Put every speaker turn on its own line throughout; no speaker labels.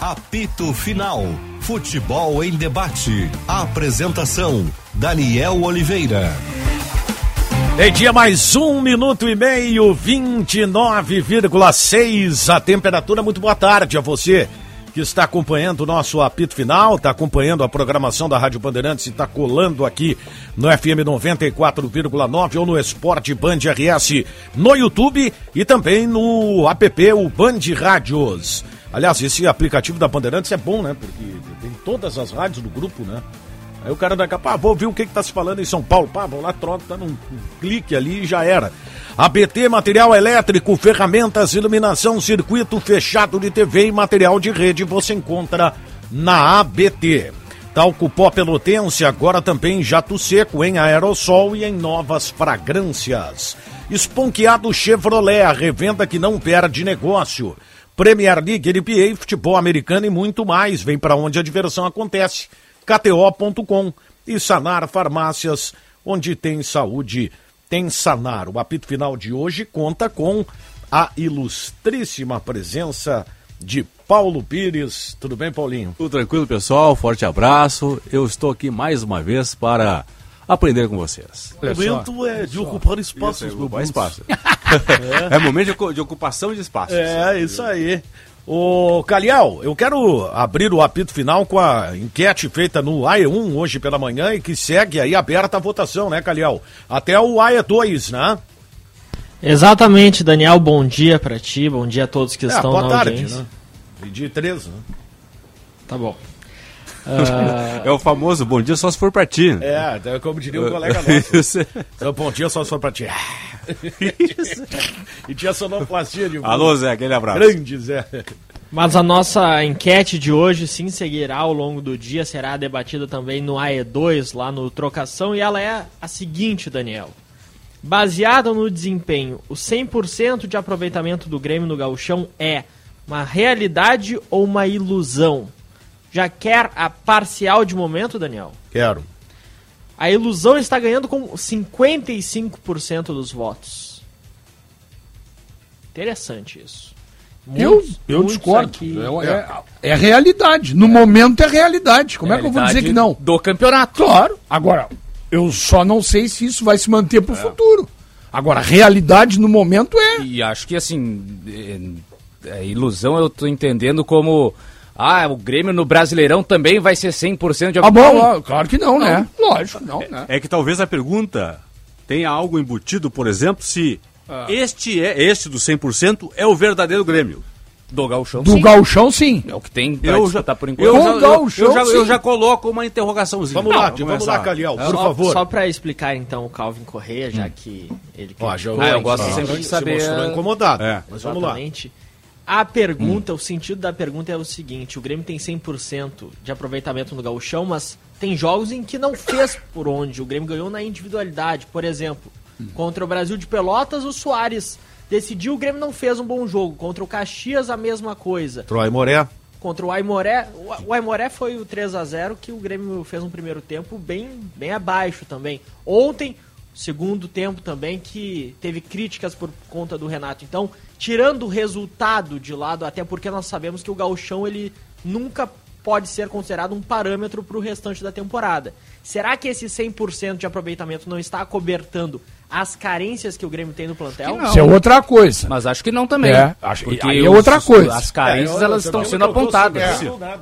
Apito Final. Futebol em debate. Apresentação: Daniel Oliveira.
Meio É dia mais um minuto e meio, 29,6 a temperatura. Muito boa tarde a você que está acompanhando o nosso apito final, está acompanhando a programação da Rádio Bandeirantes e está colando aqui no FM 94,9 ou no Esporte Band RS no YouTube e também no app o Band Rádios. Aliás, esse aplicativo da Bandeirantes é bom, né? Porque tem todas as rádios do grupo, né? Aí o cara daqui a pouco, ah, vou ouvir o que está se falando em São Paulo. Pá, vou lá, troca, tá num um clique ali e já era. ABT, material elétrico, ferramentas, iluminação, circuito fechado de TV e material de rede você encontra na ABT. Talco pó pelotense, agora também jato seco em aerossol e em novas fragrâncias. Esponqueado Chevrolet, a revenda que não perde negócio. Premier League, NBA, futebol americano e muito mais. Vem para onde a diversão acontece kto.com e Sanar Farmácias, onde tem saúde, tem Sanar. O apito final de hoje conta com a ilustríssima presença de Paulo Pires. Tudo bem, Paulinho?
Tudo tranquilo, pessoal. Forte abraço. Eu estou aqui mais uma vez para aprender com vocês.
O momento é de ocupar espaços,
isso, ocupar espaço. é. é momento de, de ocupação de espaços.
É, isso aí. Ô, Calial, eu quero abrir o apito final com a enquete feita no AE1 hoje pela manhã e que segue aí aberta a votação, né, Calial? Até o AE2, né?
Exatamente, Daniel, bom dia para ti, bom dia a todos que é, estão boa na tarde, audiência. Né?
Meio-dia três, né?
Tá bom.
Uh... É o famoso bom dia só se for pra ti.
Né? É, como diria um eu... colega nosso. então, bom dia só se for pra ti. e tinha sonoplastia de um
Alô, Zé, aquele abraço.
Grande, Zé.
Mas a nossa enquete de hoje sim seguirá ao longo do dia, será debatida também no AE2, lá no Trocação, e ela é a seguinte, Daniel. Baseada no desempenho, o 100% de aproveitamento do Grêmio no gauchão é uma realidade ou uma ilusão? Já quer a parcial de momento, Daniel?
Quero.
A ilusão está ganhando com 55% dos votos. Interessante isso.
Muitos, eu eu muitos discordo. Aqui... É, é, é, realidade. No é. momento é realidade. Como realidade é que eu vou dizer que não?
Do campeonato.
Claro. Agora, eu só não sei se isso vai se manter para o futuro. Agora, realidade no momento é.
E acho que, assim, ilusão eu estou entendendo como. Ah, o Grêmio no Brasileirão também vai ser 100% de
Ah, bom, claro que não, não, né? Lógico, não, né?
É, é que talvez a pergunta tenha algo embutido, por exemplo, se ah. este é este do 100% é o verdadeiro Grêmio.
Do Galchão,
Do sim. Galchão, sim.
É o que tem pra
eu já, por enquanto. Eu,
já, Galchão,
eu, eu, já, eu, já, coloco uma interrogaçãozinha. É,
Vamos lá, vamos, vamos lá, Caliel, por
É, só,
favor. Hum.
Só pra explicar, então, o Calvin Correia, já que ele...
Ó, já,
ah, eu gosto sempre de saber...
Se mostrou incomodado.
É. Mas vamos lá. A pergunta, hum. o sentido da pergunta é o seguinte: o Grêmio tem 100% de aproveitamento no gauchão, mas tem jogos em que não fez por onde. O Grêmio ganhou na individualidade, por exemplo, hum. contra o Brasil de Pelotas, o Soares decidiu, o Grêmio não fez um bom jogo. Contra o Caxias, a mesma coisa.
Contra o Aimoré.
Contra o Aimoré, o Aimoré foi o 3 a 0 que o Grêmio fez um primeiro tempo bem, bem abaixo também. Ontem, segundo tempo também que teve críticas por conta do Renato. Então, tirando o resultado de lado, até porque nós sabemos que o gauchão ele nunca pode ser considerado um parâmetro para o restante da temporada. Será que esse 100% de aproveitamento não está cobertando as carências que o Grêmio tem no plantel?
Isso é outra coisa.
Mas acho que não também.
É, acho, porque aí é outra os, coisa.
As carências é, eu, eu, elas eu, estão sendo apontadas. É.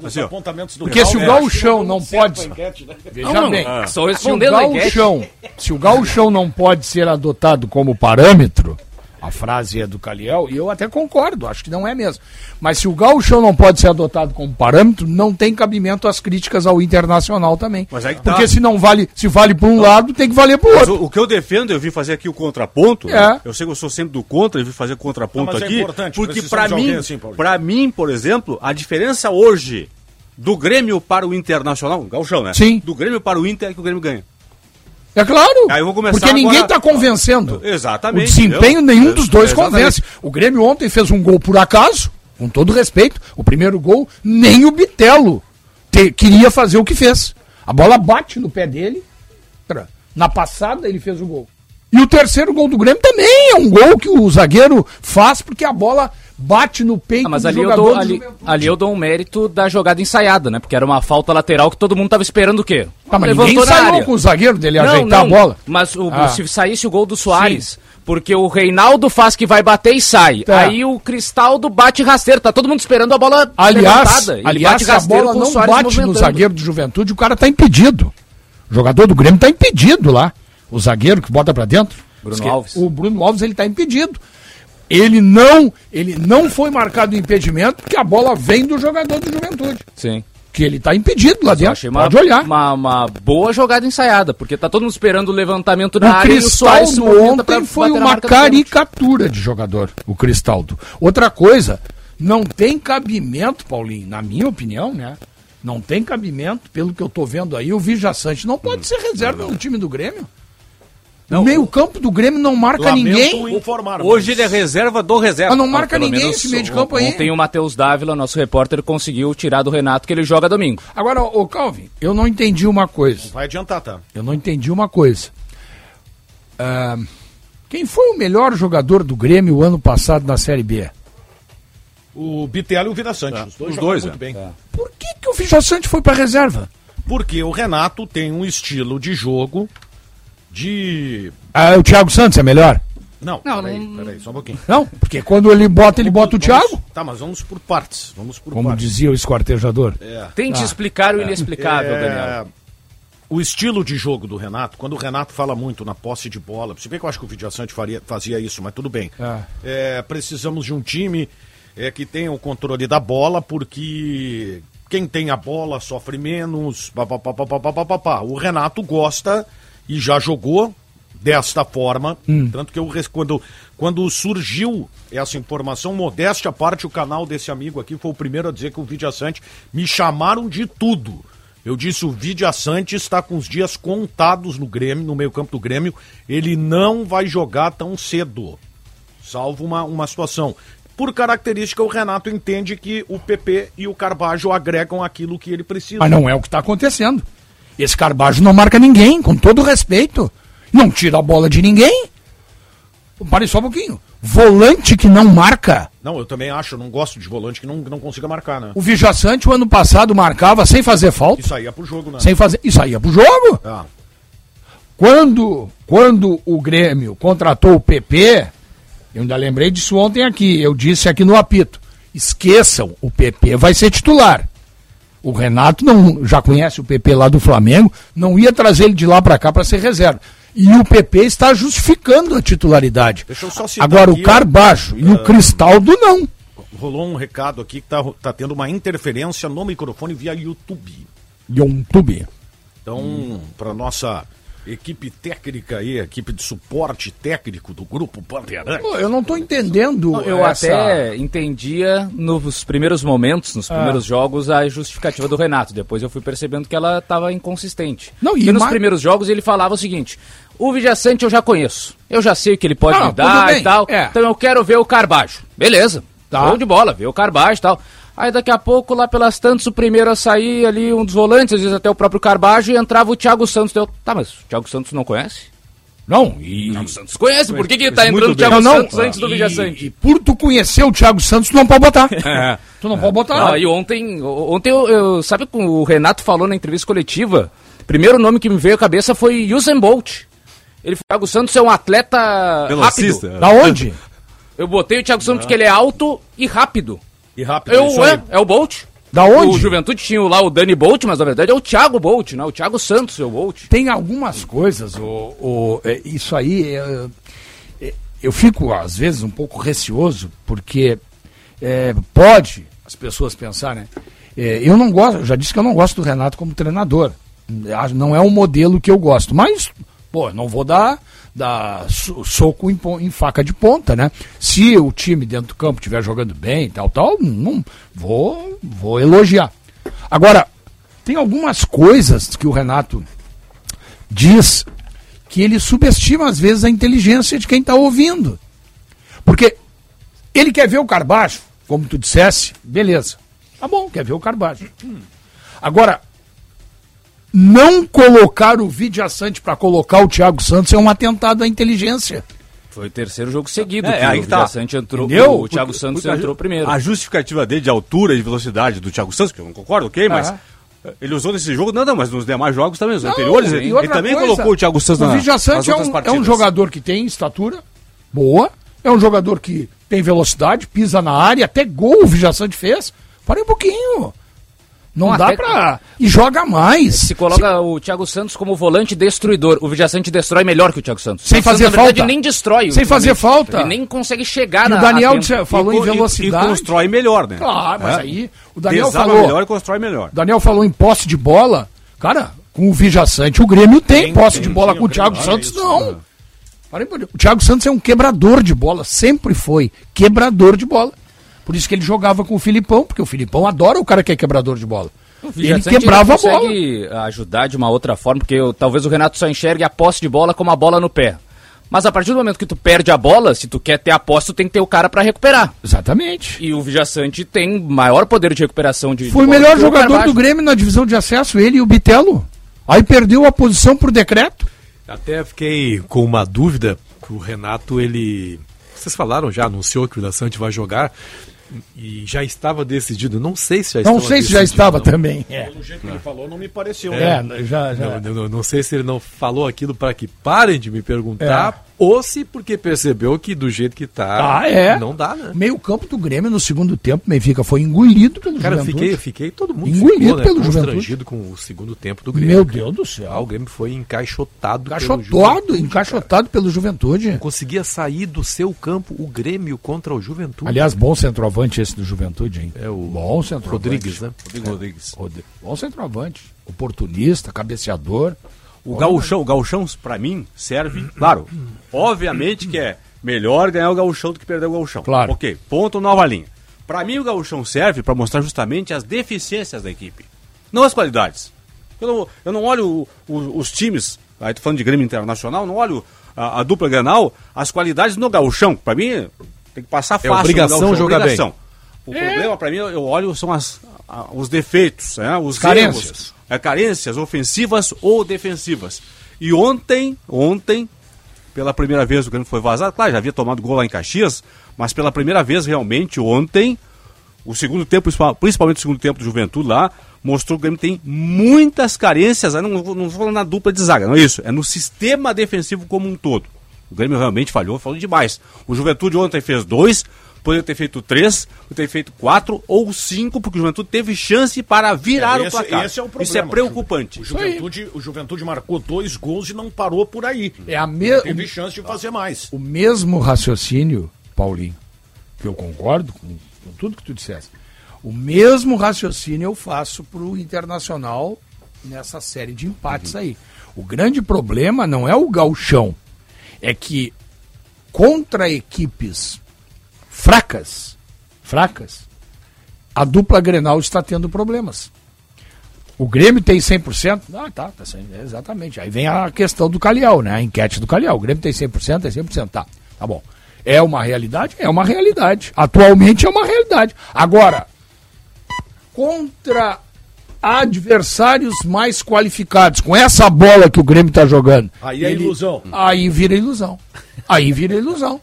Os assim, apontamentos do
porque Grêmio, se o Gauchão não pode. Enquete, né?
Veja não, bem, não, só um
respondendo se o Gauchão, se o Gauchão não pode ser adotado como parâmetro, a frase é do Caliel, e eu até concordo, acho que não é mesmo. Mas se o gauchão não pode ser adotado como parâmetro, não tem cabimento às críticas ao internacional também.
Tá.
Porque se não vale, se vale para um então, lado, tem que valer para o outro.
O que eu defendo, eu vim fazer aqui o contraponto, é. né? eu sei que eu sou sempre do contra, eu vim fazer contraponto não, aqui,
é
porque para mim, assim, para mim, por exemplo, a diferença hoje do Grêmio para o Internacional, gauchão, né?
Sim.
Do Grêmio para o Inter é que o Grêmio ganha.
É claro.
Aí eu vou começar
porque ninguém está agora... convencendo.
Exatamente. É, O
desempenho entendeu? nenhum dos dois Exatamente. convence. O Grêmio ontem fez um gol por acaso, com todo respeito. O primeiro gol, nem o Bitelo te... queria fazer o que fez. A bola bate no pé dele. Na passada ele fez o gol. E o terceiro gol do Grêmio também é um gol que o zagueiro faz porque a bola bate no peito
Ah, mas
do
ali eu,
jogador
dou,
do
ali,
Juventude.
ali eu dou um mérito da jogada ensaiada, né? Porque era uma falta lateral que todo mundo tava esperando o quê?
Tá, mas
Levantou
ninguém
na
saiu
área.
com o zagueiro dele
Não,
ajeitar
não,
a bola.
Mas o-
Ah.
se saísse o gol do Soares, porque o Reinaldo faz que vai bater e sai.
Tá.
Aí o Cristaldo bate rasteiro. Tá todo mundo esperando a bola
Aliás,
levantada. Ele
aliás
bate
se a
rasteiro
bola
com o
não
Soares
bate no
movimentando.
zagueiro do Juventude, o cara tá impedido. O jogador do Grêmio tá impedido lá. O zagueiro que bota pra dentro.
Bruno
Esque-
Alves.
O Bruno Alves ele tá impedido. Ele não, ele não foi marcado impedimento porque a bola vem do jogador do Juventude,
Sim.
que ele tá impedido lá
Eu
dentro.
achei uma,
Pode olhar.
Uma, uma boa jogada ensaiada, porque tá todo mundo esperando o levantamento na
O
área Soares se
Cristaldo
movimenta pra
ontem foi
bater na
uma
marca do pênalti.
caricatura de jogador, o Cristaldo. Outra coisa, não tem cabimento, Paulinho, na minha opinião, né? Não tem cabimento, pelo que eu tô vendo aí, o Vija Sante não
Hum,
pode ser reserva no time do Grêmio. o meio-campo do Grêmio não marca ninguém.
informar.
Hoje ele é reserva do reserva.
Ah, não marca
Pelo
ninguém
menos
esse meio de campo aí.
Ontem o Matheus Dávila, nosso repórter, conseguiu tirar do Renato que ele joga domingo.
Agora, ô Calvin, eu não entendi uma coisa.
Vai adiantar, tá?
Eu não entendi uma coisa. Ah, quem foi o melhor jogador do Grêmio ano passado na Série B?
O Bitello e o Vida Santos. Os dois,
os
jogaram
dois,
muito
é.
bem.
Por que, que o Vija Sante foi pra reserva?
Porque o Renato tem um estilo de jogo de.
Ah, o Thiago Santos é melhor?
Não, peraí, peraí, só um pouquinho.
Não, porque quando ele bota, ele bota o Thiago.
Tá, mas vamos por partes. Vamos por É.
Como
partes.
dizia o Ah. esquartejador.
Tente explicar o inexplicável,
É,
Daniel.
O estilo de jogo do Renato, quando o Renato fala muito na posse de bola, se bem que eu acho que o Vidia Sante faria, fazia isso, mas tudo bem.
É.
É, precisamos de um time é, que tenha o controle da bola, porque quem tem a bola sofre menos. Pá, pá, pá, pá, pá, pá, pá, pá, pá. O Renato gosta e já jogou desta forma. Tanto que eu, res- quando, quando surgiu essa informação, modéstia à parte, o canal desse amigo aqui foi o primeiro a dizer que o Vidia Sante me chamaram de tudo. Eu disse, o Vidia Sante está com os dias contados no Grêmio, no meio campo do Grêmio. Ele não vai jogar tão cedo, salvo uma, uma situação. Por característica, o Renato entende que o PP e o Carbajo agregam aquilo que ele precisa.
Mas não é o que está acontecendo. Esse Carbajo não marca ninguém, com todo respeito. Não tira a bola de ninguém. Pare só um pouquinho. Volante que não marca.
Não, eu também acho, eu não gosto de volante que não, que não consiga marcar, né?
O Vija Sante, o ano passado, marcava sem fazer
E
falta.
saía pro jogo, né?
Sem fazer. Isso aí é pro jogo.
Ah,
Quando, quando o Grêmio contratou o PP, eu ainda lembrei disso ontem aqui, eu disse aqui no apito, esqueçam, o PP vai ser titular. O Renato não já conhece o PP lá do Flamengo, não ia trazer ele de lá pra cá pra ser reserva. E o PP está justificando a titularidade.
Deixa eu só citar
Agora
aqui, Ah,
o Carbacho e
Ah.
o Cristaldo não.
rolou um recado aqui que tá, ro- tá tendo uma interferência no microfone via YouTube.
YouTube.
Então, para nossa equipe técnica aí, equipe de suporte técnico do grupo Panterã.
Pô, eu não tô entendendo
Não, Eu
essa-
até entendia nos primeiros momentos,
Ah.
nos primeiros jogos, a justificativa do Renato. Depois eu fui percebendo que ela estava inconsistente.
Não, e
Porque nos
ma-
primeiros jogos ele falava o seguinte: o Vijaçante eu já conheço. Eu já sei o que ele pode
Ah,
me
tudo
dar
bem,
e tal.
é.
Então eu quero ver o Carbajo. Beleza.
Tá.
Show de bola, ver o Carbajo e tal. Aí daqui a pouco, lá pelas tantas, o primeiro a sair ali, um dos volantes, às vezes até o próprio Carbajo, e entrava o Thiago Santos. Eu, tá, mas o Thiago Santos não conhece?
Não, e
O Santos conhece, por que, que ele tá
Muito
entrando o
bem.
Não,
Thiago
não.
Santos antes do
E-
Vijaçante?
E por tu conhecer o Thiago Santos, tu não pode botar. Tu não pode
É. Não,
botar.
e ontem, o- ontem eu, eu- sabe como o Renato falou na entrevista coletiva? Primeiro nome que me veio à cabeça foi Usain Bolt. Ele falou, Thiago Santos é um atleta rápido.
Velocista.
Da onde?
Eu botei o Thiago Santos porque ele é alto e rápido.
E rápido,
Eu,
isso aí.
é, é o Bolt.
Da
O
onde?
Juventude tinha lá o Dani Bolt, mas na verdade é o Thiago Bolt, né? O Thiago Santos é o Bolt.
Tem algumas coisas, o, o- é, isso aí, é, é, eu fico às vezes um pouco receoso, porque é, pode as pessoas pensar, né? É, eu não gosto, eu já disse que eu não gosto do Renato como treinador. Ah, Não é um modelo que eu gosto, mas, pô, não vou dar, dar so- soco em, pon- em faca de ponta, né? Se o time dentro do campo estiver jogando bem e tal, tal, não, vou, vou elogiar. Agora, tem algumas coisas que o Renato diz que ele subestima às vezes a inteligência de quem está ouvindo. Porque ele quer ver o Carbacho, como tu dissesse, beleza. Tá bom, quer ver o Carbacho. Agora, não colocar o Vidia Sante para colocar o Thiago Santos é um atentado à inteligência.
Foi o terceiro jogo seguido.
É,
que
aí
o
que tá.
Vidia Sante entrou.
Entendeu?
O Thiago
Porque-
Santos
porque a ju-
entrou primeiro.
A justificativa dele de altura e de velocidade do Thiago Santos, que eu não concordo, ok, mas.
Aham.
eh, Ele usou nesse jogo, não, não, mas nos demais jogos também, os
Não,
anteriores,
e
ele,
outra
ele também
coisa,
colocou o Thiago Santos
O
na-
Vidia
nas
Sante é
outras
um, é
partidas.
um jogador que tem estatura boa, é um jogador que tem velocidade, pisa na área, até gol o Vidia Sante fez. Para um pouquinho. Não,
Não,
dá
até-
pra. E joga mais.
Se coloca o Thiago Santos como volante destruidor. O Vidia Sante destrói melhor que o Thiago Santos.
Sem
O Thiago
fazer
Santos, na verdade,
falta.
nem destrói.
Sem fazer
ultimamente.
falta.
Ele nem consegue chegar
E o
a-
Daniel
a tempo.
disse-
E
falou
co-
em
e-
velocidade.
E, constrói melhor, né?
Claro, mas
É.
aí o Daniel
Desarma
falou.
melhor e constrói melhor.
O Daniel falou em posse de bola. Cara, com o Vija Sante, o Grêmio tem, posse de bola. com o Thiago Santos, não.
né?
Parem por Deus. O Thiago Santos é um quebrador de bola. Sempre foi quebrador de bola. Por isso que ele jogava com o Filipão, porque o Filipão adora o cara que é quebrador de bola.
O Vidia
Ele
Sante,
quebrava a bola.
consegue ajudar de uma outra forma, porque eu- talvez o Renato só enxergue a posse de bola como a bola no pé. Mas a partir do momento que tu perde a bola, se tu quer ter a posse, tu tem que ter o cara pra recuperar.
Exatamente.
E o Vijaçante tem maior poder de recuperação de.
Foi o
de bola
melhor
que o
jogador
Carvalho.
do Grêmio na divisão de acesso, ele e o Bitelo. Aí perdeu a posição por decreto.
Até fiquei com uma dúvida que o Renato, ele. Vocês falaram já, anunciou que o da Sante vai jogar e já estava decidido. Não sei se já
Não
estava
sei se já
decidido,
estava
não.
também. É,
Do jeito que ele falou, não me pareceu.
É, já, já.
Não, não- não sei se ele não falou aquilo para que parem de me perguntar ou se porque percebeu que do jeito que tá,
É. Ah, é?
não dá, né?
Meio campo do Grêmio no segundo tempo, Benfica foi engolido pelo
Cara, eu
Juventude.
fiquei, eu fiquei todo mundo né,
Engolido pelo
constrangido com o segundo tempo do Grêmio.
Meu
cara.
Deus do
Ah, o
céu.
Grêmio foi encaixotado. pelo
Encaixotado,
Juventude,
encaixotado pelo Juventude.
Não conseguia sair do seu campo o Grêmio contra o Juventude.
Aliás, bom centroavante esse do Juventude, hein?
É o
bom centroavante.
Rodrigues, né?
Rodrigo Rodrigues.
Rodri- É. Bom centroavante. Oportunista, cabeceador.
O gauchão, o gauchão, pra mim, serve, claro, obviamente que é melhor ganhar o gauchão do que perder o gauchão.
Claro.
Ok, ponto, nova linha. Pra mim, o gauchão serve pra mostrar justamente as deficiências da equipe, não as qualidades. Eu não, eu não olho o- o- os times, aí tô falando de Grêmio Internacional, não olho a, a dupla Granal, as qualidades no gauchão. Pra mim, tem que passar fácil. no
É obrigação
gauchão,
jogar bem.
O problema, pra mim, eu olho são as, a- os defeitos, né? os
Carências.
erros é, carências ofensivas ou defensivas. E ontem, ontem, pela primeira vez o Grêmio foi vazado, claro, já havia tomado gol lá em Caxias, mas pela primeira vez realmente ontem, o segundo tempo, principal- principalmente o segundo tempo do Juventude lá, mostrou que o Grêmio tem muitas carências, aí não, não vou falando na dupla de zaga, não é isso, é no sistema defensivo como um todo. O Grêmio realmente falhou, falou demais. O Juventude ontem fez dois, poderia ter feito três, poderia ter feito quatro ou cinco, porque o Juventude teve chance para virar
É,
o
esse-
placar.
esse é o
Isso é
problema.
preocupante.
O Juventude, o Juventude marcou dois gols e não parou por aí.
É a me-
Teve chance de fazer mais.
o mesmo raciocínio, Paulinho, que eu concordo com, com tudo que tu disseste. O mesmo raciocínio eu faço para o Internacional nessa série de empates
Uhum.
aí. O grande problema não é o galchão, é que contra equipes fracas, fracas, a dupla Grenal está tendo problemas. O Grêmio tem 100%? Ah, tá, tá sem- é, exatamente. Aí vem a questão do Calial, né? A enquete do Calial. O Grêmio tem 100%, tem 100%. Tá, tá bom. É uma realidade? É uma realidade. Atualmente é uma realidade. Agora, contra adversários mais qualificados, com essa bola que o Grêmio tá jogando,
Aí é ilusão.
aí vira ilusão. Aí vira ilusão.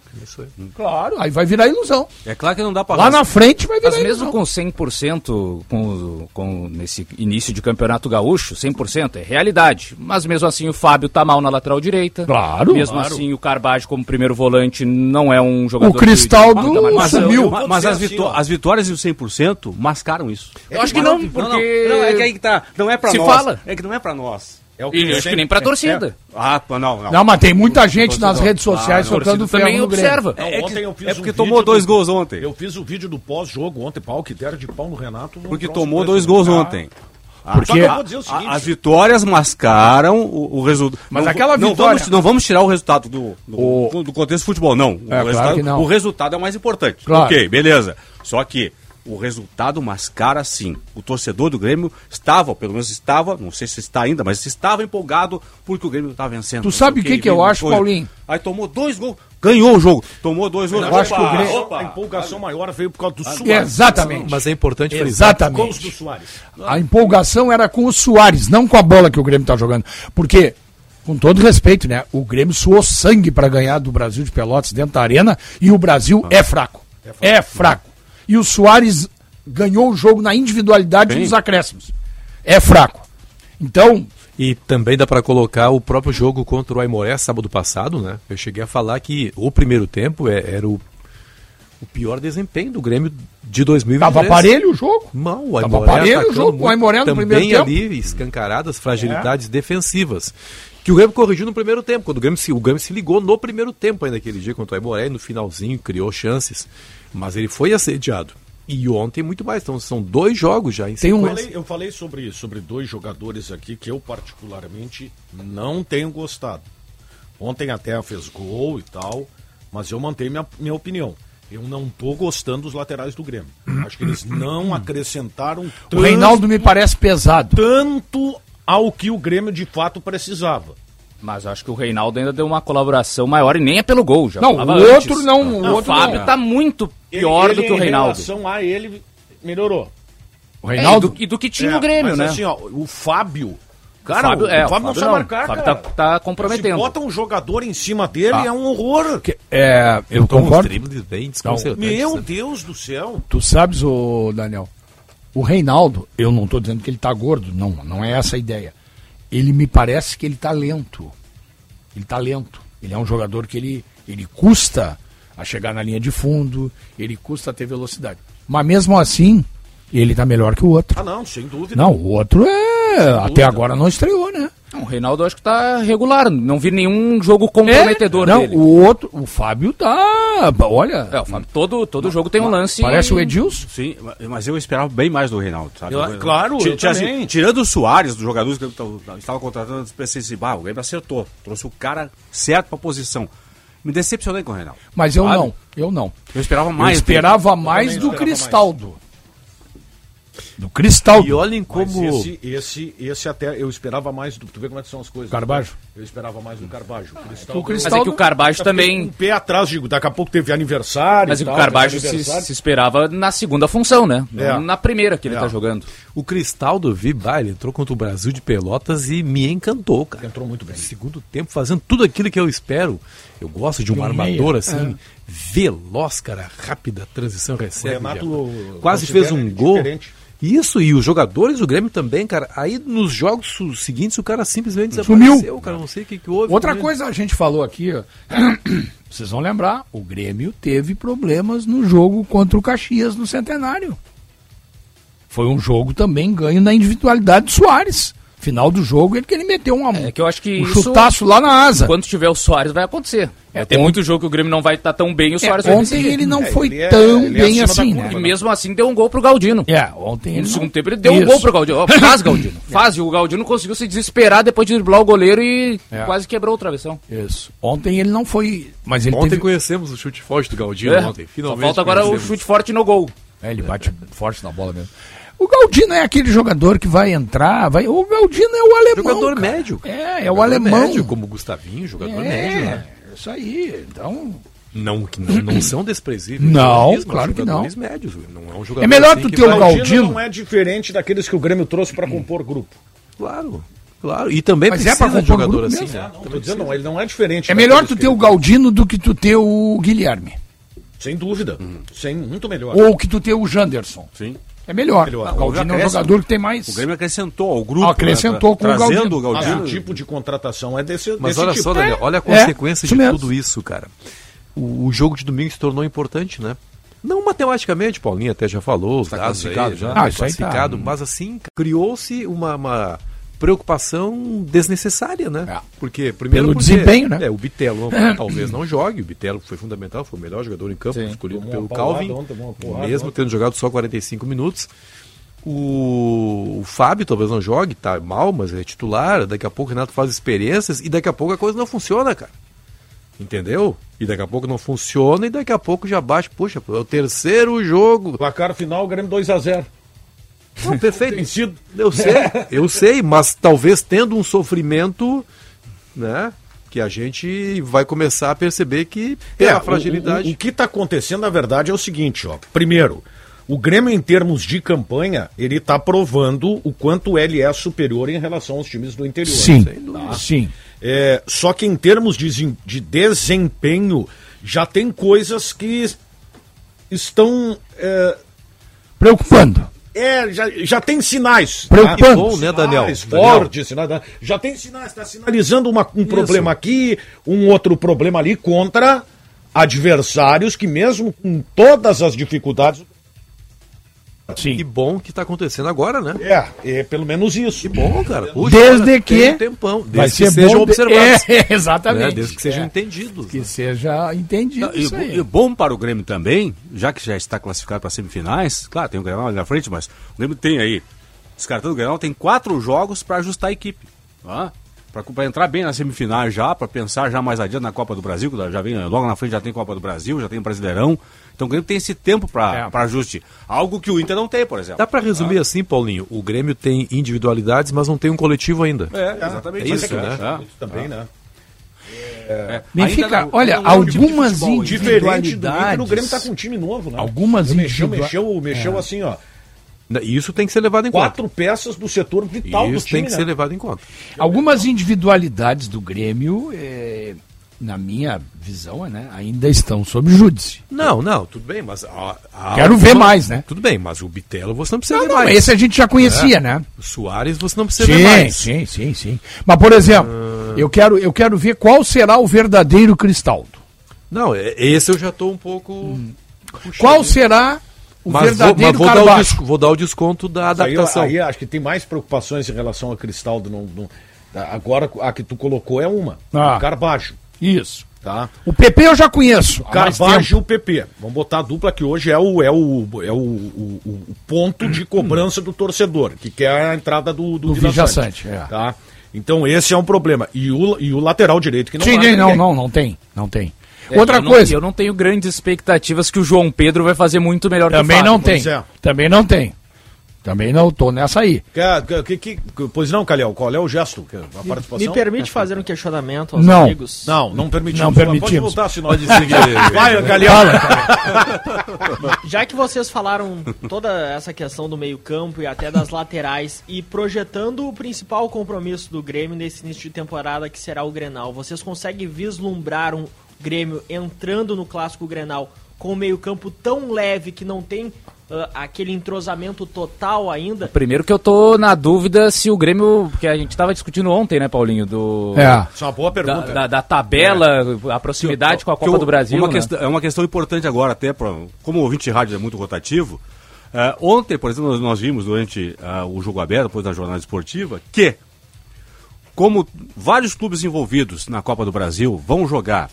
Claro, aí vai virar ilusão.
É claro que não dá para
Lá na frente vai virar
Mas mesmo
ilusão.
com 100% com, com nesse início de campeonato gaúcho, 100% é realidade. Mas mesmo assim o Fábio tá mal na lateral direita.
Claro.
Mesmo
Claro.
assim o Carvalho como primeiro volante não é um jogador...
O
que-
Cristaldo
de muita
Mas,
marcação.
sumiu.
eu- mas- mas as,
Assim,
vitó-
ó.
as vitórias e o 100% mascaram isso.
Eu acho que não, porque...
Não, não, não, é que aí que tá. Não é pra
Se
nós.
fala.
É que não é pra nós. É o
E eu acho que nem pra
é.
torcida.
Ah, pô, não, não.
Não, mas tem muita gente nas redes
Ah,
sociais soltando ferro
Também
no Grêmio.
observa.
Não,
É que-
ontem eu fiz
é porque
um
tomou
vídeo
dois
do-
gols ontem.
Eu fiz o vídeo do pós-jogo ontem, pau, que deram de pau no Renato. um
Porque
troço
tomou dois gols ontem.
Ah, Só que
Porque
eu vou dizer o seguinte,
A- as vitórias mascaram o, resultado.
Mas aquela
não
vitória- É,
Vamos, não vamos tirar o resultado do, do, do contexto do futebol, não.
claro
o, resultado,
que não.
o resultado é o mais importante.
Claro.
Ok, beleza. Só que O resultado mascara sim. O torcedor do Grêmio estava, pelo menos estava, não sei se está ainda, mas estava empolgado porque o Grêmio está vencendo.
Tu
Não sei
sabe o que
e
que eu
veio
acho,
coisa.
Paulinho?
Aí tomou dois gols, ganhou o jogo. Tomou dois gols.
Eu acho que o
Opa,
Grêmio-
Ah, A empolgação maior veio por causa do Suárez.
Ah, Exatamente.
Mas é importante frisar
Gols do
Exatamente.
Suárez.
A empolgação era com o Soares, não com a bola que o Grêmio tá jogando. Porque, com todo respeito, né? O Grêmio suou sangue para ganhar do Brasil de Pelotas dentro da arena e o Brasil é fraco. É fraco. E o Soares ganhou o jogo na individualidade dos acréscimos. É fraco. Então,
E também dá para colocar o próprio jogo contra o Aimoré sábado passado, né? Eu cheguei a falar que o primeiro tempo é- era o, o pior desempenho do Grêmio de 2023.
tava aparelho o jogo.
Não, o
Tava
Aimoré
aparelho o
atacando
jogo, o
muito,
Aimoré no
também
primeiro tempo. É.
ali escancaradas fragilidades defensivas. Que o Grêmio corrigiu no primeiro tempo, quando o Grêmio se, o Grêmio se ligou no primeiro tempo ainda aquele dia contra o Aimoré, e no finalzinho criou chances, mas ele foi assediado. E ontem muito mais, então são dois jogos já em
Tem um-
Eu falei, eu falei sobre, sobre dois jogadores aqui que eu particularmente não tenho gostado. Ontem até fez gol e tal, mas eu mantenho minha, minha opinião. Eu não tô gostando dos laterais do Grêmio. Acho que eles não acrescentaram
O Reinaldo me parece pesado.
tanto ao que o Grêmio de fato precisava.
Mas acho que o Reinaldo ainda deu uma colaboração maior e nem é pelo gol. Já
Não,
falava
o outro
antes.
não, o outro
O Fábio
não.
tá muito pior do que o
em
Reinaldo.
relação a ele, melhorou.
O
É,
Reinaldo.
e, do, e do que tinha
É,
o Grêmio,
mas
né?
assim, ó, o Fábio.
O
Cara, o,
é,
Fábio não sabe marcar,
O Fábio
cara.
tá, tá comprometendo.
Se bota um jogador em cima dele, é um horror.
que- é, Tá. eu
Então, uns
concordo.
dribles bem desconcertantes.
Meu
né?
Deus do céu.
Tu sabes, ô Daniel, o Reinaldo, eu não tô dizendo que ele tá gordo, não, não é essa a ideia. Ele me parece que ele tá lento. Ele tá lento. Ele é um jogador que ele, ele custa a chegar na linha de fundo, ele custa a ter velocidade. Mas mesmo assim, ele tá melhor que o outro.
Ah, não, sem dúvida.
Não, o outro é. Até agora não estreou, né?
Não, o Reinaldo acho que tá regular. Não vi nenhum jogo comprometedor
É? não,
dele.
o outro. O Fábio tá. Olha.
É, o Fábio, todo todo jogo tem um lance.
parece o Edilson.
Sim, ma- mas eu esperava bem mais do Reinaldo, sabe?
Eu- claro, eu também.
assim, tirando o Soares, dos jogadores que eu tava- estava contratando, eu pensei assim, bah, o Grêmio acertou, trouxe o cara certo para a posição. Me decepcionei com o Reinaldo.
Mas eu
Sabe?
não, eu não.
Eu esperava
Eu
mais. dele.
esperava mais do Cristaldo. Do Cristaldo.
E olhem como.
Mas Esse, esse, esse até eu esperava mais do. Tu vê como é que são as coisas. né?
Carbajo? Ah,
Eu esperava mais do Carbajo. O Cristal,
o Cristal-
Mas é que o Carbajo
Um
também.
pé atrás, digo, daqui a pouco teve aniversário.
Mas
e
é que o
tal,
Carbajo
teve
se,
aniversário.
se esperava na segunda função, né? Não
É.
Na primeira que ele
É.
tá jogando.
O Cristaldo Vibar ele entrou contra o Brasil de Pelotas e me encantou, cara.
Entrou muito bem.
Segundo tempo, fazendo tudo aquilo que eu espero. Eu gosto de um armador assim, veloz, cara, rápida, transição recebe.
Renato
já. Quase
considera
fez um
ele
gol.
diferente.
Isso, e os jogadores do Grêmio também, cara. Aí nos jogos su- seguintes o cara simplesmente
Sumiu.
desapareceu, cara. Não sei o que, que houve.
Outra
né?
coisa é a gente falou aqui, ó. vocês vão lembrar, o Grêmio teve problemas no jogo contra o Caxias no Centenário. Foi um jogo também ganho na individualidade do Soares. Final do jogo, ele que ele meteu um,
É que eu acho que
um
isso-
chutaço lá na asa.
Quando tiver o Soares, vai acontecer.
É,
vai ter
ontem-
muito jogo que o Grêmio não vai estar tão bem e o
É,
Soares vai
ontem
decidir.
ele não
É,
foi
ele é-
tão
ele é
bem
acima da
assim,
curva,
E
né?
mesmo assim deu um gol pro Galdino.
É, ontem
No
ele
segundo
não...
tempo ele deu um
Isso. É.
gol pro Galdino. Ó, Faz, Galdino. Faz. E o Galdino conseguiu se desesperar depois de driblar o goleiro e
É.
quase quebrou o travessão.
né? Isso. Ontem ele não foi, mas ele
Ontem
teve...
conhecemos o chute forte do Galdino
É.
ontem.
Só
Finalmente.
falta agora o
conhecemos.
chute forte no gol.
É, ele bate forte na bola mesmo. O Galdino é aquele jogador que vai entrar, vai. O Galdino é o alemão.
Jogador
cara.
médio. cara.
É, é o
Jogador
alemão.
Médio, como o Gustavinho, jogador médio, né?
É, isso aí. Então.
Não, que não, não são desprezíveis.
Não,
Mesmo,
claro que
jogadores
não.
Médios, não é, um jogador
É melhor tu
que
ter o
vai-
Galdino.
não é diferente daqueles que o Grêmio trouxe pra compor grupo.
Claro, claro. E também
Mas é
precisa
pra compor
de jogador
grupo
assim,
mesmo.
né?
Não, tô dizendo, não, ele não é diferente.
É melhor
daqueles
tu
que
ter o
ele-
Galdino do que tu ter o Guilherme.
Sem dúvida. Sem, muito melhor.
Ou que tu ter o Janderson.
Sim.
É melhor.
Melhor.
O Galdino é um
Acresce-
jogador que tem mais.
O Grêmio acrescentou ao grupo.
Acrescentou
né,
com o
Trazendo o
Mas
Galdino.
o tipo de contratação é desse,
Mas
desse
olha
tipo.
só, Daniel, olha a
é,
consequência
isso
de
mesmo.
tudo isso, cara. O, o jogo de domingo se tornou importante, né? Não matematicamente, Paulinho até já falou, os dados
classificado
aí,
já.
tá
Ah, isso aí tá.
classificado, mas assim, criou-se uma, uma preocupação desnecessária, né?
É.
Porque, primeiro,
Pelo
porque,
desempenho, né?
É, o Bitelo talvez não jogue, o Bitelo foi fundamental, foi o melhor jogador em campo, escolhido
Tomou
pelo
uma paulada
Calvin,
ontem, tomou uma porrada
mesmo tendo jogado só 45 minutos, o, o Fábio talvez não jogue, tá mal, mas é titular. Daqui a pouco o Renato faz experiências e daqui a pouco a coisa não funciona, cara. Entendeu? E daqui a pouco não funciona e daqui a pouco já baixa. Puxa, é o terceiro jogo.
Placar final, Grêmio 2x0.
Não, perfeito.
Vencido.
Eu sei, eu sei, mas talvez tendo um sofrimento, né? Que a gente vai começar a perceber que é a
o-
fragilidade.
O, o que está acontecendo, na verdade, é o seguinte, ó. Primeiro, o Grêmio, em termos de campanha, ele está provando o quanto ele é superior em relação aos times do interior.
Sim, Tá? sim.
É, só que em termos de, desen- de desempenho, já tem coisas que estão. É,
Preocupando.
é, já, já tem sinais.
Preocupante.
Bom, né, Daniel?
Sinais
Daniel.
fortes, sinais, né? já tem sinais, está sinalizando uma- um problema aqui, um outro problema ali contra adversários que mesmo com todas as dificuldades,
Que bom que tá acontecendo agora, né?
é, é pelo menos isso.
Que bom, cara. Puxa,
Desde
tem
que-
um tempão. Desde
Vai
que
ser
sejam
bom de-
observados.
É,
né?
exatamente.
Desde que sejam
É.
entendidos.
Que seja entendido
né? E,
isso
bo-
aí.
e bom para o Grêmio também, já que já está classificado para semifinais. Claro, tem o Grenal ali na frente, mas o Grêmio tem aí, descartando o Grenal, tem quatro jogos para ajustar a equipe. Tá? Para entrar bem na semifinal já, para pensar já mais adiante na Copa do Brasil, que já vem logo na frente, já tem Copa do Brasil, já tem Brasileirão. Então o Grêmio tem esse tempo
É.
para para ajuste. Algo que o Inter não tem, por exemplo.
Dá pra resumir assim, Paulinho? O Grêmio tem individualidades, mas não tem um coletivo ainda.
É, exatamente.
É isso,
isso,
né?
né?
Também, né?
É.
Benfica,
Ainda não-
olha,
não é um time de
algumas
futebol, hein?
Diferente do Inter,
individualidades.
o Grêmio tá com um time novo, né?
Algumas É.
mexeu,
individua-
mexeu, mexeu assim, ó.
E Isso tem que ser levado em conta.
Quatro peças do setor vital
Isso
do time,
tem que
né?
ser levado em conta.
Algumas individualidades do Grêmio, eh, na minha visão, né, ainda estão sob júdice.
Não, não, tudo bem, mas. a- a-
Quero ver mais, né?
Tudo bem, mas o Bitelo você não precisa
Não,
ver
não,
mais. É.
esse a gente já conhecia, né?
O Soares você não precisa ver
Sim,
mais.
sim, sim, sim. Mas, por exemplo,
Ah.
eu, quero, eu quero ver qual será o verdadeiro Cristaldo.
Não, é- esse eu já tô um pouco. puxando.
Qual Hum. será o
Mas vou, mas
verdadeiro
vou, dar o
Carvalho?
desco- vou dar o desconto da
Isso aí,
adaptação.
Aí, acho que tem mais preocupações em relação a Cristaldo. Não, não- agora, a que tu colocou é uma.
Ah.
O Carbajo,
Isso.
tá?
O PP eu já conheço. há mais tempo.
Carbajo e o PP. Vamos botar a dupla que hoje é o, é o, é o, o- o- o ponto de cobrança do torcedor, que quer a entrada do, do,
Do
Vila
Vila
Sante,
Sante, é.
tá? Então esse é um problema. E o, e o lateral direito que não
Sim,
marca
sim, não,
ninguém.
não, não tem. Não tem.
É,
Outra
eu não-
coisa,
eu não tenho grandes expectativas que o João Pedro vai fazer muito melhor
também
que o
não
Fábio.
tem.
pois é.
Também não tem. Também não tô nessa aí.
Quer- que- que- que- pois não, Calhau, qual é o gesto? Que- A participação? é
Me permite fazer um questionamento aos
Não.
amigos?
Não, não permitimos.
Não
Pode
permitimos.
voltar, senão... Pode Vai, Calhau.
Já que vocês falaram toda essa questão do meio-campo e até das laterais, e projetando o principal compromisso do Grêmio nesse início de temporada, que será o Grenal, vocês conseguem vislumbrar um Grêmio entrando no clássico Grenal com um meio-campo tão leve que não tem ah, aquele entrosamento total ainda?
Primeiro que eu tô na dúvida se o Grêmio, que a gente tava discutindo ontem, né, Paulinho, do
É.
Isso é uma boa
da,
pergunta.
da- da tabela, a proximidade com a
Que
Copa
eu-
do Brasil,
Uma
né?
questão- é uma questão importante agora, até pra, como o ouvinte de rádio é muito rotativo. eh, ontem, por exemplo, nós, nós vimos durante ah, o jogo aberto, depois da jornada esportiva, que como vários clubes envolvidos na Copa do Brasil vão jogar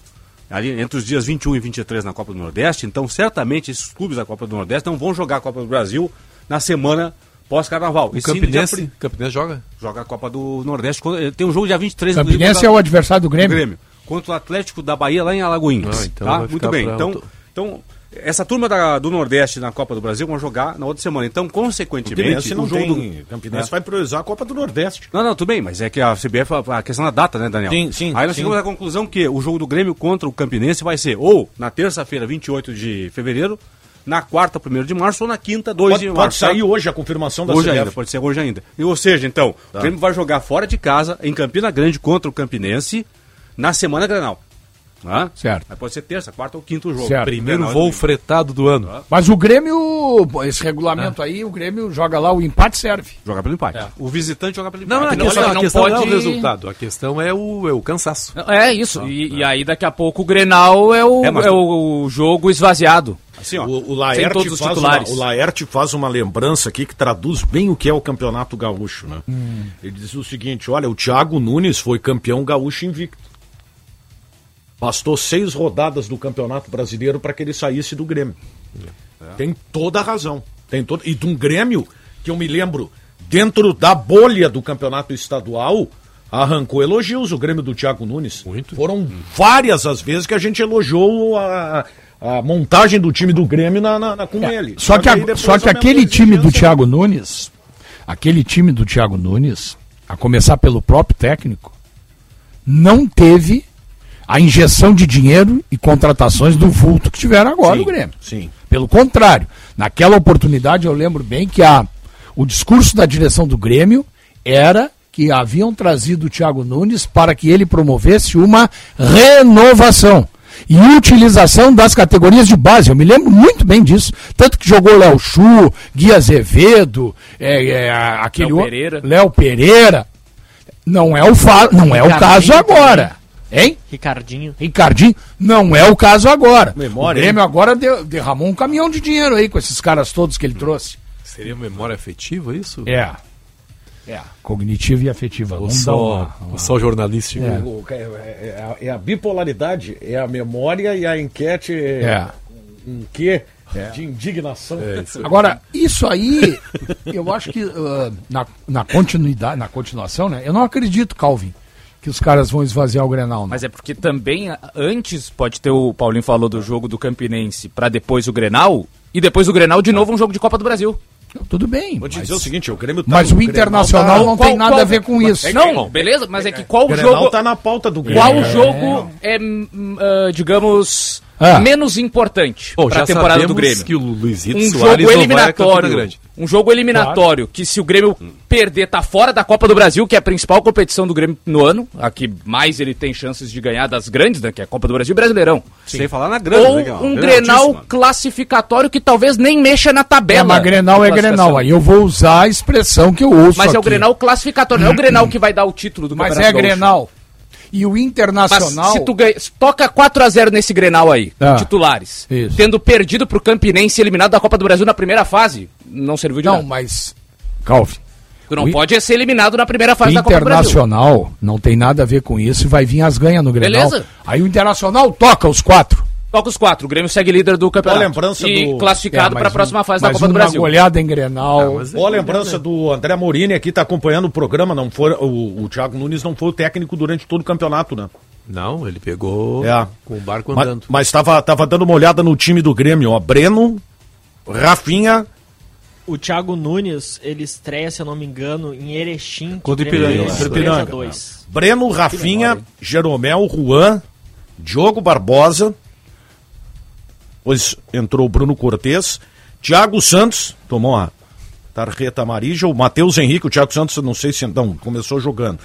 ali entre os dias 21 e 23 na Copa do Nordeste, então certamente esses clubes da Copa do Nordeste não vão jogar a Copa do Brasil na semana pós-carnaval.
O
E sim no dia
Campinense,
pri-
Campinense joga?
joga a Copa do Nordeste. quando- eh, Tem um jogo dia 23 inclusive,
Campinense
contra-
é o adversário do
do
Grêmio.
Grêmio. Contra o Atlético da Bahia lá em Alagoinhas.
Ah, então
tá?
vai
Muito
ficar
bem.
pra
Então,
outro-
então, essa turma da- do Nordeste na Copa do Brasil vão jogar na outra semana. Então, consequentemente,
Campinense não
o jogo
tem.
do.
Campinense vai priorizar a Copa do Nordeste.
Não, não, tudo bem, mas é que a CBF, a a questão da data, né, Daniel?
Sim, sim,
Aí nós
sim.
chegamos à conclusão que o jogo do Grêmio contra o Campinense vai ser ou na terça-feira, 28 de fevereiro, na quarta, 1 de março, ou na quinta, 2
Pode,
de
pode
março. tá?
sair hoje a confirmação da
Hoje
CBF.
ainda, pode ser hoje ainda. E, ou seja, então,
Tá.
o Grêmio vai jogar fora de casa, em Campina Grande, contra o Campinense, na semana Granal. Tá?
Certo.
Aí pode ser terça, quarta ou quinto jogo.
Certo.
Primeiro
Grenal,
voo
domingo.
fretado do ano.
Mas o Grêmio, pô, esse regulamento aí, o Grêmio joga lá, o empate serve.
Jogar pelo empate. É. O visitante joga pelo empate. Então,
Não, não, a
não,
questão,
não
a questão não é
pode-
o resultado, a questão é o, é o cansaço.
É isso. e, e aí daqui a pouco o Grenal é o,
É,
é,
mas-
o jogo esvaziado.
Assim, ó,
O, o
Sem
Laerte
todos os
faz
titulares.
Uma, o Laerte faz uma lembrança aqui que traduz bem o que é o campeonato gaúcho, né?
Hum.
Ele diz o seguinte: olha, o Thiago Nunes foi campeão gaúcho invicto. Bastou seis rodadas do Campeonato Brasileiro para que ele saísse do Grêmio.
É.
Tem toda a razão. Tem todo... E de um Grêmio que eu me lembro, dentro da bolha do campeonato estadual, arrancou elogios, o Grêmio do Thiago Nunes.
Muito.
Foram
Uhum.
várias as vezes que a gente elogiou a, a montagem do time do Grêmio na, na- na- com ele.
É, Só que, a-
aí depois é
só que
aumentou a
aquele time do
exigência.
Thiago Nunes, aquele time do Thiago Nunes, a começar pelo próprio técnico, não teve a injeção de dinheiro e contratações do vulto que tiveram agora o Grêmio.
Sim.
Pelo contrário, naquela oportunidade eu lembro bem que a, o discurso da direção do Grêmio era que haviam trazido o Thiago Nunes para que ele promovesse uma renovação e utilização das categorias de base. Eu me lembro muito bem disso. Tanto que jogou Léo Chu, Gui Azevedo, é, é, a- aquele
Léo
o-
Pereira.
Léo Pereira. Não é o, fa não é o
Ricardinho
caso agora. Hein?
Ricardinho.
Ricardinho, não é o caso agora.
Memória,
o Grêmio agora de- derramou um caminhão de dinheiro aí com esses caras todos que ele trouxe.
Seria memória afetiva isso?
É. É, cognitiva e afetiva.
Ou
Vamos dar
só,
uma-
ou só jornalístico?
O- É, é- é a, é a bipolaridade, é a memória e a enquete.
É.
Um quê? De indignação.
Agora, isso aí, eu acho que ah, na, na continuidade, na continuação, né? Eu não acredito, Calvin, que os caras vão esvaziar o Grenal. Não.
Mas é porque também a- antes pode ter o Paulinho falou do jogo do Campinense pra depois o Grenal e depois o Grenal de novo um jogo de Copa do Brasil.
Não, Tudo bem.
Vou te
Mas,
dizer o seguinte: o Grêmio tá
mas
no
o
Grenal
Internacional
tá-
não
Qual-
tem nada
qual-
a ver com isso.
Não, beleza, mas é que qual
O Grenal
jogo
tá na pauta do Grêmio.
qual jogo é, hum, ah, digamos
Ah.
menos importante
Bom,
pra
já
temporada do
sabemos
Grêmio?
Tá, que o Luizito
um
é
Soares
jogo
não vai a Campina
eliminatório.
Grande.
Um jogo eliminatório que se o Grêmio
Hum.
perder tá fora da Copa do Brasil, que é a principal competição do Grêmio no ano, a que mais ele tem chances de ganhar das grandes, né, que é a Copa do Brasil e Brasileirão.
Sem falar na grana,
Ou
né, que é uma
um
grana
Grenal
altíssima.
classificatório que talvez nem mexa na
É,
tabela.
mas Grenal
de
é Grenal.
classificação.
Aí eu vou usar a expressão que eu ouço.
Mas é o
aqui.
Grenal classificatório, não é o Grenal que vai dar o título do
Mas é
Campeonato Gaúcho.
Grenal. E o
Mas
Internacional.
se tu ganha, se toca 4x0 nesse Grenal aí,
Ah,
titulares,
isso.
tendo perdido pro Campinense eliminado da Copa do Brasil na primeira fase, não serviu de
Não,
nada.
mas. Calve.
Tu não
O I-
pode ser eliminado na primeira
O
fase da Copa do Brasil.
Internacional não tem nada a ver com isso e vai vir as ganhas no Grenal.
Beleza.
Aí o Internacional toca os quatro.
Toca os quatro. O Grêmio segue líder do campeonato.
lembrança
e
do-
classificado
É,
para a
mas
próxima
um-
fase da
mas
Copa do
uma
Brasil. Ah, é
goleada em Grenal.
Ó, a lembrança
né?
do André Morini aqui, tá acompanhando o programa. Não for, o, o Thiago Nunes não foi o técnico durante todo o campeonato, né?
Não, ele pegou
É.
com o barco
Ma-
andando.
Mas estava tava dando uma olhada no time do Grêmio, ó. Breno, Rafinha,
O Thiago Nunes, ele estreia, se eu não me engano, em Erechim.
Contra o Ipiranga,
Grêmio
contra o
ganha de
Ipiranga.
3 a 2.
Breno, Rafinha, Jeromel, Juan, Diogo Barbosa. Depois entrou o Bruno Cortes. Thiago Santos, tomou a tarjeta amarija. O Matheus Henrique, o Thiago Santos, eu não sei se não, começou jogando.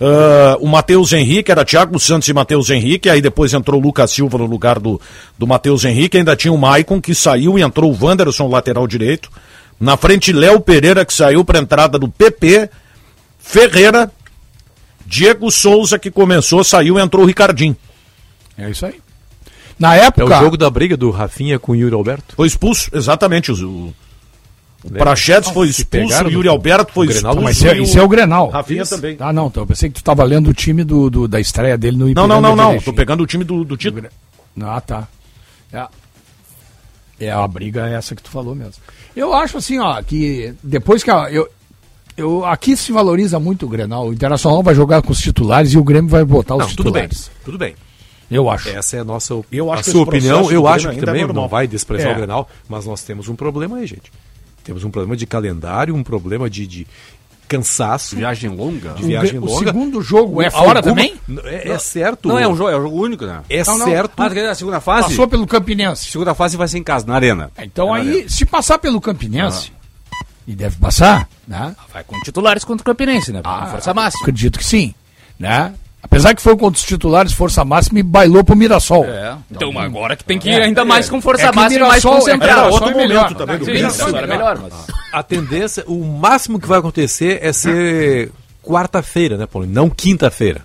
Ah, o Matheus Henrique, era Thiago Santos e Matheus Henrique. Aí depois entrou o Lucas Silva no lugar do, do Matheus Henrique. Ainda tinha o Maicon, que saiu e entrou o Wanderson, lateral direito. Na frente, Léo Pereira, que saiu para entrada do PP. Ferreira, Diego Souza que começou, saiu, entrou o Ricardinho.
É isso aí. Na
É
época.
o jogo da briga do Rafinha com o Yuri Alberto.
Foi expulso, exatamente. os- O, o Prachetes foi
Ah, se
expulso,
pegaram
o
no-
Yuri Alberto foi
no Grenal,
expulso.
Mas isso é, isso é o Grenal.
Rafinha também.
Ah, não, então. Eu pensei que tu tava lendo o time do, do- da estreia dele no
Não,
Ipiranga
não, não,
de
não.
Erechim.
Tô pegando o time do, do título.
Ah, tá. É a, é a briga essa que tu falou mesmo. Eu acho assim, ó, que depois que a- eu, eu aqui se valoriza muito o Grenal. O Internacional vai jogar com os titulares e o Grêmio vai botar os
Não, tudo bem,
titulares.
tudo bem.
Eu acho.
Essa é a nossa op-
Eu acho
a
que
sua
esse processo
opinião.
do
Eu
Grêmio
acho que
ainda é
também
normal.
não vai
É.
desprezar o Grenal, mas nós temos um problema aí, gente. Temos um problema de calendário, um problema de, de cansaço,
Viagem longa.
de
O,
viagem
Gre- o
longa.
segundo jogo é fora
Alguma-
também?
N- É, é certo.
Não é um jogo, é um jogo único, né?
É
Não, não.
certo.
Ah, na segunda fase?
Passou pelo Campinense.
Segunda fase vai ser em casa, na arena.
É, Então
É na
aí, se passar pelo Campinense, e deve passar, né?
Ah, Vai com titulares contra o Campinense, né?
Ah,
Com força máxima.
Acredito que sim, né? Apesar que foi contra os titulares, força máxima e bailou pro Mirassol.
É. Então agora que tem que ir ainda mais com força
É que o
máxima e mais
Mirassol-
concentrado.
é que o
Outro
Só
momento
melhor.
tá
também do
Sim,
Grêmio.
isso agora é melhor, mas...
A tendência, o máximo que vai acontecer é ser quarta-feira, né, Paulo? Não quinta-feira.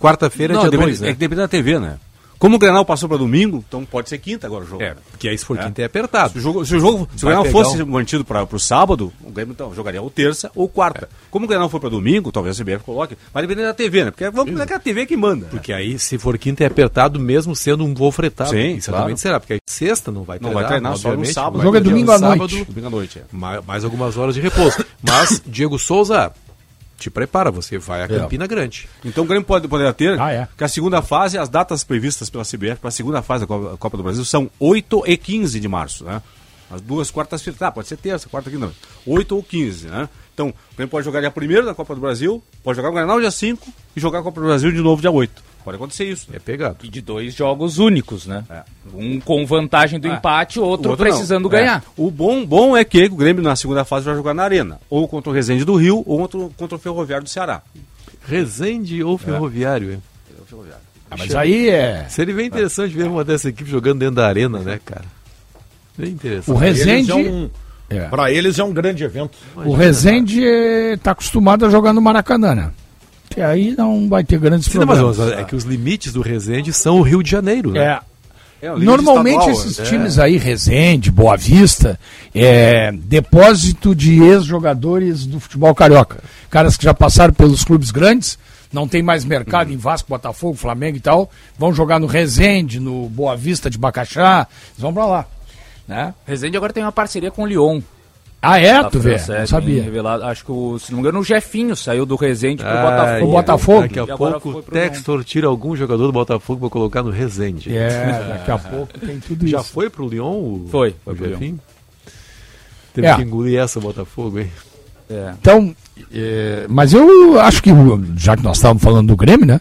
Quarta-feira é
Não,
dia
depende,
2,
É
né?
que depende da TV, né? Como o Grenal passou pra domingo, então pode ser quinta agora o jogo.
É,
né?
porque aí se for
É.
quinta é
Se o
apertado.
jogo, se o, jogo, se o
Vai
Grenal
pegar
fosse
um-
mantido para o sábado, o Grêmio então, jogaria ou terça ou
É.
quarta. Como o Grenal foi para domingo, talvez a CBF coloque, vai depender da TV, né? Porque vamos pegar a TV que manda.
Porque aí, se for quinta, é apertado, mesmo sendo um voo fretado.
Sim,
E certamente
claro.
será, porque aí sexta não vai
Não vai treinar só no
obviamente,
sábado.
O jogo é
Vai treinar
domingo à
sábado,
noite.
Domingo à noite, é.
ma- Mais, algumas horas de repouso. Mas, Diego Souza, te prepara, você vai a Campina Grande.
É. Então o Grêmio pode, poderá ter
Ah, é.
que a segunda fase, as datas previstas pela CBF para a segunda fase da Copa, Copa do Brasil são 8 e 15 de março, né? As duas quartas-feiras, tá, pode ser terça, quarta, quinta, não. 8 ou 15, né? Então, o Grêmio pode jogar dia 1 da Copa do Brasil, pode jogar o Granal dia 5 e jogar a Copa do Brasil de novo dia 8. Pode acontecer isso. É.
É pegado.
E de dois jogos únicos, né? Um com vantagem do empate, o outro,
não.
precisando
É.
ganhar.
O bom, bom é que o Grêmio na segunda fase vai jogar na Arena, ou contra o Resende do Rio, ou contra, o- contra o Ferroviário do Ceará. É.
Resende ou Ferroviário, hein?
Ah, mas aí é.
Seria bem interessante ver uma dessa equipe jogando dentro da arena, né, cara? Bem
O
interessante.
Rezende.
Eles é um-
É.
Pra eles é um grande evento.
O Rezende eh, tá acostumado a jogar no Maracanã, né? Que aí não vai ter grandes
Sim, não, mas
problemas.
é que os limites do Resende são o Rio de Janeiro, né?
É. Normalmente
é.
esses times aí, Resende, Boa Vista, é depósito de ex-jogadores do futebol carioca. Caras que já passaram pelos clubes grandes, não tem mais mercado em Vasco, Botafogo, Flamengo e tal, vão jogar no Resende, no Boa Vista de Bacaxá, eles vão pra lá. Né?
Resende agora tem uma parceria com o Lyon.
Ah, é,
da
tu vê?
França, é,
Não
tem
sabia.
Revelado, acho que, o, se não me engano, o Jefinho saiu do Resende pro
Ah,
Botafogo.
O Botafogo.
Daqui
E
a
agora
pouco
foi
o
pro Lyon.
Textor tira algum jogador do Botafogo pra colocar no Resende.
É, daqui a pouco tem tudo
Já
isso.
foi pro Lyon? O...
Foi,
o
foi pro
Jefim? Teve
É.
que engolir essa o Botafogo, hein? É,
Então, eh, mas eu acho que, já que nós estávamos falando do Grêmio, né?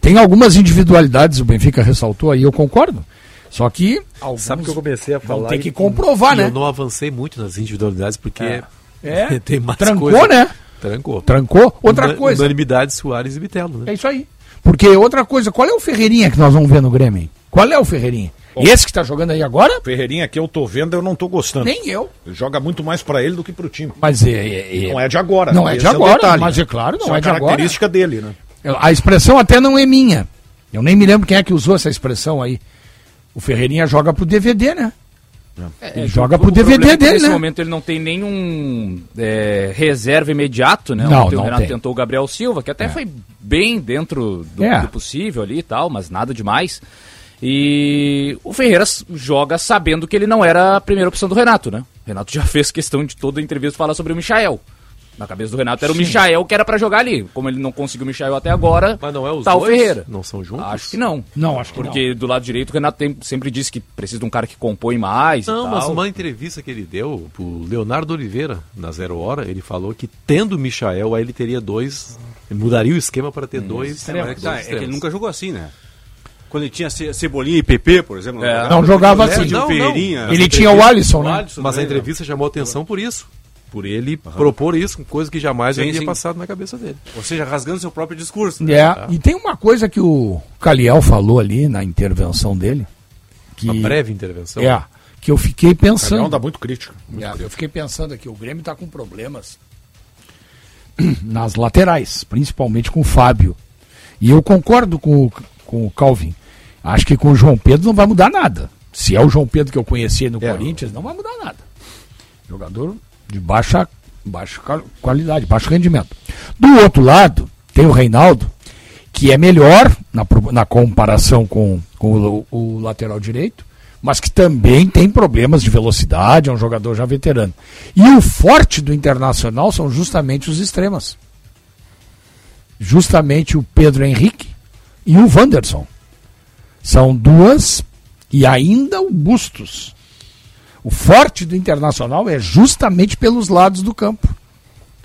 Tem algumas individualidades, o Benfica ressaltou aí, eu concordo. Só que. alguns
Sabe que eu comecei a falar.
Vão ter
e-
que comprovar,
e
né?
Eu não avancei muito nas individualidades porque
É.
tem mais
Trancou,
coisa.
né?
Trancou.
Trancou. Outra
Una-
coisa.
Unanimidade Soares e Bitelo,
É
né?
isso aí. Porque outra coisa, qual é o Ferreirinha que nós vamos ver no Grêmio? hein? Qual é o Ferreirinha? Esse que está jogando aí agora?
Ferreirinha que eu tô vendo, eu não tô gostando.
Nem eu.
Joga muito mais pra ele do que pro time.
Mas é, é- é-
Não é de agora.
Não é de
Esse o
agora,
detalhe.
mas é claro, não
Isso
é
uma
de agora.
característica dele, né?
Eu- A expressão até não é minha. Eu nem me lembro quem é que usou essa expressão aí. O Ferreirinha joga pro DVD, né? Ele joga pro
O problema
DVD
é que
dele,
Nesse
né?
momento ele não tem nenhum é, reserva imediato, né?
Não,
Ontem
não
o Renato
tem.
tentou o Gabriel Silva, que até foi bem dentro do,
É.
do possível ali e tal, mas nada demais. E o Ferreira s- joga sabendo que ele não era a primeira opção do Renato, né? O Renato já fez questão de toda a entrevista falar sobre o Michael. Na cabeça do Renato era o Michael que era pra jogar ali. Como ele não conseguiu o Michael até agora,
Mas não é os
tá o
dois?
Ferreira.
Não são juntos?
Acho que não.
Não, acho que
Porque do lado direito o Renato tem- sempre disse que precisa de um cara que compõe mais. e
Não,
tal.
mas uma entrevista que ele deu pro Leonardo Oliveira, na Zero Hora, ele falou que tendo o Michael, aí ele teria dois. ele Mudaria o esquema para ter dois.
É,
extremos.
tá, é que ele nunca jogou assim, né? Quando ele tinha Ce- Cebolinha e PP, por exemplo.
É.
Não jogava
Não,
assim.
não.
Ferreirinha.
Ele tinha o Alisson,
O
né?
Alisson
Mas a
também, né?
entrevista chamou atenção por isso. Por ele propor isso, com coisa que jamais
Sim,
havia
sim.
passado na cabeça dele.
Ou seja, rasgando seu próprio discurso. né?
É. E tem uma coisa que o Caliel falou ali na intervenção dele. Que,
Uma breve intervenção.
é, que eu fiquei
Não
pensando.
dá muito crítico.
É, eu fiquei pensando aqui, o Grêmio está com problemas nas laterais, principalmente com o Fábio. E eu concordo com o, com o Calvin. Acho que com o João Pedro não vai mudar nada. Se é o João Pedro que eu conhecia no
É.
Corinthians, não vai mudar nada. Jogador de baixa, baixa qual- qualidade, baixo rendimento. Do outro lado, tem o Reinaldo, que é melhor na, pro- na comparação com, com o, o lateral direito, mas que também tem problemas de velocidade, é um jogador já veterano. E o forte do Internacional são justamente os extremas. Justamente o Pedro Henrique e o Wanderson. São duas e ainda o Bustos. O forte do Internacional é justamente pelos lados do campo.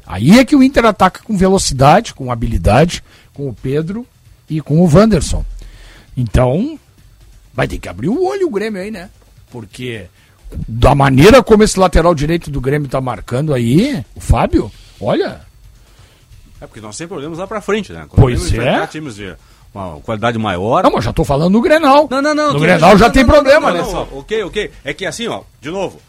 Aí é que o Inter ataca com velocidade, com habilidade, com o Pedro e com o Wanderson. Então, vai ter que abrir o olho o Grêmio aí, né? Porque da maneira como esse lateral direito do Grêmio tá marcando aí, o Fábio, olha,
É porque nós sempre olhamos lá pra frente, né? Quando
Pois
olhamos
é.
enfrentar times de uma qualidade maior.
não, mas já tô falando no Grenal.
Não, não, não.
No
tu-
Grenal já
não,
tem
não,
problema,
não,
né?
não, não, Ok, ok. É que assim, ó, de novo.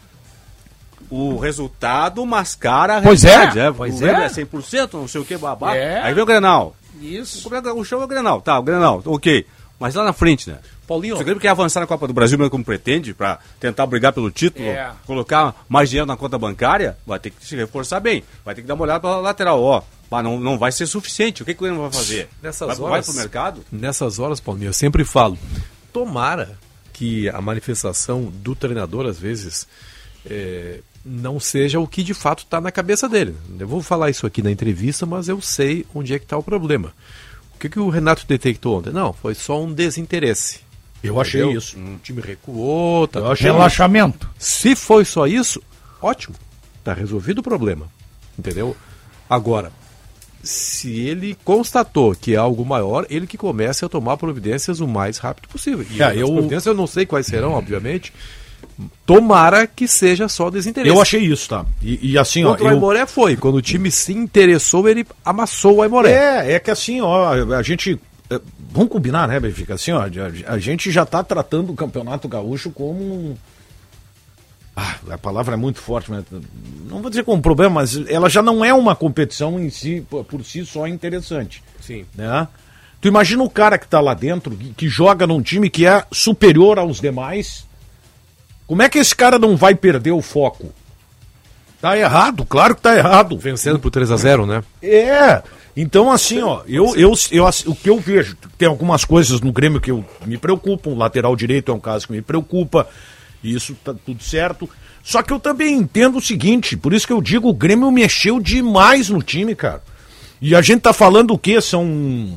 O resultado mascara a
Pois é,
realidade, né?
pois
o Grêmio
é.
é 100%, não sei o que, babá.
É.
Aí vem o Grenal.
Isso.
O Grenal- O chão é o Grenal. Tá, o Grenal, ok. Mas lá na frente, né?
Paulinho,
Se o Grêmio quer avançar na Copa do Brasil, mesmo como pretende, pra tentar brigar pelo título,
É.
colocar mais dinheiro na conta bancária, vai ter que se reforçar bem. Vai ter que dar uma olhada pra lateral, ó. Mas não, não vai ser suficiente. O que, que o Grêmio vai fazer?
Nessas
vai, vai
horas-
pro mercado?
Nessas horas, Paulinho, eu sempre falo, tomara que a manifestação do treinador, às vezes, é, não seja o que de fato está na cabeça dele. Eu vou falar isso aqui na entrevista, mas eu sei onde é que está o problema. O que, que o Renato detectou ontem? Não, foi só um desinteresse.
Eu achei
Entendeu?
isso.
O time recuou, tá
Eu achei
Relaxamento.
se foi só isso, ótimo. Tá resolvido o problema. Entendeu? Agora, se ele constatou que é algo maior, ele que comece a tomar providências o mais rápido possível. E
É,
as
eu-
providências eu não sei quais serão, obviamente. Tomara que seja só desinteresse.
Eu achei isso, tá? E, e assim, ó.
Contra o
eu-
Aimoré foi. Quando o time se interessou, ele amassou o Aimoré.
É, é que assim, ó, a gente. é, Vamos combinar, né, Benfica? Assim, ó, a, a gente já tá tratando o Campeonato Gaúcho como um. Ah, a palavra é muito forte, mas não vou dizer como um problema, mas ela já não é uma competição em si, por por si só interessante.
Sim.
Né? Tu imagina o cara que tá lá dentro, que, que joga num time que é superior aos demais. Como é que esse cara não vai perder o foco? Tá errado, claro que tá errado.
Vencendo por 3 a 0 né?
É. Então, assim, ó, eu, eu, eu, assim, o que eu vejo, tem algumas coisas no Grêmio que eu, me preocupam. Lateral direito é um caso que me preocupa. Isso tá tudo certo. Só que eu também entendo o seguinte, por isso que eu digo, o Grêmio mexeu demais no time, cara. E a gente tá falando o quê? São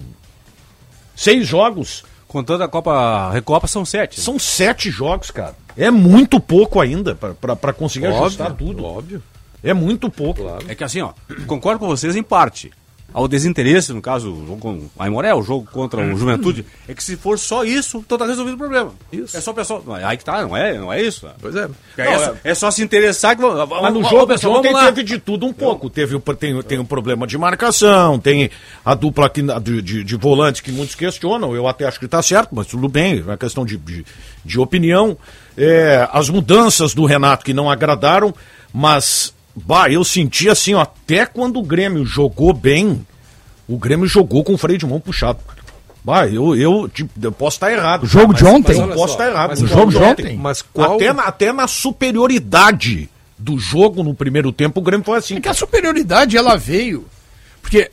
seis jogos?
Contando a Copa Recopa, são sete. né?
São sete jogos, cara. É muito pouco ainda pra- pra pra conseguir ajustar tudo.
Óbvio.
É muito pouco.
É que assim, ó, concordo com vocês em parte. Ao desinteresse, no caso, o jogo com a Imoré, o jogo contra o Juventude, é que se for só isso, então tá resolvido o problema.
Isso.
É só o pessoal. não, é Aí que tá, não é, não é isso. né?
Pois é.
É, só, é só se interessar que. vamos-
Mas no
vamos-
jogo
vamos,
de ontem
vamos lá.
teve de tudo um pouco. Teve o, tem, tem um problema de marcação, tem a dupla aqui na- de, de, de volantes que muitos questionam. Eu até acho que está certo, mas tudo bem, é uma questão de, de, de opinião. É, as mudanças do Renato que não agradaram, mas bah, eu senti assim, ó, até quando o Grêmio jogou bem, o Grêmio jogou com o freio de mão puxado. Bah, eu, eu, tipo, eu posso estar errado. tá,
O jogo de ontem?
Eu posso estar errado.
mas
O
o
qual-
jogo de ontem?
Mas qual...
até, na, até na superioridade do jogo no primeiro tempo, o Grêmio foi assim.
É que a superioridade ela veio. Porque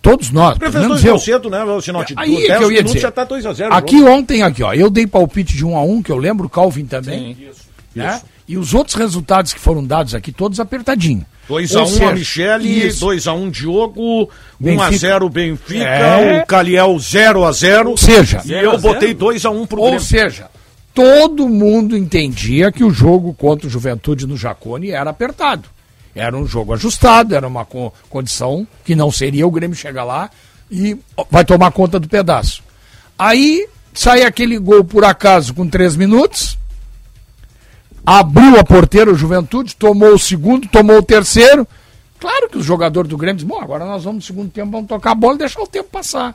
todos nós, pelo menos eu,
cedo, né? Se não
Aí é que eu ia dizer.
já tá 2x0.
Aqui ontem, aqui, ó, eu dei palpite de 1 a 1 que eu lembro, o Calvin também. né? E os outros resultados que foram dados aqui, todos apertadinho. Ou
2x1
seja,
a, Michele,
isso.
2x1 Diogo,
Benfica.
1x0 Benfica,
É.
o Caliel
Ou
0x0.
seja,
E eu botei 2x1 pro
ou
Grêmio.
seja, todo mundo entendia que o jogo contra o Juventude no Jacone era apertado. Era um jogo ajustado, era uma co- condição que não seria o Grêmio chegar lá e ó, vai tomar conta do pedaço. Aí sai aquele gol por acaso com três minutos, abriu a porteira o Juventude, tomou o segundo, tomou o terceiro. Claro que os jogadores do Grêmio dizem, bom, agora nós vamos no segundo tempo, vamos tocar a bola e deixar o tempo passar.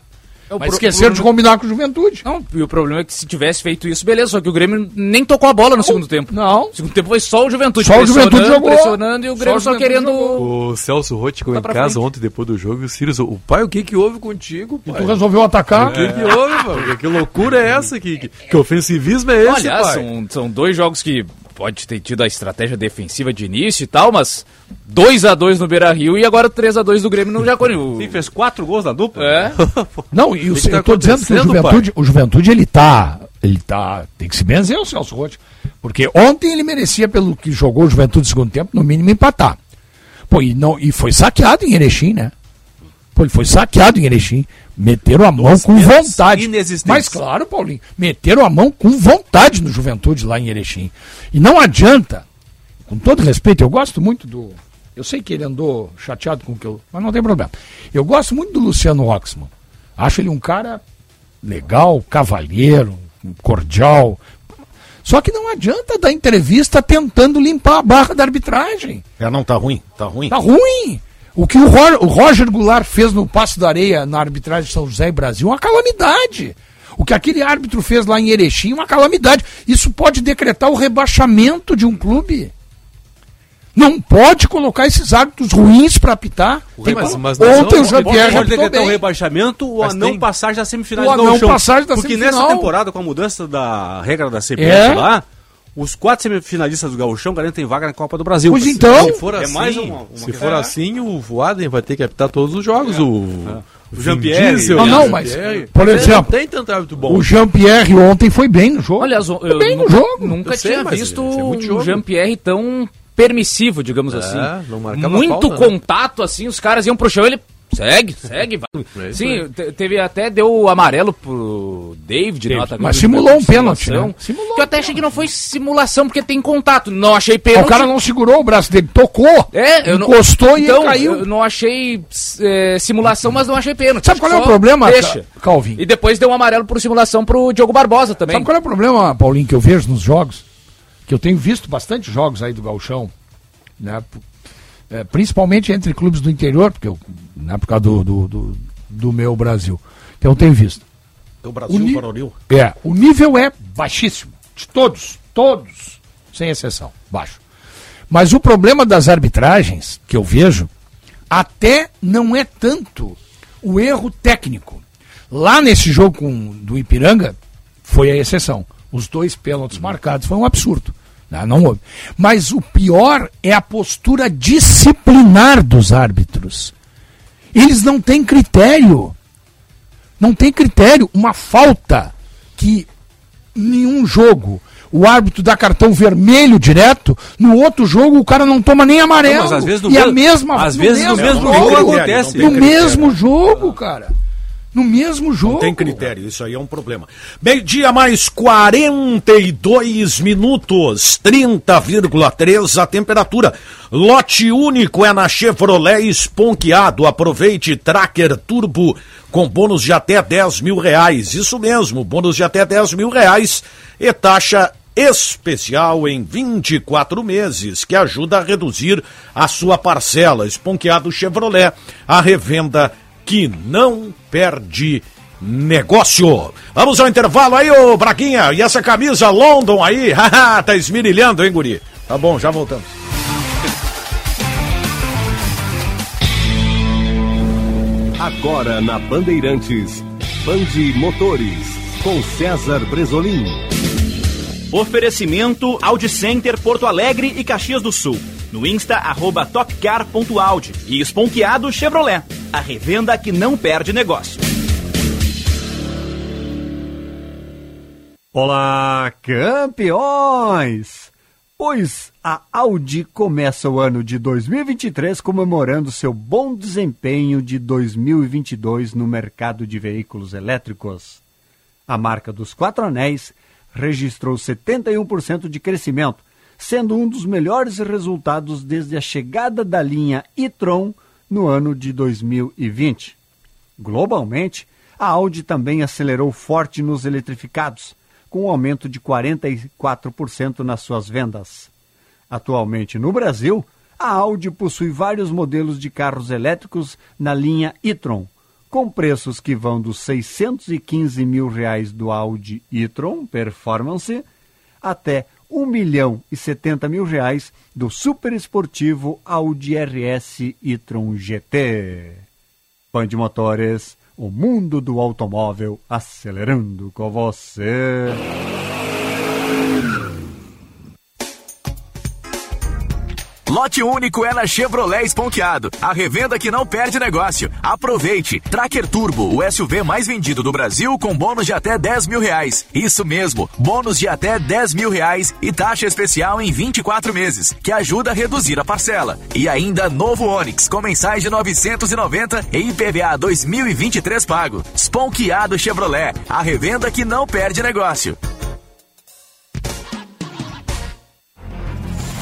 É o
Mas
pro-
esqueceram de
Bruno-
combinar com o Juventude.
Não, e o problema é que se tivesse feito isso, beleza, só que o Grêmio nem tocou a bola no segundo tempo.
Não.
No segundo tempo foi só o Juventude.
Só o Juventude
pressionando,
jogou.
Pressionando e o
Só
Grêmio
o
só,
Juventude
querendo.
jogou.
O Celso Rotti chegou
Tá
em
pra
casa
frente.
ontem depois do jogo e o Sirius, o pai, o que que houve contigo? Pai?
Tu resolveu atacar?
Que, que houve, mano? Que loucura é essa? Que, que, que ofensivismo é esse,
Aliás,
um-
pai?
são, são dois jogos que pode ter tido a estratégia defensiva de início e tal, mas 2 a 2 no Beira Rio e agora 3 a 2 do Grêmio no Jacone. O-
Sim, fez quatro gols na dupla?
É.
Não, e o,
que tá
eu tô dizendo que o
acontecendo,
Juventude, o Juventude, ele tá, ele tá, tem que se benzer o Celso Rotti, porque ontem ele merecia, pelo que jogou o Juventude no segundo tempo, no mínimo empatar. Pô, e, não, e foi saqueado em Erechim, né? Pô, ele foi saqueado em Erechim, meteram a mão com
dedos
vontade.
inexistentes.
Mas claro, Paulinho, meteram a mão com vontade no Juventude lá em Erechim. E não adianta, com todo respeito, eu gosto muito do... Eu sei que ele andou chateado com o que eu... Mas não tem problema. Eu gosto muito do Luciano Oxman. Acho ele um cara legal, cavalheiro, cordial. Só que não adianta dar entrevista tentando limpar a barra da arbitragem.
É, não, tá ruim, tá ruim.
Tá ruim. O que o, Ro- o Roger Goulart fez no Passo da Areia na arbitragem de São José e Brasil é uma calamidade. O que aquele árbitro fez lá em Erechim é uma calamidade. Isso pode decretar o rebaixamento de um clube. Não pode colocar esses árbitros ruins para apitar. Tem
mas-
pro-
mas nós
Ontem o
vamos-
Pode,
Jean-Pierre já
pode
apitou
decretar o
bem.
rebaixamento ou a
Mas
não
tem-
passagem das semifinais
Ou a
do
não
Gauchão.
passagem da
Porque nessa
semifinal.
temporada, com a mudança da regra da CBF
É.
lá, os quatro semifinalistas do Gauchão garantem vaga na Copa do Brasil.
Pois então.
Se for
É
assim,
mais uma- uma
se
questão. É.
for assim, o Voaden vai ter que apitar todos os jogos. O,
O Jean-Pierre.
Não, Ah, não, mas, por exemplo,
tem tanto árbitro bom.
O Jean-Pierre ontem foi bem no jogo.
Olha, zo-
foi
eu
bem no
nunca,
jogo.
nunca
Eu sei,
tinha
mas
visto
é muito
um
jogo.
Jean-Pierre tão permissivo, digamos
É,
assim.
não marcava
Muito
falta, né?
contato, assim, os caras iam pro chão, ele segue, segue, vai.
É isso
Sim, te- teve até deu amarelo pro David, né, o atacante
mas
do
simulou um
Inter,
pênalti,
simulação,
né? Simulou
que eu até achei que não foi simulação, porque tem contato. Não achei pênalti.
O cara não segurou o braço dele, tocou,
É, eu não-
encostou e
então,
ele caiu.
Eu não achei é, simulação, mas não achei pênalti.
Sabe qual é
Só
o problema,
Deixa.
Ca- Calvin?
E depois deu um amarelo por simulação pro Diogo Barbosa também.
Sabe qual é o problema, Paulinho, que eu vejo nos jogos? Que eu tenho visto bastante jogos aí do Galchão, né? P- é, principalmente entre clubes do interior, porque eu, na época do, do, do, do meu Brasil, que eu tenho visto.
O
O
Brasil
ni-
Paronil.
É, o nível é baixíssimo. De todos, todos, sem exceção, baixo. Mas o problema das arbitragens, que eu vejo, até não é tanto o erro técnico. Lá nesse jogo com, do Ipiranga, foi a exceção. Os dois pênaltis marcados foi um absurdo. né? Não houve. Mas o pior é a postura disciplinar dos árbitros. Eles não têm critério. Não tem critério. Uma falta que nenhum jogo o árbitro dá cartão vermelho direto, no outro jogo o cara não toma nem amarelo.
Não, mas às vezes no
e a
mesmo-
mesma
às vezes no mesmo
jogo
acontece.
No
Não tem critério.
mesmo jogo, cara. No mesmo jogo.
Não tem critério, isso aí é um problema. Meio-dia mais 42 minutos, 30,3 a temperatura. Lote único é na Chevrolet Esponquiado. Aproveite Tracker Turbo com bônus de até 10 mil reais. Isso mesmo, bônus de até 10 mil reais e taxa especial em 24 meses, que ajuda a reduzir a sua parcela. Esponqueado Chevrolet, a revenda que não perde negócio. Vamos ao intervalo aí, ô Braguinha. E essa camisa London aí, haha, tá esmirilhando, hein, guri? Tá bom, já voltamos.
Agora na Bandeirantes, Bande Motores, com César Bresolim.
Oferecimento Audi Center Porto Alegre e Caxias do Sul. No Insta, arroba topcar.audi e esponqueado Chevrolet. A revenda que não perde negócio.
Olá, campeões! Pois a Audi começa o ano de 2023 comemorando seu bom desempenho de 2022 no mercado de veículos elétricos. A marca dos quatro anéis registrou 71% de crescimento, sendo um dos melhores resultados desde a chegada da linha e-tron no ano de 2020. Globalmente, a Audi também acelerou forte nos eletrificados, com um aumento de 44% nas suas vendas. Atualmente no Brasil, a Audi possui vários modelos de carros elétricos na linha e-tron, com preços que vão dos R$ 615 mil reais do Audi e-tron Performance até R$ 1 milhão e 70 mil reais do superesportivo Audi RS e-tron GT. Band Motores, o mundo do automóvel acelerando com você.
Lote único é na Chevrolet Esponqueado. A revenda que não perde negócio. Aproveite. Tracker Turbo, o SUV mais vendido do Brasil com bônus de até 10 mil reais. Isso mesmo, bônus de até 10 mil reais e taxa especial em 24 meses, que ajuda a reduzir a parcela. E ainda novo Onix, com mensais de 990 e IPVA 2023 pago. Esponqueado Chevrolet, a revenda que não perde negócio.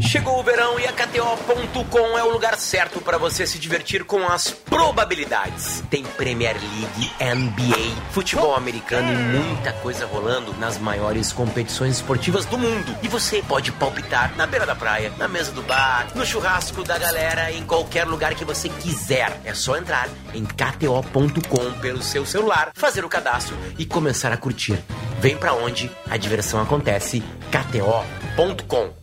Chegou o verão e a KTO.com é o lugar certo para você se divertir com as probabilidades. Tem Premier League, NBA, futebol americano e muita coisa rolando nas maiores competições esportivas do mundo. E você pode palpitar na beira da praia, na mesa do bar, no churrasco da galera, em qualquer lugar que você quiser. É só entrar em KTO.com pelo seu celular, fazer o cadastro e começar a curtir. Vem pra onde a diversão acontece, KTO.com.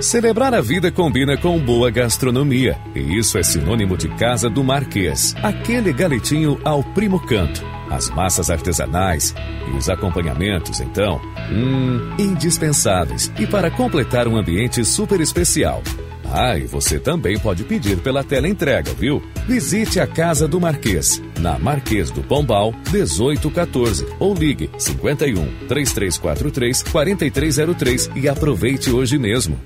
Celebrar a vida combina com boa gastronomia, e isso é sinônimo de Casa do Marquês, aquele galetinho ao primo canto. As massas artesanais e os acompanhamentos, então, hum, indispensáveis e para completar um ambiente super especial. Ah, e você também pode pedir pela tela entrega, viu? Visite a Casa do Marquês, na Marquês do Pombal, 1814, ou ligue 51 3343 4303 e aproveite hoje mesmo.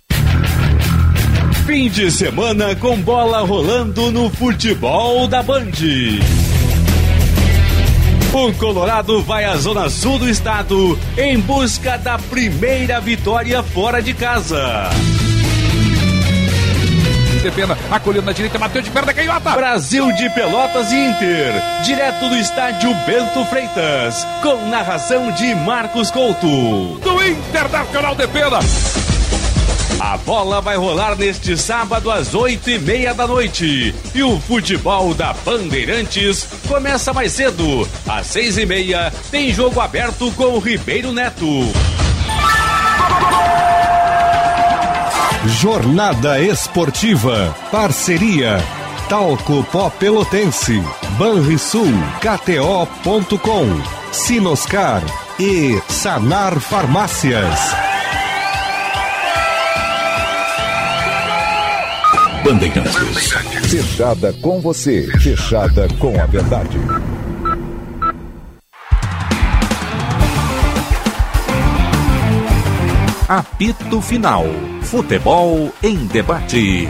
Fim de semana com bola rolando no futebol da Band. O Colorado vai à zona sul do estado em busca da primeira vitória fora de casa.
De pena, acolheu na direita, bateu de perna, canhota.
Brasil de Pelotas e Inter, direto do estádio Bento Freitas, com narração de Marcos Couto.
Do Internacional de Pena.
A bola vai rolar neste sábado às oito e meia da noite. E o futebol da Bandeirantes começa mais cedo. Às seis e meia tem jogo aberto com o Ribeiro Neto.
Jornada Esportiva. Parceria. Talco Pó Pelotense. Banrisul. KTO.com. Sinoscar. E Sanar Farmácias.
Bandeirantes. Fechada com você, fechada com a verdade.
Apito Final. Futebol em debate.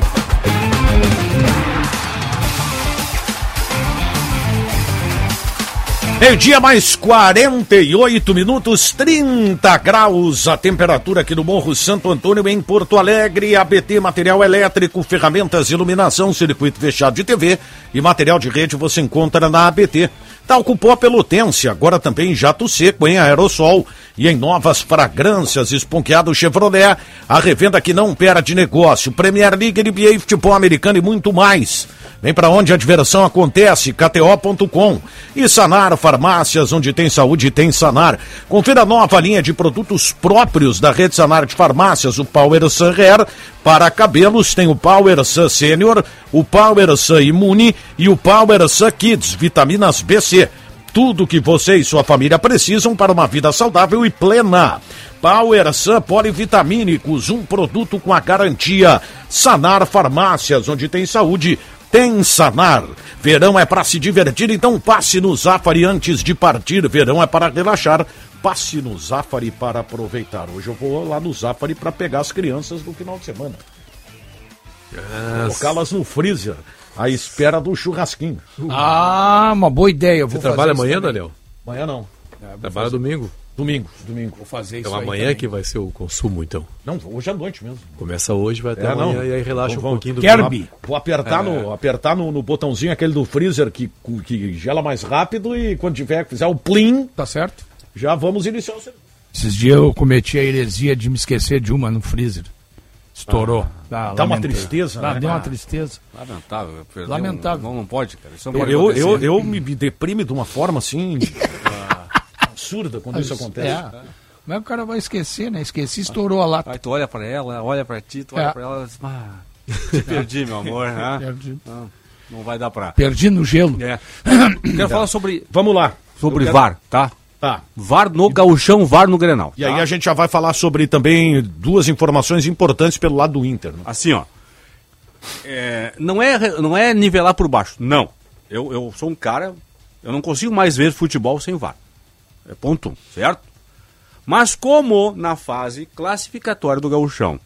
Meio-dia, mais 48 minutos, 30 graus a temperatura aqui no Morro Santo Antônio, em Porto Alegre. ABT Material Elétrico, ferramentas, iluminação, circuito fechado de TV e material de rede você encontra na ABT. Talco Pó Tá Pelotense, agora também em jato seco, em aerossol e em novas fragrâncias, esponqueado Chevrolet. A revenda que não perde negócio, Premier League, NBA, futebol americano e muito mais. Vem para onde a diversão acontece, kto.com. E Sanar Farmácias, onde tem saúde, tem Sanar. Confira a nova linha de produtos próprios da rede Sanar de Farmácias, o Power Sun Hair. Para cabelos tem o Power Sun Sênior, o Power Sun Imune e o Power Sun Kids, vitaminas BC. Tudo que você e sua família precisam para uma vida saudável e plena. Power Sun Polivitamínicos, um produto com a garantia. Sanar Farmácias, onde tem saúde, tem Sanar. Verão é para se divertir, então passe no Zafari antes de partir. Verão é para relaxar. Passe no Zafari para aproveitar. Hoje eu vou lá no Zafari para pegar as crianças no final de semana.
É,
Colocá-las no freezer, à espera do churrasquinho.
Ah, uma boa ideia. Eu
Uhum. Você
vou
trabalha
fazer isso
amanhã,
também.
Daniel?
Amanhã não.
Trabalha domingo?
É, Domingo, domingo. É
Vou fazer isso
Então
aí
amanhã
também.
que vai ser o consumo, então.
Não, hoje à noite mesmo.
Começa hoje, vai até
É,
amanhã
não.
e aí relaxa
Vão-
um
vão-
pouquinho do
Kerby. Vou apertar,
É.
no, apertar no, no botãozinho aquele do freezer que, cu- que gela mais rápido e quando tiver que fizer o plim.
Tá certo?
Já vamos iniciar o serviço.
Esses dias eu cometi a heresia de me esquecer de uma no freezer. Estourou.
Dá uma tristeza,
Tá Dá,
né?
Deu
Ah.
uma tristeza.
Lamentável. perder
Lamentável.
um- não, não pode, cara. Isso não
Então
Eu,
pode
eu,
acontecer.
eu, eu me deprime de uma forma assim. absurda quando isso
Ah,
acontece.
É. Como é que o cara vai esquecer, né? Esqueci, estourou a lata.
Aí tu olha pra ela, olha pra ti, tu olha
É.
pra ela e diz, "Ah, te perdi, meu amor. né?
Perdi.
Não, não vai dar pra...
Perdi no gelo.
É. Quero falar sobre...
Vamos lá.
Sobre
Eu quero-
VAR, tá?
Tá.
VAR no gauchão, VAR no Grenal.
E aí a gente já vai falar sobre também duas informações importantes pelo lado do Inter. né?
Assim, ó. É, não, é, re- não é nivelar por baixo, não. Eu, eu sou um cara, eu não consigo mais ver futebol sem VAR. É ponto, um, certo? Mas como na fase classificatória do gauchão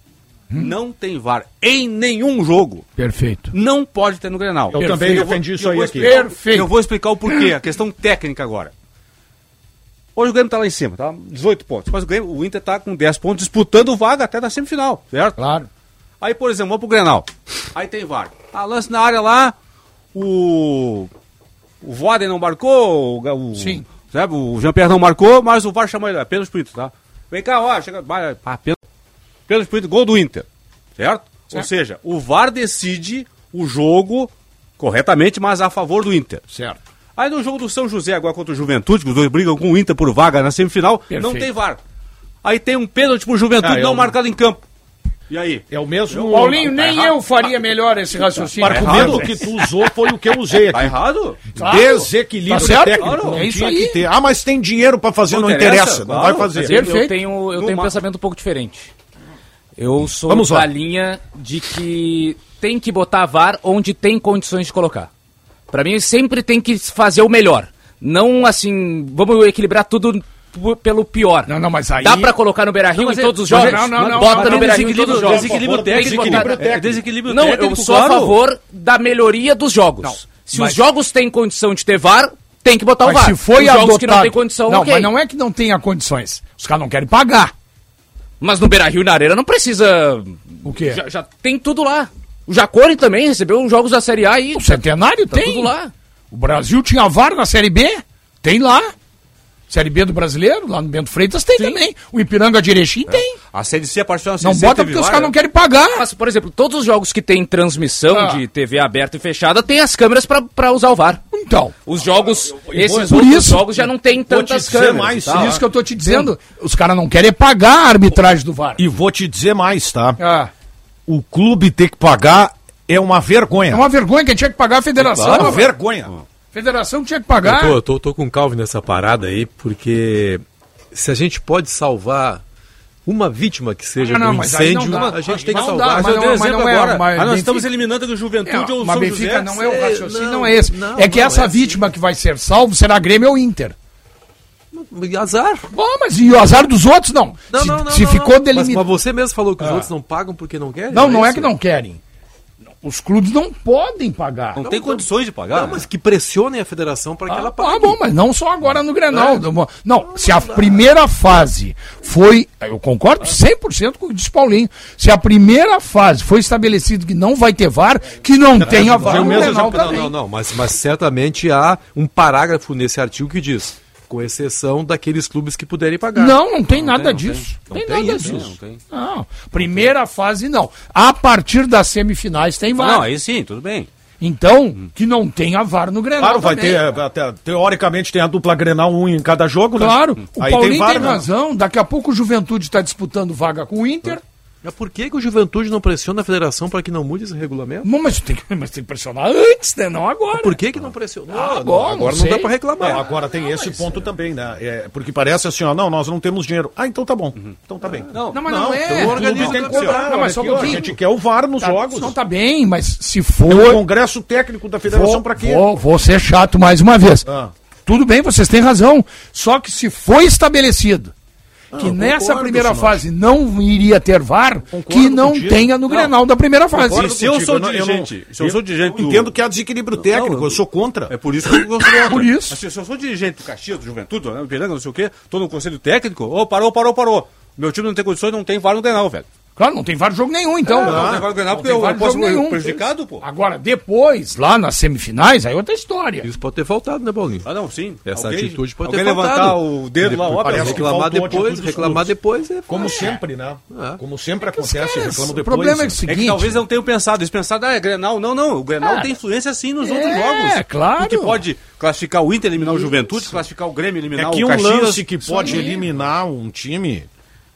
Hum?
não tem VAR em nenhum jogo,
Perfeito.
não pode ter no Grenal.
Eu também defendi isso
eu
aí
vou
aqui.
explicar-
Perfeito.
Eu vou explicar o porquê, a questão técnica agora. Hoje o Grêmio tá lá em cima, tá? 18 pontos. Mas o, Grêmio, o Inter tá com 10 pontos, disputando vaga até na semifinal, certo?
Claro.
Aí, por exemplo, vamos pro Grenal. Aí tem VAR. Ah, lance na área lá, o. O Voden não marcou, o. o Sim. Sabe, o Jean-Pierre não marcou, mas o VAR chamou ele. Apenas pro Inter, tá? Vem cá, ó, chega. vai, Ah, pênalti. Pênalti pro Inter, gol do Inter. Certo? Ou seja, o VAR decide o jogo corretamente, mas a favor do Inter.
Certo.
Aí no jogo do São José, agora contra o Juventude, que os dois brigam com o Inter por vaga na semifinal, não tem VAR. Aí tem um pênalti pro Juventude
Ah, eu-
não marcado em campo. E aí?
É o mesmo.
Paulinho, nem eu faria melhor esse raciocínio.
Tá errado. O argumento que tu usou foi o que eu usei aqui.
Tá errado?
Claro. Tá
Desequilíbrio
certo?
técnico.
Claro.
Não
É isso
tinha
aí.
que ter. Ah, mas tem dinheiro pra fazer, não, interessa. Não vai fazer.
Eu tenho, eu tenho um pensamento um pouco diferente. Eu sou
Vamos
da
lá.
linha de que tem que botar VAR onde tem condições de colocar. Pra mim, sempre tem que fazer o melhor. Não assim, vamos equilibrar tudo p- pelo pior. Não,
não, mas aí...
Dá pra colocar no Beira-Rio
Não,
em
mas é-
todos os
mas é-
jogos?
não, não, não,
Bota
não,
no
não,
Beira-Rio em todos os jogos.
desequilíbrio
Por favor, tem que
técnico,
botar-
é desequilíbrio
Não, eu
técnico,
sou a
claro.
favor da melhoria dos jogos. Se
mas-
os jogos têm condição de ter VAR, tem que botar o
Mas
VAR.
se foi
os jogos
adotado...
que não têm condição,
Não,
ok.
mas não é que não tenha condições. Os caras não querem pagar.
Mas no Beira Rio na Arena não precisa.
O quê?
Já, já tem tudo lá. O Jacone também recebeu os jogos da Série A e. O
Centenário
tá
tem.
tudo lá.
O Brasil tinha VAR na Série B? Tem lá. Série B do brasileiro, lá no Bento Freitas, tem também. O Ipiranga de Erechim
É.
tem.
A Série C, é a partir da
Não bota porque os caras não querem pagar. Ah.
Mas, por exemplo, todos os jogos que tem transmissão de TV aberta e fechada tem as câmeras pra, pra usar o VAR.
Então.
Os jogos, esses
por
outros
isso-
jogos já não tem
Vou te
tantas
dizer
câmeras.
mais, tá
e tal.
Por isso que eu tô te dizendo. Os caras não querem pagar a arbitragem do VAR.
E vou te dizer mais, tá?
Ah.
O clube ter que pagar é uma vergonha.
É uma vergonha que tinha que pagar a federação.
Claro,
rapaz.
vergonha.
Federação tinha que pagar.
Eu tô, eu tô, tô com calvo nessa parada aí, porque se a gente pode salvar uma vítima que seja
Ah, não,
de um
mas aí não
incêndio,
dá.
a gente tem que
Não dá,
salvar.
mas
eu dei
não-
exemplo
mas não é-
agora.
mas
Ah, nós
Benfica-
estamos eliminando o Juventude
É,
ou o
mas
São
Benfica
José.
não é o raciocínio,
Não,
não, é esse.
não,
é que
não
essa
é assim.
vítima que vai ser salvo será Grêmio ou Inter.
Azar.
Bom, mas e o azar dos outros, não. se se ficou
Mas-
delimitado.
Mas, você mesmo falou que os
Ah.
outros não pagam porque não querem?
Não, não é que
isso?
não querem. Os clubes não podem pagar.
Não tem condições de pagar. Não, mas que pressionem a federação para que ela pague.
Ah, bom, mas não só agora no Grenal. Não, se a primeira fase foi. Eu concordo 100% com o que disse Paulinho. Se a primeira fase foi estabelecido que não vai ter VAR, que não tenha VAR no Grenal
não,
também.
não, não, mas, mas certamente há um parágrafo nesse artigo que diz, com exceção daqueles clubes que puderem pagar.
Não, não tem nada disso.
Não
Tem
tem
nada
isso,
disso.
não tem.
Não, primeira fase não. A partir das semifinais tem VAR.
Não, aí sim, tudo bem.
Então, que não tenha VAR no Grenal.
Claro, vai
também.
ter. é, até- teoricamente tem a dupla Grenal, um em cada jogo, né?
Claro, o
Aí
Paulinho tem,
tem, VAR, né?
razão. Daqui a pouco o Juventude tá está disputando vaga com o Inter.
É. Mas por que, que o Juventude não pressiona a federação para que não mude esse regulamento?
Não, mas tem, que, mas tem que pressionar antes, né? Não agora.
Por que, que não pressionou?
Ah,
Não,
bom,
agora não,
sei.
dá para reclamar.
Não, agora tem esse ponto também, né? É, porque parece assim, ó, não, nós não temos dinheiro. Ah, então tá bom.
Uhum.
Então tá bem.
Não, mas não,
um
é.
Então o organismo tem que cobrar.
Não, mas só um
Olha aqui, ó, a
pouquinho.
gente quer o VAR nos
Tá,
jogos.
Não tá bem, mas se for.
É o Congresso Técnico da Federação
vou,
pra quê?
Vou, vou ser chato mais uma vez.
Ah.
Tudo bem, vocês têm razão. Só que se foi estabelecido
Ah,
que
eu
nessa
concordo,
primeira
Sinote.
fase não iria ter VAR, que não
contigo.
tenha no Grenal da primeira fase.
Concordo contigo, não- não-
se eu sou dirigente
eu
do-
entendo que há desequilíbrio técnico, eu sou contra.
É por isso que eu gostaria.
Por isso.
se Assim, eu sou dirigente do Caxias, do Juventude, né, do Piranga, não sei o quê, tô no conselho técnico, ô, parou, parou, parou. Meu time não tem condições, não tem VAR no Grenal, velho.
Claro, não tem VAR jogo nenhum,
Ah,
então.
É, não tem VAR no Grenal porque eu- eu posso ser prejudicado, pô.
Agora, depois, lá nas semifinais, aí é outra história.
Isso pode ter faltado, né, Paulinho?
Ah, não, sim.
Essa
Alguém-
atitude pode
alguém
ter
levantar
faltado.
o dedo lá,
Depois-
ó,
parece
parece um
que reclamar
faltou
depois,
atitude dos
reclamar
clubes.
depois é
Como
é.
sempre, né? Como sempre acontece,
caras-
reclamo
É o
depois.
problema é
né?
que se-
É que
Seguinte.
talvez não tenham pensado, eles pensaram, ah, é Grenal. Não, não, o Grenal
É.
tem influência sim nos
É,
outros jogos.
claro.
E que pode classificar o Inter, eliminar o Juventude, classificar o Grêmio,
É
eliminar
que
o
um
Caxias. é
lance que pode eliminar um time,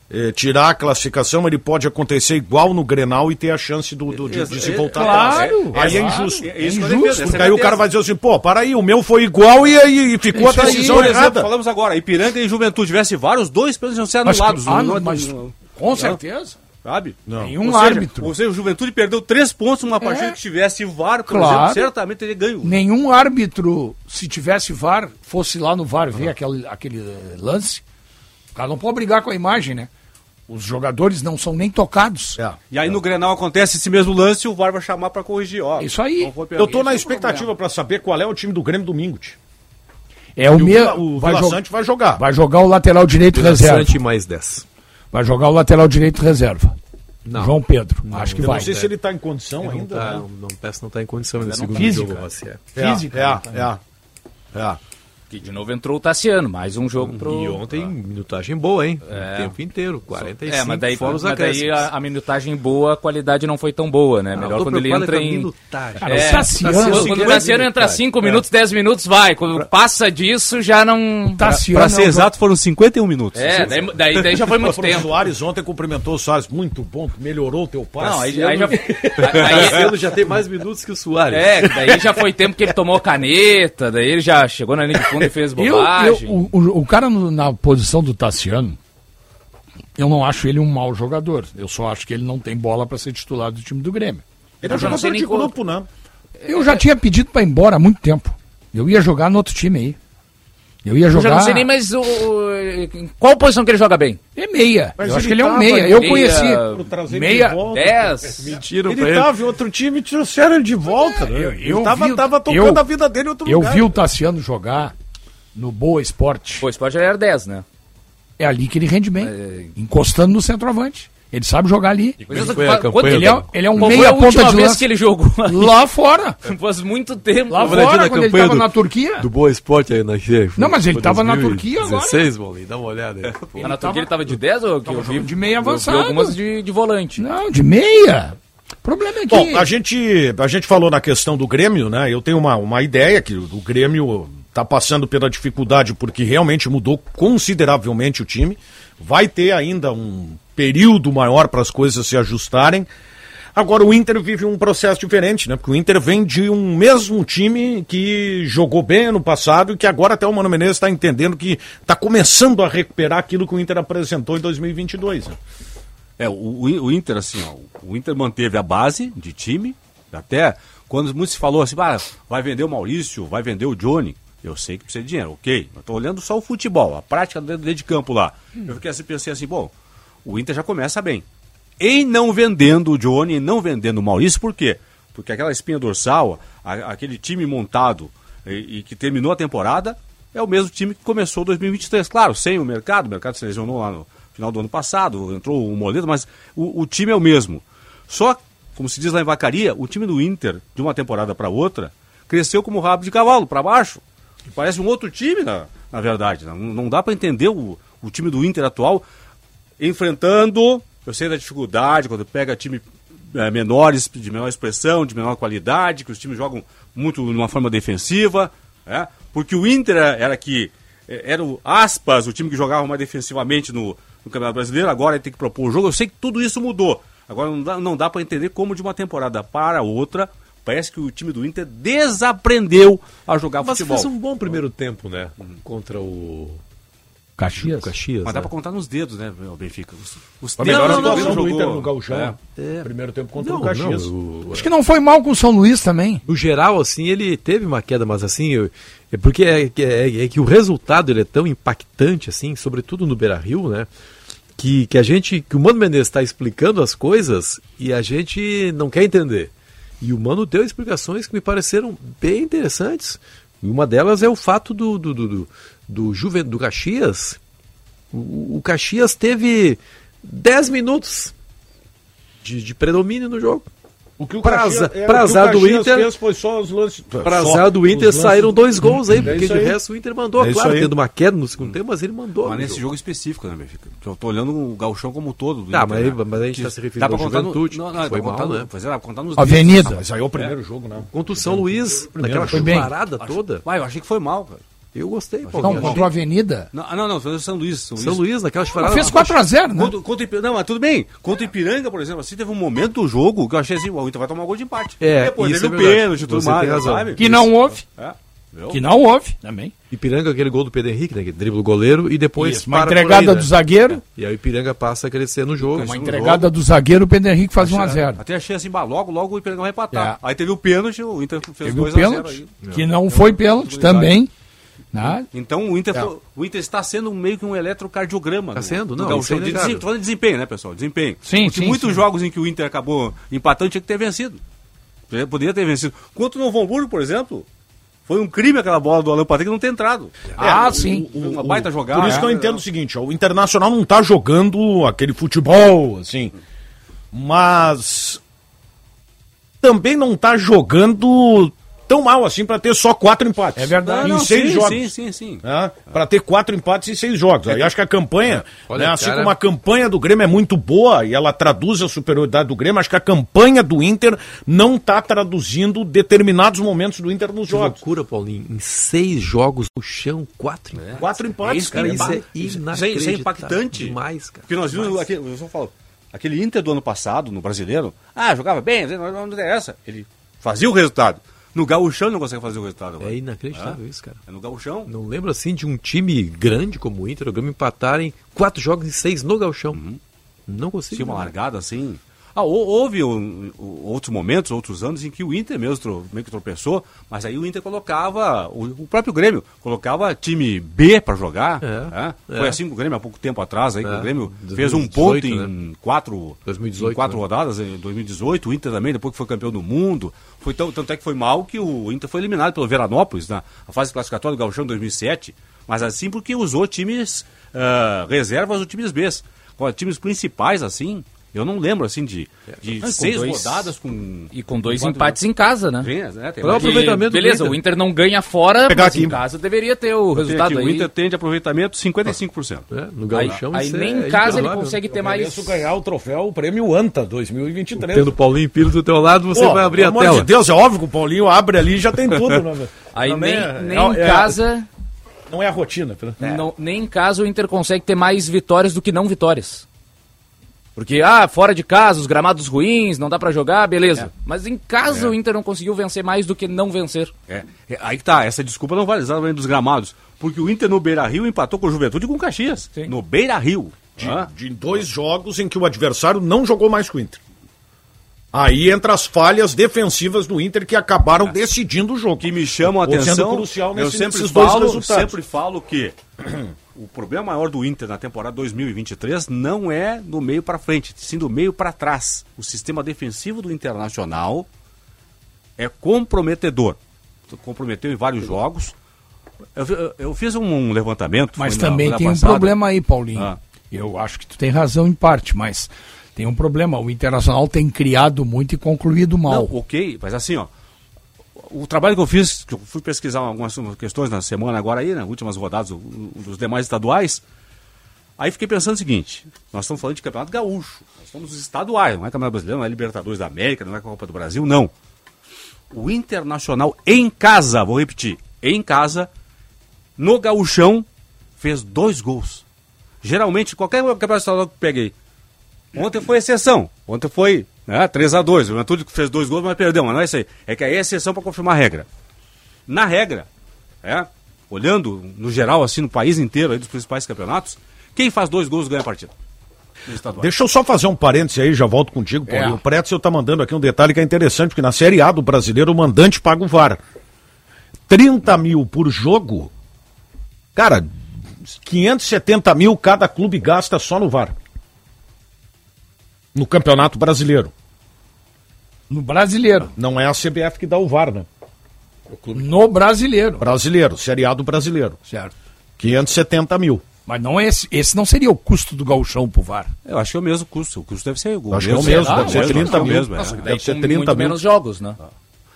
eh, tirar a classificação, ele pode acontecer igual no Grenal e ter a chance do, do- de, de se voltar atrás.
Claro,
Aí é
claro.
injusto.
É isso que eu
injusto.
defendo, essa é a
Porque aí o
certeza.
cara vai dizer assim, pô, para aí, o meu foi igual e, aí e ficou
Isso
a
aí,
decisão
Por é exemplo,
errada.
falamos agora, Ipiranga e Juventude tivesse vários, dois pênaltis iam ser
Mas-
anulados.
ah,
Um-
não, mas- Com certeza.
Sabe? Não.
Nenhum
ou seja,
árbitro.
Ou seja, o Juventude perdeu três pontos numa
É.
partida que tivesse VAR, por
Claro.
exemplo, certamente teria ganho.
Nenhum árbitro, se tivesse VAR, fosse lá no VAR ver aquele, aquele eh, lance. O cara não pode brigar com a imagem, né? Os jogadores não são nem tocados.
É.
E aí no Grenal acontece esse mesmo lance e o VAR vai chamar pra corrigir. Ó,
Isso aí.
não foi pênalti.
Eu tô na expectativa pra saber qual é o time do Grêmio domingo. tio.
É o,
E o
mesmo.
Vila- o Vila Sante vai jogar.
Vai jogar o lateral direito
Vila
reserva.
Sante
mais 10.
Vai jogar o lateral direito reserva. João Pedro. acho que
Eu
vai.
não sei se ele tá em condição
Não
ainda.
tá,
né?
não, não parece que não tá em condição ainda.
Mas
Segundo
não física.
jogo, Rossi, é.
É, Física,
É,
né?
é. É.
Que de novo entrou o Tassiano, mais um jogo pro.
E ontem, minutagem boa, hein? O tempo inteiro, 45
É, mas daí,
fora os
mas daí
acréscimos.
a, a minutagem boa, a qualidade não foi tão boa,
Ah,
né? Melhor
tô
quando ele
preocupado
entra
tá
é com a
em.
minutagem.
Cara,
É,
o Tassiano,
o Tassiano
quando o
cinquenta
Tassiano
minutos,
entra
cara.
É.
5 minutos, 10 minutos, vai. Quando passa disso, já não.
Tassiano
é um
Pra ser
é
exato, foram 51 minutos.
É, daí- daí- daí já foi muito
O
tempo.
Soares ontem cumprimentou o Soares, muito bom, melhorou o teu passe. Tá
Não, aí- aí já-
Marcelo já tem mais minutos que o Soares.
É, daí já foi tempo que ele tomou caneta, daí ele já chegou na linha de fundo e fez
Eu-
bobagem.
eu- o, o- o cara no- na posição do Tassiano, eu não acho ele um mau jogador. Eu só acho que ele não tem bola para ser titular do time do Grêmio.
Ele é um jogador de grupo, né?
Eu já tinha pedido para ir embora há muito tempo. Eu ia jogar no outro time aí. Eu ia
Eu
jogar.
já não sei nem mais o, o- qual posição que ele joga bem.
É meia. Mas Eu acho ele que ele é um tava meia. Eu conheci. Pro trazer ele de Meia- volta.
10.
Mentira,
Ele tava em outro time e trouxeram ele de volta. né?
eu
ele tava,
vi-
tava tocando
eu-
a vida dele em outro
Eu
lugar.
vi o Tassiano jogar no Boa Esporte.
Boa Esporte era 10, né? é.
É ali que ele rende bem. Encostando no centroavante. Ele sabe jogar ali.
Mas eu- fa- quanto-
ele, é, ele é um
qual foi
meia
a
ponta
última
de
vez
lança.
que ele jogou aí?
Lá fora.
Faz muito tempo.
Lá
Olha,
fora,
na
quando ele
campanha
tava
do-
na Turquia.
Do Boa Esporte aí na Chile.
Não, mas ele tava na Turquia agora. né?
16, Bolinho, dá uma olhada aí.
Mas na Turquia ele tava de 10 ou que eu vi? De meia
avançado.
algumas de, de volante.
Não, de meia. O problema é que.
Bom, a gente, a gente falou na questão do Grêmio, né? Eu tenho uma, uma ideia que o Grêmio tá passando pela dificuldade porque realmente mudou consideravelmente o time. Vai ter ainda um período maior para as coisas se ajustarem. Agora o Inter vive um processo diferente, né? Porque o Inter vem de um mesmo time que jogou bem ano passado e que agora até o Mano Menezes está entendendo que está começando a recuperar aquilo que o Inter apresentou em 2022. né?
É, o, o- o Inter, assim, ó, o Inter manteve a base de time, até quando muito se falou assim, "Ah, vai vender o Maurício, vai vender o Johnny. Eu sei que precisa de dinheiro, ok. Eu tô olhando só o futebol, a prática dentro dentro de campo lá. Eu fiquei assim, pensei assim, bom, o Inter já começa bem. Em não vendendo o Johnny, em não vendendo o Maurício, por quê? Porque aquela espinha dorsal, a- aquele time montado e, e que terminou a temporada, é o mesmo time que começou 2023. Claro, sem o mercado, o mercado se lesionou lá no final do ano passado, entrou o Moledo, mas o, o time é o mesmo. Só, como se diz lá em Vacaria, o time do Inter, de uma temporada para outra, cresceu como rabo de cavalo, para baixo. Parece um outro time, na, na verdade. né? Não, não dá para entender o, o time do Inter atual enfrentando, eu sei da dificuldade, quando pega time eh, menores, de menor expressão, de menor qualidade, que os times jogam muito de uma forma defensiva, né? porque o Inter era que eh, era o aspas, o time que jogava mais defensivamente no, no Campeonato Brasileiro, agora ele tem que propor o jogo. Eu sei que tudo isso mudou. Agora não dá, não dá para entender como de uma temporada para outra, parece que o time do Inter desaprendeu a jogar
Mas
futebol.
fez um bom primeiro tempo, né? Contra o...
Caxias.
Caxias,
Mas dá
né?
pra contar nos dedos, né, o Benfica? Os, os
A melhor
dedos
atuação
que
do
o Inter
Inter
jogou.
no Gauchão.
É.
Primeiro tempo contra
Não,
o Caxias.
não, o-
Acho que não foi mal com o São Luís também.
No geral, assim, ele teve uma queda, mas assim, eu- é porque é, que- é- é que o resultado ele é tão impactante, assim, sobretudo no Beira Rio, né? Que, que a gente, que o Mano Menezes está explicando as coisas e a gente não quer entender. E o Mano deu explicações que me pareceram bem interessantes. E uma delas é o fato do, do, do, do, do, Juven- do Caxias. O, o Caxias teve 10 minutos de, de predomínio no jogo.
O que o
Pra
Caxias-
azar-
é, o
pra
que o
azar do
Caxias
Inter-
fez foi só os lances.
Pra
só
azar do
os
Inter
lances-
saíram dois gols aí,
É
porque
isso
de
aí.
resto o Inter mandou,
É isso
claro,
aí.
tendo uma queda no segundo tempo, mas ele mandou.
Mas
no
nesse jogo.
jogo.
específico, né, Benfica? Que eu tô olhando o Galchão como um todo. do
Tá,
Inter,
mas aí-
né?
mas a gente
Que
tá se
Dá
referindo
pra
ao
contar
Juventude,
No, não,
que
não,
foi
foi mal,
mal,
contar,
né?
no, pois é, dá pra contar nos
Avenida.
dedos.
Mas
aí é o primeiro jogo, né?
Contra o São Luiz, naquela
foi bem.
chuvarada
Acho-
toda.
Uai, eu achei que foi mal, cara.
Eu gostei, pô.
Não, contra a Avenida.
Não, ah, não, não, foi o São Luís. São Luís,
São Luís, naquela chuvarada.
fez 4 a 0, né?
Contra, contra o Ipiranga, não, mas tudo bem. Contra o Ipiranga, por exemplo, assim, teve um momento do jogo que eu achei assim, o Inter vai tomar gol de empate.
É,
Depois
isso
teve
é
o
verdade.
pênalti, tudo
Você tem
mais,
razão.
sabe?
Que não houve.
É. Viu?
Que não houve também.
Ipiranga, aquele gol do Pedro Henrique, né? Que dribla o goleiro e depois.
Isso, uma
para por
entregada
né?
do zagueiro.
E aí o Ipiranga passa a crescer no jogo.
Uma
No
entregada
jogo.
do zagueiro, o Pedro Henrique faz 1 a 0
Até achei assim, bah, logo, logo o Ipiranga vai empatar. Aí teve o pênalti, o Inter fez
Teve o
2x0
pênalti,
aí.
que não foi pênalti também. né?
Então o Inter,
É.
foi- o Inter está sendo meio que um eletrocardiograma. Está
sendo, não, isso é
Estou
inegável.
falando de desempenho, né, pessoal? Desempenho.
Sim,
Porque
sim,
muitos
sim.
jogos em que o Inter Né, acabou empatando tinha que ter vencido. Poderia ter vencido. Quanto o Novo Hamburgo, por exemplo, Foi um crime aquela bola do Alan Patrick não ter entrado.
Ah,
É, o-
sim.
o- uma baita jogada.
Por isso que eu entendo o seguinte, ó, o Internacional não tá jogando aquele futebol, assim, mas também não tá jogando tão mal assim pra ter só quatro empates. É
Não,
verdade.
não,
em seis
sim,
jogos.
sim, sim, sim.
Né? Pra ter quatro empates em seis jogos. Aí acho que a
É.
campanha,
Olha,
né, assim
cara-
como a campanha do Grêmio é muito boa e ela traduz a superioridade do Grêmio, acho que a campanha do Inter não tá traduzindo determinados momentos do Inter nos jogos.
loucura, Paulinho. Em seis jogos, o chão, quatro empates.
Quatro
É
empates,
isso, cara,
Isso
isso,
é
é, isso, é- isso é
inacreditável.
impactante.
Demais, cara.
Porque nós vimos, aquele, eu só falo, aquele Inter do ano passado, no brasileiro, ah, jogava bem, não, não interessa. Ele fazia o resultado. No Gaúchão ele não consegue fazer o resultado.
É inacreditável isso, cara.
É no Gauchão?
Não lembro assim de um time grande como o Inter, o Grêmio empatarem quatro jogos em seis no Gauchão. Não consigo.
Tinha uma
né?
largada assim. Ah, hou- houve um- um- outros momentos, outros anos em que o Inter mesmo tro- meio que tropeçou, mas aí o Inter colocava, o, o próprio Grêmio, colocava time B para jogar. né?
é.
Foi assim com o Grêmio há pouco tempo atrás, aí que
É.
o Grêmio fez
2018,
um ponto
né?
em quatro,
2018,
em quatro
né?
rodadas, em 2018, o Inter também, depois que foi campeão do mundo. Foi tão, tanto é que foi mal que o Inter foi eliminado pelo Veranópolis na na fase classificatória do Gauchão em 2007, mas assim porque usou times ah, reservas ou times B. Com times principais, assim, eu não lembro, assim, de, de
É, com
seis
dois-
rodadas com...
E com dois
quatro
empates em casa, né?
Sim, né? Tem
Qual é o
mais-
aproveitamento do Beleza, Inter? o Inter não ganha fora,
Pegar
mas
aqui.
em casa deveria ter o
Eu tenho
resultado
aqui,
aí.
O Inter tem de aproveitamento 55%.
É, no
Gauchão Aí- aí isso nem é em casa ele improvável. consegue ter mais-
mereço ganhar o troféu o prêmio ANTA 2023.
Tendo o Paulinho Pires do teu lado, você
Pô,
vai abrir a
pelo
tela.
amor de Deus, é óbvio que o Paulinho abre ali e já tem tudo. Né?
Aí
Também
nem-
é-
nem
é-
em
é-
casa-
Não é a rotina. pelo-
Não- nem em casa o Inter consegue ter mais vitórias do que não vitórias. Porque, ah, fora de casa, os gramados ruins, não dá pra jogar,
É.
beleza. Mas em casa o Inter não conseguiu vencer mais do que não vencer.
É, é, aí que tá, essa desculpa não vale exatamente dos gramados, porque o Inter no Beira-Rio empatou com o Juventude e com o Caxias, no Beira-Rio.
De, de dois jogos em que o adversário não jogou mais com o Inter. Aí entra as falhas defensivas do Inter que acabaram decidindo o jogo. Que
Ah. me chamam a
Sendo
atenção,
crucial
eu
nesse,
sempre
nesses dois
falo,
resultados.
sempre falo que o problema maior do Inter na temporada 2023 não é do meio pra frente, sim do meio pra trás. O sistema defensivo do Internacional é comprometedor. Comprometeu em vários jogos. Eu, eu- eu fiz um, um levantamento.
Mas
foi na-
também
na
tem um
passada.
problema aí, Paulinho.
Ah.
Eu acho que tu tem razão em parte, mas tem um problema. O Internacional tem criado muito e concluído mal.
Não, ok, mas assim, ó. O trabalho que eu fiz, que eu fui pesquisar algumas questões na semana agora aí, né? Últimas rodadas do- dos demais estaduais. Aí fiquei pensando o seguinte: nós estamos falando de campeonato gaúcho. Nós estamos nos estaduais, não é Campeonato Brasileiro, não é Libertadores da América, não é Copa do Brasil, não. O Internacional em casa, vou repetir, em casa, no gauchão, fez dois gols. Geralmente, qualquer campeonato estadual que eu peguei, Ontem foi exceção. Ontem foi né, 3x2. O Juventude fez dois gols, mas perdeu. Mas não é isso aí. É que aí é exceção para confirmar a regra. Na regra, é, olhando no geral, assim, no país inteiro, aí, dos principais campeonatos, quem faz dois gols ganha a partida. No estadual.
Deixa eu só fazer um parêntese aí, já volto contigo, Paulinho.
É.
O Pretzel tá mandando aqui um detalhe que é interessante, porque na Série A do brasileiro o mandante paga o VAR. 30 mil por jogo, cara, 570 mil cada clube gasta só no VAR. No Campeonato Brasileiro.
No brasileiro.
Não é a CBF que dá o VAR, né?
No brasileiro.
Brasileiro, Série A do brasileiro.
Certo.
570 mil.
Mas não é esse, esse não seria o custo do gauchão pro VAR.
Eu acho que é o mesmo custo. O custo deve ser o né?
Acho que é o mesmo, deve ser 30 mil.
mesmo, é.
Nossa,
Deve ser
com
30
muito
mil.
menos
jogos, né?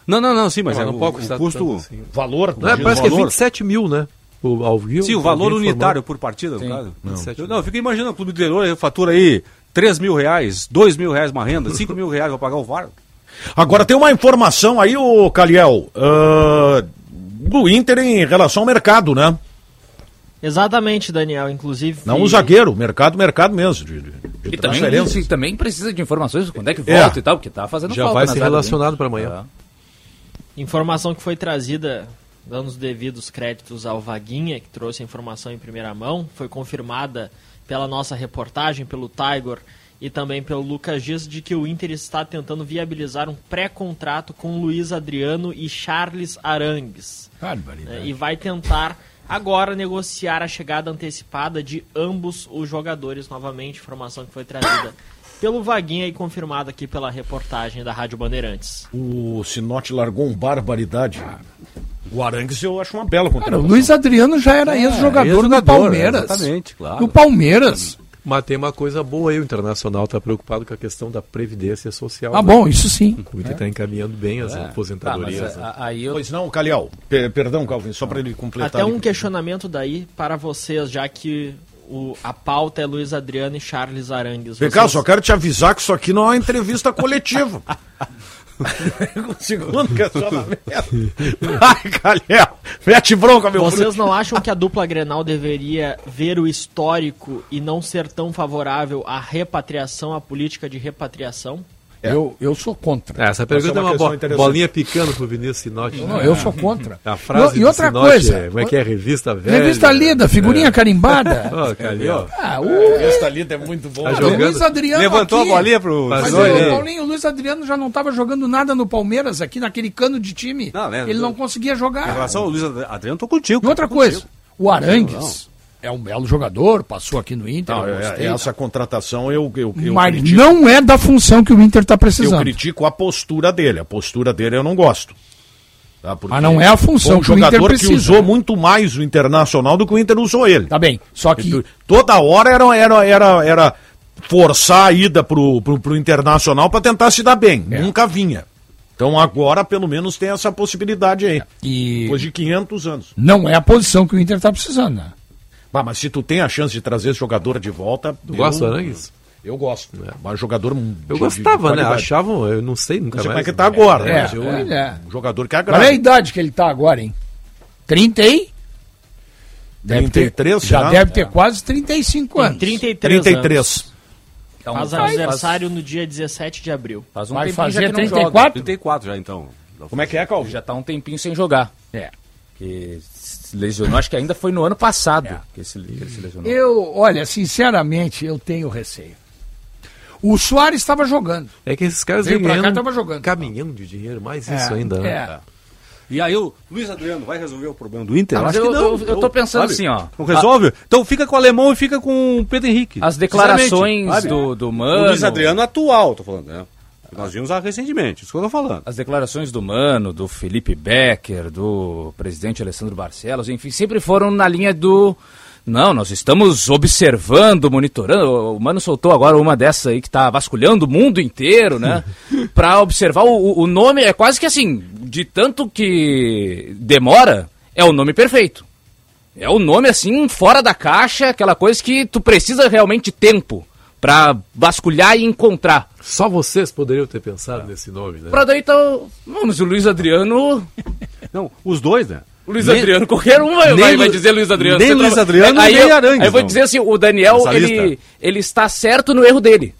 Não, não, não, sim, mas
Não,
é
não
o,
pode
o
custar
custo.
tanto assim.
Valor,
Não, parece que é
valor.
27 mil, né? O, ao, vivo,
Sim, o valor unitário por partida, no
Sim.
caso.
Não.
Eu, não, eu fico imaginando o clube do interior aí fatura aí 3 mil reais, 2 mil reais uma renda, 5 mil reais para pagar o VAR.
Agora tem uma informação aí, o Caliel, ah, do Inter em relação ao mercado, né?
Exatamente, Daniel. Inclusive.
Não o zagueiro, mercado, mercado mesmo. De, de- de
E também,
transferência.
e também precisa de informações, quando é que
É.
volta e tal, porque tá fazendo falta. nas áreas do Inter. É.
Informação que foi trazida, dando os devidos créditos ao Vaguinha, que trouxe a informação em primeira mão, foi confirmada pela nossa reportagem, pelo Tiger e também pelo Lucas Dias, de que o Inter está tentando viabilizar um pré-contrato com Luiz Adriano e Charles Arangues. né, e vai tentar agora negociar a chegada antecipada de ambos os jogadores novamente, informação que foi trazida pelo Vaguinha e confirmada aqui pela reportagem da Rádio Bandeirantes.
O Sinote largou um barbaridade. O Arangues eu acho uma bela
Cara, o
contratação.
Luiz Adriano já era
É,
ex-jogador do
ex-jogador,
né?
Palmeiras.
exatamente, claro.
Do Palmeiras.
Mas tem uma coisa boa aí, o Internacional está preocupado com a questão da previdência social. né?
Ah, bom, isso sim.
O Inter está encaminhando bem
É.
as
Tá, Ah,
aposentadorias. né?
Pois não, Calial. Pe- é- perdão, Calvin, só para ele completar.
Até um
ali.
questionamento daí para vocês, já que o, a pauta é Luiz Adriano e Charles Arangues.
Vem cá, só quero te avisar que isso aqui não é uma entrevista coletiva. é Segundo questionamento. Ai, Calhel, mete bronca, meu
Vocês
bruto.
não acham que a dupla Grenal deveria ver o histórico e não ser tão favorável à repatriação, à política de repatriação?
Eu, eu sou contra.
Essa pergunta é uma, bo- bolinha picando pro Vinícius Sinotti.
Não, eu sou contra.
A frase
E
do
outra
Sinotti
coisa,
é, como é que é? Revista velha.
Revista lida, figurinha carimbada.
Ó, Calil, ó.
Ah,
Esta lida é muito boa.
Tá jogando.
Luiz Adriano
Levantou
aqui.
a bolinha pro
Mas,
Zoli,
ô,
né?
Paulinho, o Luiz Adriano já não estava jogando nada no Palmeiras aqui naquele cano de time.
Não, né?
Ele não
Eu-
conseguia
Em
jogar.
relação ao Luiz Adriano, tô contigo.
E outra
tô contigo.
coisa, o Arangues é um belo jogador, passou aqui no Inter.
Não,
eu
é-
gostei. tá?
essa contratação eu, eu, eu
mas
critico.
não é da função que o Inter está
Eu
precisando.
critico a postura dele. A postura dele eu não gosto. Tá? Porque
Mas não é a função
foi um
que o Inter
jogador que
precisa.
usou muito mais o Internacional do que o Inter usou ele. Tá
bem, só que...
Toda hora era, era, era, era forçar a ida pro, pro, pro Internacional para tentar se dar bem.
É.
Nunca vinha. Então agora pelo menos tem essa possibilidade
É,
aí. Depois de 500 anos.
Não é a posição que o Inter está precisando. né?
Bah, mas se tu tem a chance de trazer esse jogador de volta...
Tu
eu-
gosta né, do Arangues?
Eu gosto.
É.
Mas jogador... de-
Eu
de
gostava, né?
qualidade.
Achavam, eu não sei nunca
Não sei como é
mais.
que tá agora,
É,
né? Mas eu-
ele é.
Um jogador que
Qual
agrada.
é a idade que ele está agora, hein? 30 e... Deve ter,
33,
já
será?
deve ter quase 35 anos.
33
33.
anos.
Então,
faz
faz-
aniversário no dia 17 de abril.
Faz um
Vai
tempinho
fazer
já que não
34?
joga.
34 já, então.
Como é que é, Calvo?
Já tá um tempinho sem jogar.
É.
Que se lesionou, acho que ainda foi no ano passado
É.
que, ele se, que ele se lesionou.
Eu, olha, sinceramente, eu tenho receio. O Soares estava jogando.
É que esses caras
Veio pra cá,
ganhando
tava jogando.
caminhão de dinheiro, mais isso
É,
ainda. né?
é.
E aí o Luiz Adriano vai resolver o problema do Inter?
Ah, mas eu- eu- eu tô pensando assim, ó.
Não resolve? Então fica com o alemão e fica com o Pedro Henrique.
As declarações
Sinceramente, sabe?
do, do Mano.
O Luiz Adriano atual, tô falando, né? Nós vimos a recentemente, isso que eu tô falando.
As declarações do Mano, do Felipe Becker, do presidente Alessandro Barcelos, enfim, sempre foram na linha do. Não, nós estamos observando, monitorando. O- O Mano soltou agora uma dessa aí que tá vasculhando o mundo inteiro, né? Pra observar o- o, o nome. É quase que assim, de tanto que demora, é o nome perfeito. É o nome assim, fora da caixa, aquela coisa que tu precisa realmente de tempo pra vasculhar e encontrar.
Só vocês poderiam ter pensado nesse nome, né?
Ah,
Pra daí então. Vamos, o Luiz Adriano.
Não, os dois, né?
O Luiz
Nem-
Adriano, qualquer um vai,
nem
vai,
Lu-
vai dizer Luiz Adriano.
nem
Você
Luiz
trava-
Adriano,
aí
nem
eu,
Arangues,
Aí eu vou
não.
dizer assim, o Daniel,
Nessa
ele,
lista.
ele está certo no erro dele.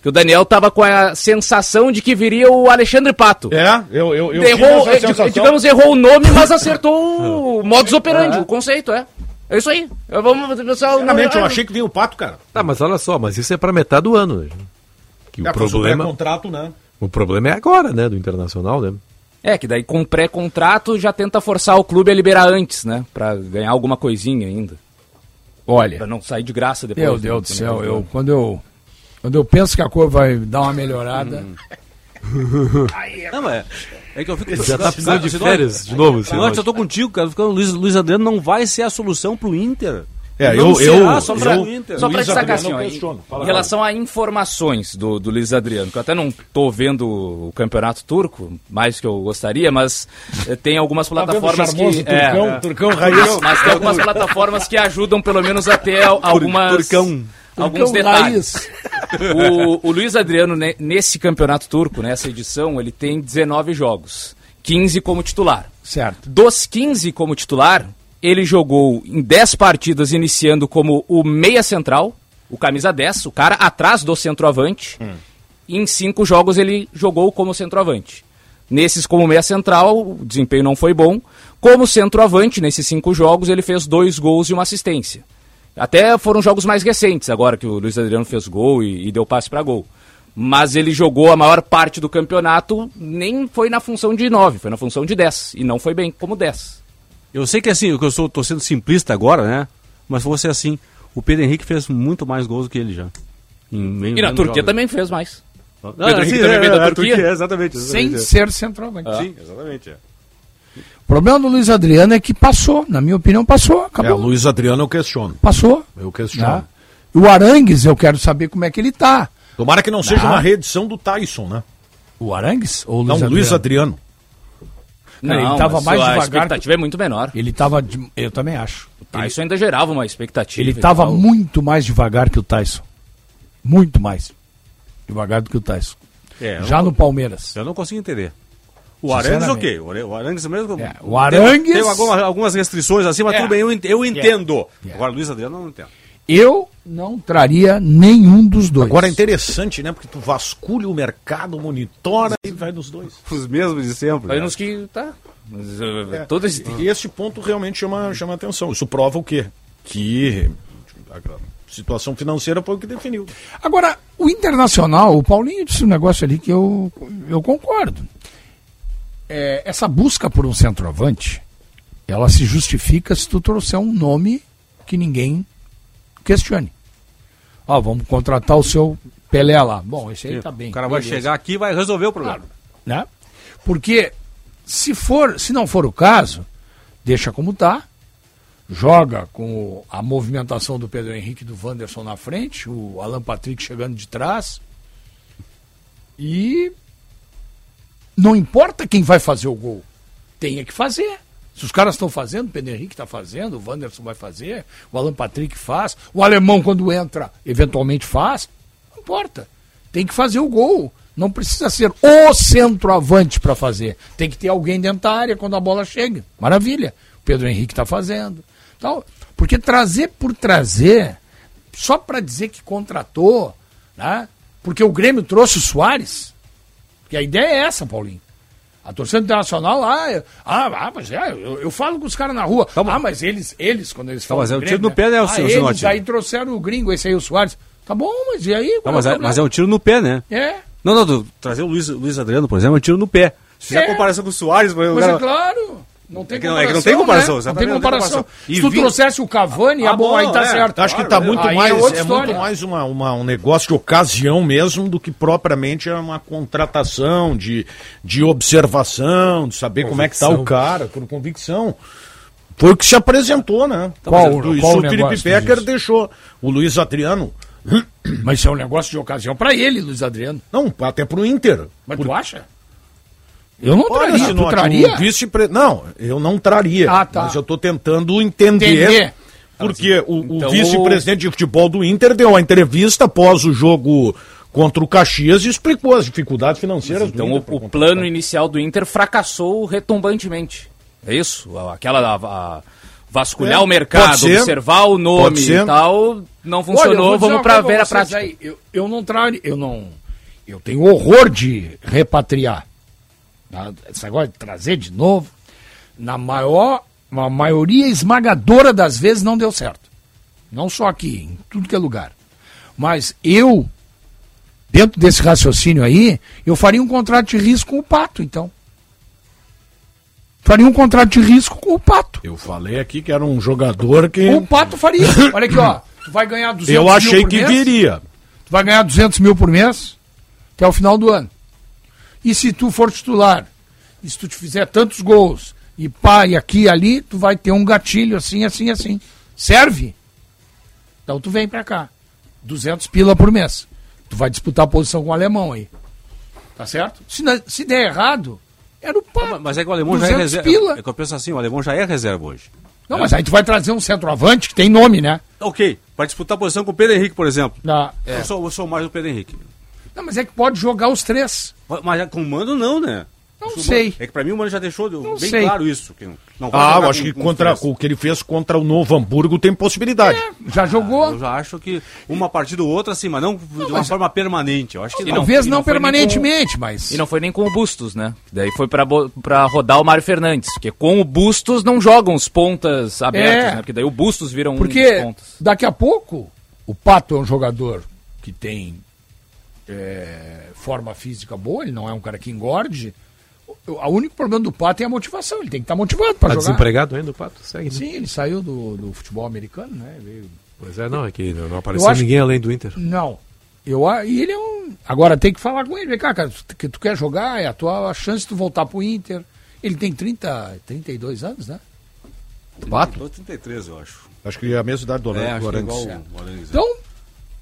Que o Daniel tava com a sensação de que viria o Alexandre Pato.
É, eu, eu, eu tive
errou,
essa
eh, di-
sensação.
digamos, errou o nome, mas acertou o modus operandi, o conceito, é. É isso aí. Eu, Ah, vamos, pessoal,
Sinceramente, eu achei que vinha o pato, cara.
Tá, mas olha só, mas isso é pra metade do ano. Né? Que o,
É, foi
problema,
contrato, né?
o problema é agora, né? Do Internacional, né?
É, que daí com pré-contrato já tenta forçar o clube a liberar antes, né? Pra ganhar alguma coisinha ainda.
Olha.
Pra não sair de graça depois.
Meu Deus do céu, eu, quando, eu, quando eu penso que a cor vai dar uma melhorada.
Não, é. É que eu fico
Ele já tá precisando de férias de novo,
Não,
Sinote.
Ah, eu tô contigo, cara. Ficando Luiz, Luiz Adriano não vai ser a solução pro Inter.
É,
não
eu-
será
eu-
só pra,
eu-
o Inter.
Só pra
Luiz
destacar
Adriano,
assim, ó,
eu
em,
questiono. Fala,
em relação a informações do, do Luiz Adriano, que eu até não tô vendo o campeonato turco, mais que eu gostaria, mas eh, tem algumas
Tá vendo o
plataformas
charmoso
que. é,
Turcão,
é.
Turcão raiz?
Mas tem algumas plataformas que ajudam pelo menos até al- algumas.
Turcão.
Alguns
Turcão
detalhes. O, o Luiz Adriano, né, nesse campeonato turco, nessa edição, ele tem 19 jogos, 15 como titular.
Certo.
Dos 15 como titular, ele jogou em 10 partidas, iniciando como o meia central, o camisa 10, o cara atrás do centroavante. E em 5 jogos ele jogou como centroavante. Nesses como meia central, o desempenho não foi bom. Como centroavante, nesses 5 jogos, ele fez dois gols e uma assistência. Até foram jogos mais recentes, agora que o Luiz Adriano fez gol e, e deu passe para gol. Mas ele jogou a maior parte do campeonato, nem foi na função de 9, foi na função de 10. E não foi bem como 10.
Eu sei que assim, eu que eu sou, tô sendo simplista agora, né? Mas se fosse assim, o Pedro Henrique fez muito mais gols do que ele já.
E na Turquia também fez mais.
Não,
Pedro Henrique também veio da Turquia.
é,
Ah.
exatamente, é. Ah.
Sem ser centroavante.
Sim, exatamente. é.
O problema do Luiz Adriano é que passou, na minha opinião, passou.
É, o Luiz Adriano eu questiono.
Passou.
Eu questiono.
né? O Arangues, eu quero saber como é que ele tá.
Tomara que não seja
Tá.
uma reedição do Tyson, né?
O Arangues ou o
Não,
Luiz
Luiz Adriano.
Cara,
Não,
ele tava
mas
mais
a
devagar.
expectativa é muito menor.
Ele tava. de- Eu também acho.
O Tyson ainda gerava uma expectativa.
Ele
e
tava
tal.
muito mais devagar que o Tyson. Muito mais. Devagar do que o Tyson. Já no Palmeiras.
Eu não consigo entender. O Arangues, ok.
Sinceramente.
O Arangues mesmo.
É, o Arangues-
Tem, tem alguma- algumas restrições assim, mas
É.
tudo bem, eu, ent- eu entendo. Agora, Luiz Adriano, eu não entendo.
Eu não traria nenhum dos dois.
Agora é interessante, né? Porque tu vasculha o mercado, monitora e vai nos dois.
Os mesmos de sempre. né?
Aí nos que. Tá. Mas, uh,
É,
todo esse-
e esse ponto realmente chama, chama atenção. Isso prova o quê? Que a situação financeira foi o que definiu.
Agora, o Internacional, o Paulinho disse um negócio ali que eu, eu concordo. É, essa busca por um centroavante, ela se justifica se tu trouxer um nome que ninguém questione. Ó, vamos contratar o seu Pelé lá. Bom, esse aí tá bem.
O cara vai
beleza.
chegar aqui e vai resolver o problema.
né? Porque se for, se não for o caso, deixa como tá, joga com o- a movimentação do Pedro Henrique e do Wanderson na frente, o Alan Patrick chegando de trás. E não importa quem vai fazer o gol, tenha que fazer. Se os caras estão fazendo, o Pedro Henrique está fazendo, o Wanderson vai fazer, o Alan Patrick faz, o alemão quando entra, eventualmente faz, não importa. Tem que fazer o gol. Não precisa ser o centroavante para fazer. Tem que ter alguém dentro da área quando a bola chega. Maravilha. O Pedro Henrique está fazendo. Tal. Porque trazer por trazer, só para dizer que contratou, né? porque o Grêmio trouxe o Soares. Porque a ideia é essa, Paulinho. A torcida internacional lá, eu- ah, ah, mas é, eu, eu falo com os caras na
Tá
rua. ah, mas eles, eles quando eles falam.
mas é
do
um tiro no pé, né, o
ah,
seu
eles,
Zenotti?
aí trouxeram o gringo, esse aí, o Soares. Tá bom, mas e aí?
Não,
qual
mas,
o
é,
problema?
mas é um tiro no pé, né?
É.
Não, não, do- trazer o Luiz, Luiz Adriano, por exemplo, é um tiro no pé. Se fizer
É.
comparação com o Soares, por exemplo,
Mas
o cara-
é claro. Não tem
É que não- é
comparação.
que não tem comparação,
né? Não
exatamente,
tem
não tem
comparação.
comparação.
Se
E
tu
vi-
trouxesse o Cavani,
Ah,
a bola aí tá
bom, é.
certo.
Acho que está muito
Aí
mais,
é outra
é
história.
muito mais uma, uma- um negócio de ocasião mesmo do que propriamente é uma contratação de, de observação, de saber como é que está o
Convicção.
cara, por convicção. Foi o que se apresentou, né?
Qual-
isso
qual
o
Tá, o
Felipe
negócio
Becker
disso?
deixou. O Luiz Adriano.
Mas isso é um negócio de ocasião para ele, Luiz Adriano.
Não, até pro Inter.
Mas tu acha? Eu não
Olha,
traria, tu
Sinote,
traria?
o um vice-pre- Não, eu não traria.
Ah, tá.
Mas eu estou tentando entender.
Entender.
Porque o, o
Então,
vice-presidente de futebol do Inter deu uma entrevista após o jogo contra o Caxias e explicou as dificuldades financeiras
Então
do
o,
Inter. pra
o plano inicial do Inter fracassou retumbantemente. É isso? A- Aquela a, a- vasculhar
É,
o mercado,
pode ser.
observar o nome
Pode ser.
e tal,
Olha,
não
eu
funcionou,
vou dizer
vamos
uma
pra
coisa
ver a
vocês
prática.
aí. Eu, eu não traria, eu não... Eu tenho horror de repatriar. tá? Esse negócio de trazer de novo. Na maior, na maioria esmagadora das vezes não deu certo. Não só aqui, em tudo que é lugar. Mas eu, dentro desse raciocínio aí, eu faria um contrato de risco com o Pato, então. Faria um contrato de risco com o Pato.
Eu falei aqui que era um jogador que.
O Pato faria. Olha aqui, ó. Tu vai ganhar 200
Eu
mil
achei
por
que
mês.
viria.
Tu vai ganhar 200 mil por mês até o final do ano. E se tu for titular, e se tu te fizer tantos gols, e pá, e aqui e ali, tu vai ter um gatilho assim, assim, assim. Serve? Então tu vem pra cá. 200 pila por mês. Tu vai disputar a posição com o alemão aí. Tá certo? Se, na- se der errado, era o pá.
Mas é que o alemão já é
200
reserva.
pila.
É que eu penso assim, o alemão já é reserva hoje. né?
Não, mas aí tu vai trazer um centroavante que tem nome, né?
Ok, vai disputar a posição com o Pedro Henrique, por exemplo.
Na-
Eu, sou, eu sou mais o Pedro Henrique.
é. Não, mas é que pode jogar os três.
Mas é, com o Mano não, né?
Não
Isso,
sei.
É que pra mim o Mano já deixou bem
sei.
claro isso. que não- não vai
Ah,
jogar
eu acho
com-
que
com
contra,
os três.
o que ele fez contra o Novo Hamburgo tem possibilidade.
É, Já jogou?
Eu já acho que uma partida ou outra, assim, mas não de uma forma permanente. Eu acho que
Talvez
e
não,
foi nem com-
permanentemente, mas.
E não foi nem com o Bustos, né? Daí foi pra, bo- pra rodar o Mário Fernandes. Porque com o Bustos não jogam os pontas abertos,
É.
né? Porque daí o Bustos vira um dos
Porque
pontas.
daqui a pouco o Pato é um jogador que tem é, forma física boa, ele não é um cara que engorde. O, o único problema do Pato é a motivação, ele tem que estar motivado para
Tá
jogar.
desempregado ainda o Pato? Segue, né?
Sim, ele saiu do, do futebol americano, né? Veio-
Pois é, não, é que não
Eu
não apareceu
acho
ninguém além do Inter.
Não. Eu, a- e ele é um. Agora tem que falar com ele. Vem cá, cara, tu, que tu quer jogar, é a tua a chance de tu voltar pro Inter. Ele tem 30, 32 anos, né?
Quatro? 33, eu acho.
Acho que é a mesma idade do
É, acho que é
Orantes.
igual o Arangues.
Então,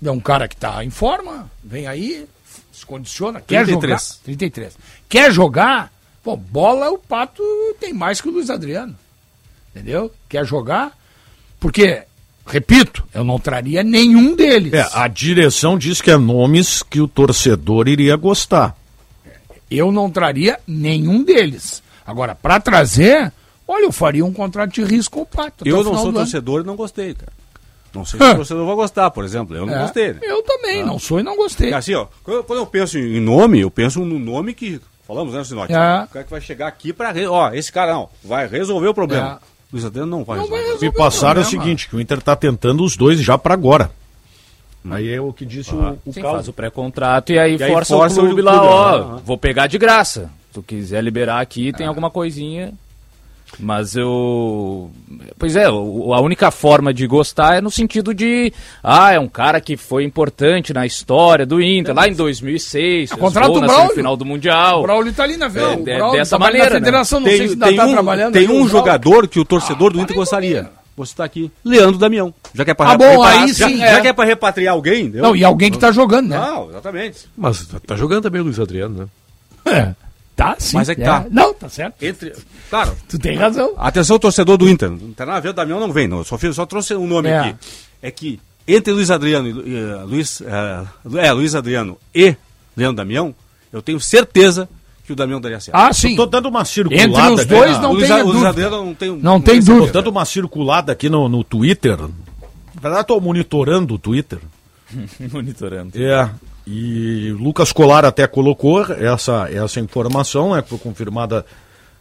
é um cara que tá em forma, vem aí, se condiciona, quer
33.
jogar. 33. Quer jogar? Pô, bola o Pato tem mais que o Luiz Adriano. Entendeu? Quer jogar? Porque, repito, eu não traria nenhum deles.
É, a direção diz que é nomes que o torcedor iria gostar.
Eu não traria nenhum deles. Agora, pra trazer, olha, eu faria um contrato de risco com o Pato. até o
Eu não
final
sou
do ano.
torcedor e não gostei, cara. Não sei se o torcedor vai gostar, por exemplo. Eu não
É,
gostei. né?
Eu também, não sou e não gostei.
Assim, ó, quando eu- quando eu penso em nome, eu penso no nome que. Falamos, né, Sinote?
É.
O cara que vai chegar aqui pra. re- Ó, esse cara não, vai resolver o problema.
É.
Luiz Adriano não vai resolver.
Me passaram o seguinte, que o Inter tá tentando os dois já pra agora. Aí é o que disse
Ah.
o, o
Sim,
Calvo.
faz o pré-contrato e aí,
E aí
força,
força
o clube
o
lá,
clube,
ó,
né?
vou pegar de graça. Se tu quiser liberar aqui, tem alguma coisinha. Mas eu... Pois é, o- a única forma de gostar é no sentido de... Ah, é um cara que foi importante na história do Inter, lá em 2006. fez
contrata
gol
o
na
É Braulio.
semifinal do Mundial.
O Braulio tá ali na
É,
vela.
de- dessa maneira,
Na
né?
federação, não sei se ainda tá trabalhando.
tem
aí,
um
o Ah, Braulio.
jogador que o torcedor do Inter gostaria. Vou citar aqui. Leandro Damião. Já que é pra
Ah, bom,
repatriar-
aí
já-
sim,
Já,
é.
que é pra repatriar alguém. entendeu?
Não, e alguém que tá jogando, né?
Não, exatamente.
Mas tá- tá jogando também o Luiz Adriano, né?
É, tá sim.
Mas é que tá.
Não, tá certo.
Entre... Claro.
Tu tem razão.
Atenção, torcedor do Inter. Não tem nada a ver, o Damião não vem, não. Eu só, fiz, só trouxe um nome
É.
aqui. É que entre Luiz Adriano e Lu- e eh, Luiz, eh, Lu- é, Luiz Adriano e Leandro Damião, eu tenho certeza que o Damião daria certo.
Ah, sim.
Tô dando uma circulada.
Entre os
aqui
dois,
na-
não
Luiz,
tem
A- Luiz
dúvida.
Adriano não tem
Não tem dúvida.
Tô dando uma circulada aqui no, no Twitter. Na verdade, tô monitorando o Twitter.
Monitorando.
É. E o Lucas Colar até colocou essa, essa informação, né? que Foi confirmada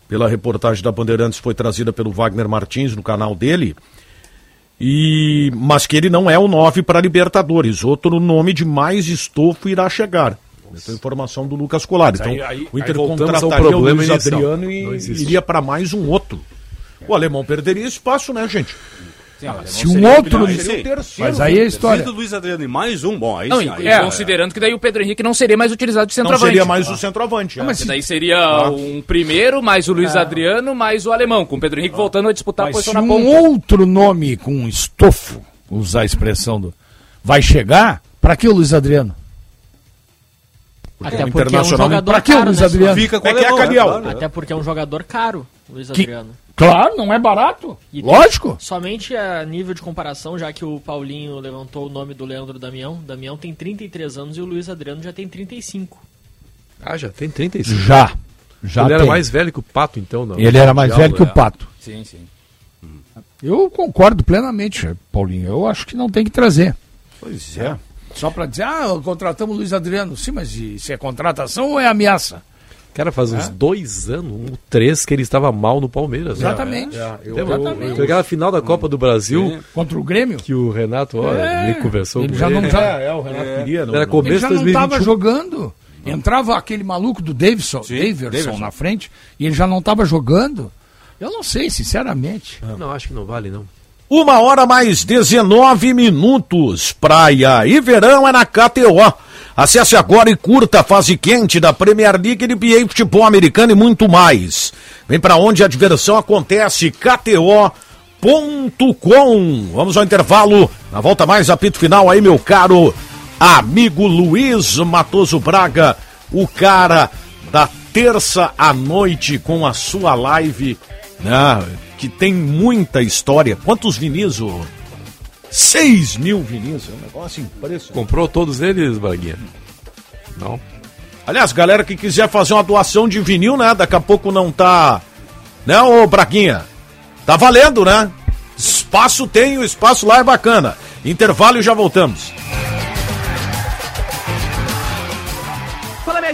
pela reportagem da Bandeirantes, foi trazida pelo Wagner Martins no canal dele. E, mas que ele não é o 9 para Libertadores. Outro nome de mais estofo irá chegar. Essa é a informação do Lucas Colar. Então,
aí- aí-
o Inter
aí voltamos ao
contrataria o
problema
Luiz
inicial.
Adriano e
Não existe.
iria para mais um outro. O alemão perderia espaço, né, gente?
Se um outro. Mas aí é
Além
história.
do Luiz Adriano e mais um, bom, aí
Não,
sim.
e,
aí
e
é.
considerando que daí o Pedro Henrique não seria mais utilizado de
Não
centroavante. Ah.
seria mais o centroavante. é.
Porque daí seria um primeiro, mais o
É.
Luiz Adriano, mais o alemão, com o Pedro
Tá.
Henrique voltando a
Tá
disputar a
Mas se
posição na
um
ponta.
outro nome com um estofo, usar a expressão do. Vai chegar, pra que o Luiz Adriano?
o
Até porque é um
Internacional-
jogador
Pra que é o
caro,
Luiz
né,
Adriano?
Silvio?
Fica com o alemão, né? Claro, né?
Até porque é um jogador caro, Luiz Adriano.
Claro, não é barato.
E
Lógico.
Somente a nível de comparação, já que o Paulinho levantou o nome do Leandro Damião. Damião tem 33 anos e o Luiz Adriano já tem 35.
Ah, já tem 35.
Já. Já
Ele era
tem.
mais velho que o Pato, então, não.
Ele era mais
Mundial,
velho que
né?
o Pato.
Sim, sim.
Eu concordo plenamente, Paulinho. Eu acho que não tem que trazer.
Pois é.
Só pra dizer, ah, contratamos o Luiz Adriano. Sim, mas isso é contratação ou é ameaça?
Cara, faz
É?
uns dois anos, um, três, que ele estava mal no Palmeiras. né?
Exatamente.
É,
Eu,
Exatamente.
Teve aquela final da Copa do Brasil
Contra o Grêmio?
que o Renato, olha,
É.
ele conversou
Ele
com
já
ele.
não tá-
É, é, o Renato queria.
Era
não-
começo
Ele já
de
não estava
2021.
jogando. um. Entrava aquele maluco do Davidson, Davidson,
Davidson.
na frente e ele já não estava jogando. Eu não sei, sinceramente.
Não, acho que não vale, não.
Uma hora mais 19 minutos. Praia e verão é na KTO. Acesse agora e curta a fase quente da Premier League, NBA, futebol americano e muito mais. Vem pra onde a diversão acontece, KTO.com. Vamos ao intervalo. Na volta mais, apito final aí, meu caro amigo Luiz Matoso Braga, o cara da terça à noite com a sua live, né? Que tem muita história. Quantos vinis? ô? Seis mil vinis, é um negócio impressionante.
Comprou todos eles, Braguinha? Não.
Aliás, galera que quiser fazer uma doação de vinil, né? Daqui a pouco não tá. Né, ô Braguinha? Tá valendo, né? Espaço tem, o espaço lá é bacana. Intervalo e já voltamos.
Fala minha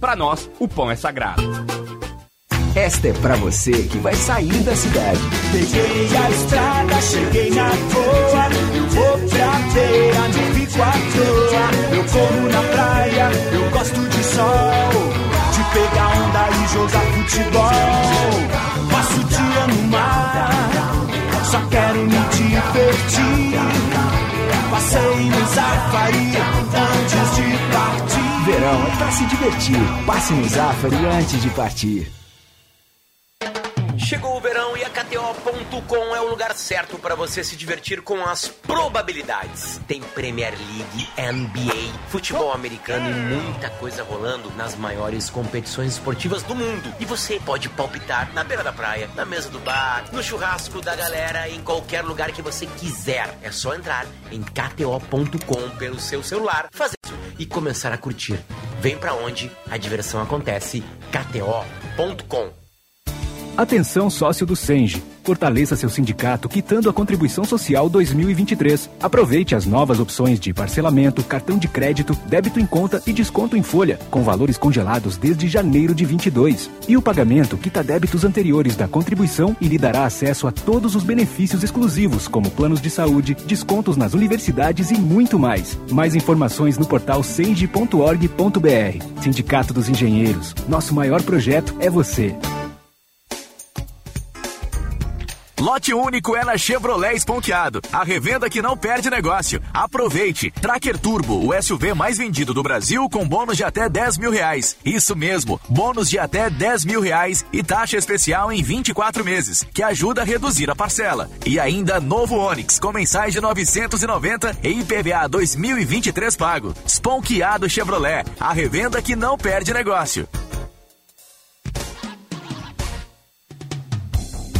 pra nós o pão é sagrado.
Esta é pra você que vai sair da cidade.
Peguei a estrada, cheguei na toa. Eu vou pra beira, não fico à toa. Eu como na praia, eu gosto de sol. De pegar onda e jogar futebol. Passo o dia no mar, só quero me divertir. Passei no safari antes de partir.
Verão é pra se divertir. Passe no Zafari antes de partir.
Chegou o verão e a KTO.com é o lugar certo para você se divertir com as probabilidades. Tem Premier League, NBA, futebol americano e muita coisa rolando nas maiores competições esportivas do mundo. E você pode palpitar na beira da praia, na mesa do bar, no churrasco da galera, em qualquer lugar que você quiser. É só entrar em KTO.com pelo seu celular, fazer isso e começar a curtir. Vem pra onde a diversão acontece, KTO.com.
Atenção sócio do Senge. Fortaleça seu sindicato quitando a contribuição social 2023. Aproveite as novas opções de parcelamento, cartão de crédito, débito em conta e desconto em folha, com valores congelados desde janeiro de 22. E o pagamento quita débitos anteriores da contribuição e lhe dará acesso a todos os benefícios exclusivos, como planos de saúde, descontos nas universidades e muito mais. Mais informações no portal senge.org.br. Sindicato dos Engenheiros. Nosso maior projeto é você.
Lote único é na Chevrolet Esponqueado, a revenda que não perde negócio. Aproveite! Tracker Turbo, o SUV mais vendido do Brasil, com bônus de até 10 mil reais. Isso mesmo, bônus de até 10 mil reais e taxa especial em 24 meses, que ajuda a reduzir a parcela. E ainda novo Onix, com mensais de 990 e IPVA 2023 pago. Esponqueado Chevrolet, a revenda que não perde negócio.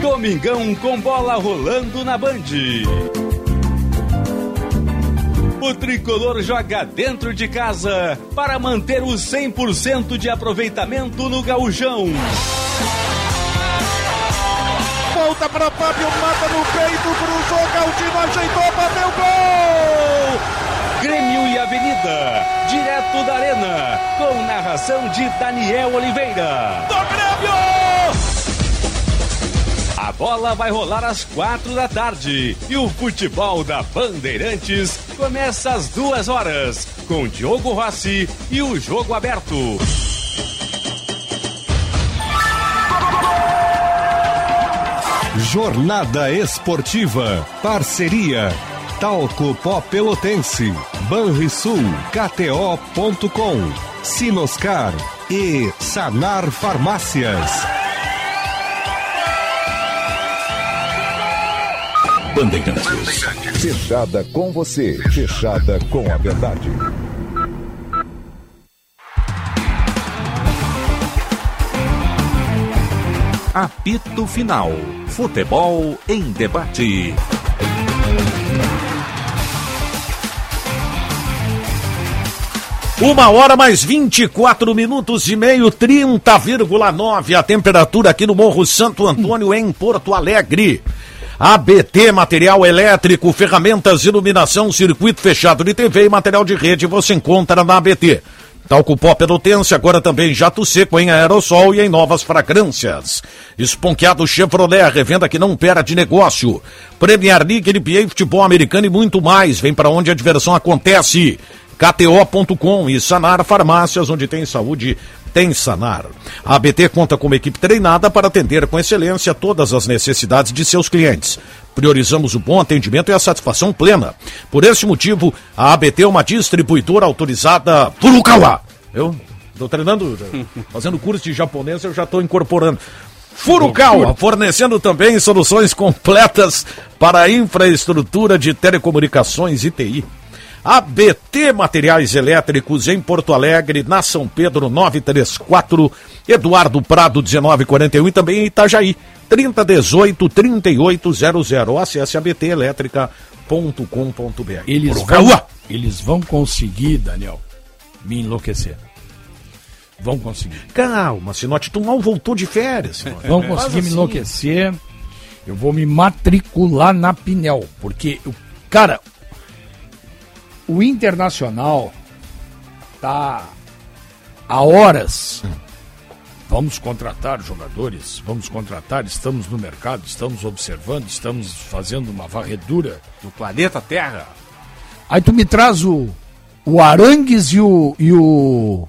Domingão com bola rolando na Band. O tricolor joga dentro de casa para manter o 100% de aproveitamento no gauchão.
Volta para Fábio, mata no peito, cruzou, Galdino ajeitou, bateu gol!
Grêmio e Avenida, direto da Arena, com narração de Daniel Oliveira.
Do Grêmio!
A bola vai rolar às quatro da tarde e o futebol da Bandeirantes começa às duas horas com Diogo Rossi e o jogo aberto.
Jornada Esportiva, parceria Talco Pó Pelotense, Banrisul, KTO.com, Sinoscar e Sanar Farmácias.
Bandeirantes. Fechada com você, fechada com a verdade.
Apito Final. Futebol em debate.
Uma hora mais 24 minutos e meio, 30,9 a temperatura aqui no Morro Santo Antônio, em Porto Alegre. ABT Material Elétrico, ferramentas, iluminação, circuito fechado de TV e material de rede você encontra na ABT. Talco pó pelotense, é agora também jato seco em aerossol e em novas fragrâncias. Esponqueado Chevrolet, revenda que não perde negócio. Premier League, NBA, futebol americano e muito mais. Vem para onde a diversão acontece. KTO.com e Sanar Farmácias, onde tem saúde, tem Sanar. A ABT conta com uma equipe treinada para atender com excelência todas as necessidades de seus clientes. Priorizamos o bom atendimento e a satisfação plena. Por esse motivo, a ABT é uma distribuidora autorizada Furukawa. Eu estou treinando, fazendo curso de japonês, eu já estou incorporando. Furukawa, fornecendo também soluções completas para a infraestrutura de telecomunicações e TI. ABT Materiais Elétricos em Porto Alegre, na São Pedro 934, Eduardo Prado 1941 e também em Itajaí 3018 3800. Acesse abtelétrica.com.br.
Eles vão, eles vão conseguir, Daniel, me enlouquecer. Vão conseguir.
Calma, Sinote, tu mal voltou de férias. Sinote.
Vão conseguir
Faz
me
assim.
enlouquecer. Eu vou me matricular na Pinel. Porque, eu- cara, o Internacional tá há horas.
Hum.
Vamos contratar jogadores, vamos contratar, estamos no mercado, estamos observando, estamos fazendo uma varredura.
Do planeta Terra.
Aí tu me traz o, o Arangues e o, e o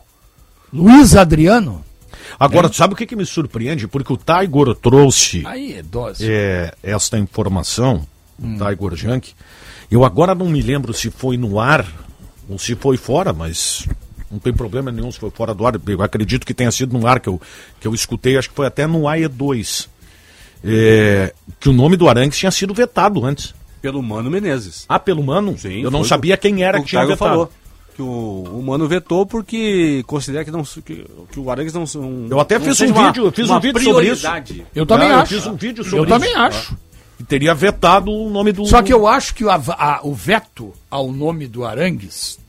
Luiz Adriano.
É.
Agora, sabe o que, que me surpreende? Porque o Tiger trouxe
Aí é dose.
é, esta informação, o
Hum.
Tiger Junk. Eu agora não me lembro se foi no ar ou se foi fora, mas não tem problema nenhum se foi fora do ar. Eu acredito que tenha sido no ar que eu, que eu escutei, acho que foi até no AE2. é, que o nome do Arangues tinha sido vetado antes.
Pelo Mano Menezes.
Ah, pelo Mano?
Sim.
Eu não
foi
sabia
o-
quem era
o
que tinha
Thiago
vetado.
falou. Que o, o Mano vetou porque considera que, não, que, que o Arangues não. Um,
Eu até
não
fiz um
seja uma-
vídeo, eu fiz
uma
um vídeo sobre isso.
prioridade.
Eu também
Ah,
acho.
Eu fiz um vídeo
Eu
sobre
também
isso.
acho.
E teria vetado o nome do.
Só que eu acho que o, av- a- o veto ao nome do Arangues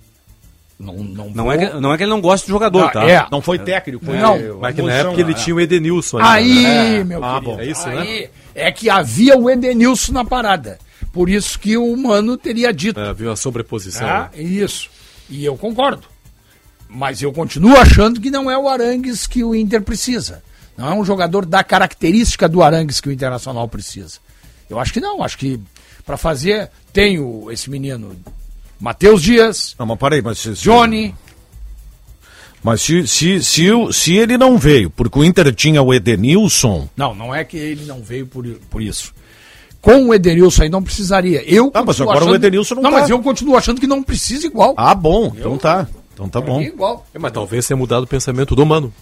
não, não,
Não é, que, não é que ele não gosta do jogador,
Ah,
tá?
é.
Não foi técnico, foi
Não.
eh,
Mas que na
emoção,
época ele
né?
tinha o Edenilson ali,
Aí,
né?
meu
Ah,
querido,
bom. É isso, né?
aí é que havia o Edenilson na parada. Por isso que o Mano teria dito.
É, viu a sobreposição.
Ah,
né?
isso. E eu concordo. Mas eu continuo achando que não é o Arangues que o Inter precisa. Não é um jogador da característica do Arangues que o Internacional precisa. Eu acho que não. Acho que para fazer, tem o, esse menino Matheus Dias,
Não, mas parei, mas. se- se-
Johnny.
Mas se, se, se, o- se ele não veio, porque o Inter tinha o Edenilson.
Não, não é que ele não veio por, por isso. Com o Edenilson aí não precisaria. Eu
Ah, mas
continuo
agora o Edenilson não
Não,
tá.
mas eu continuo achando que não precisa igual.
Ah, bom, então tá. Então tá bom.
Igual.
É, mas talvez tenha mudado o pensamento do Mano.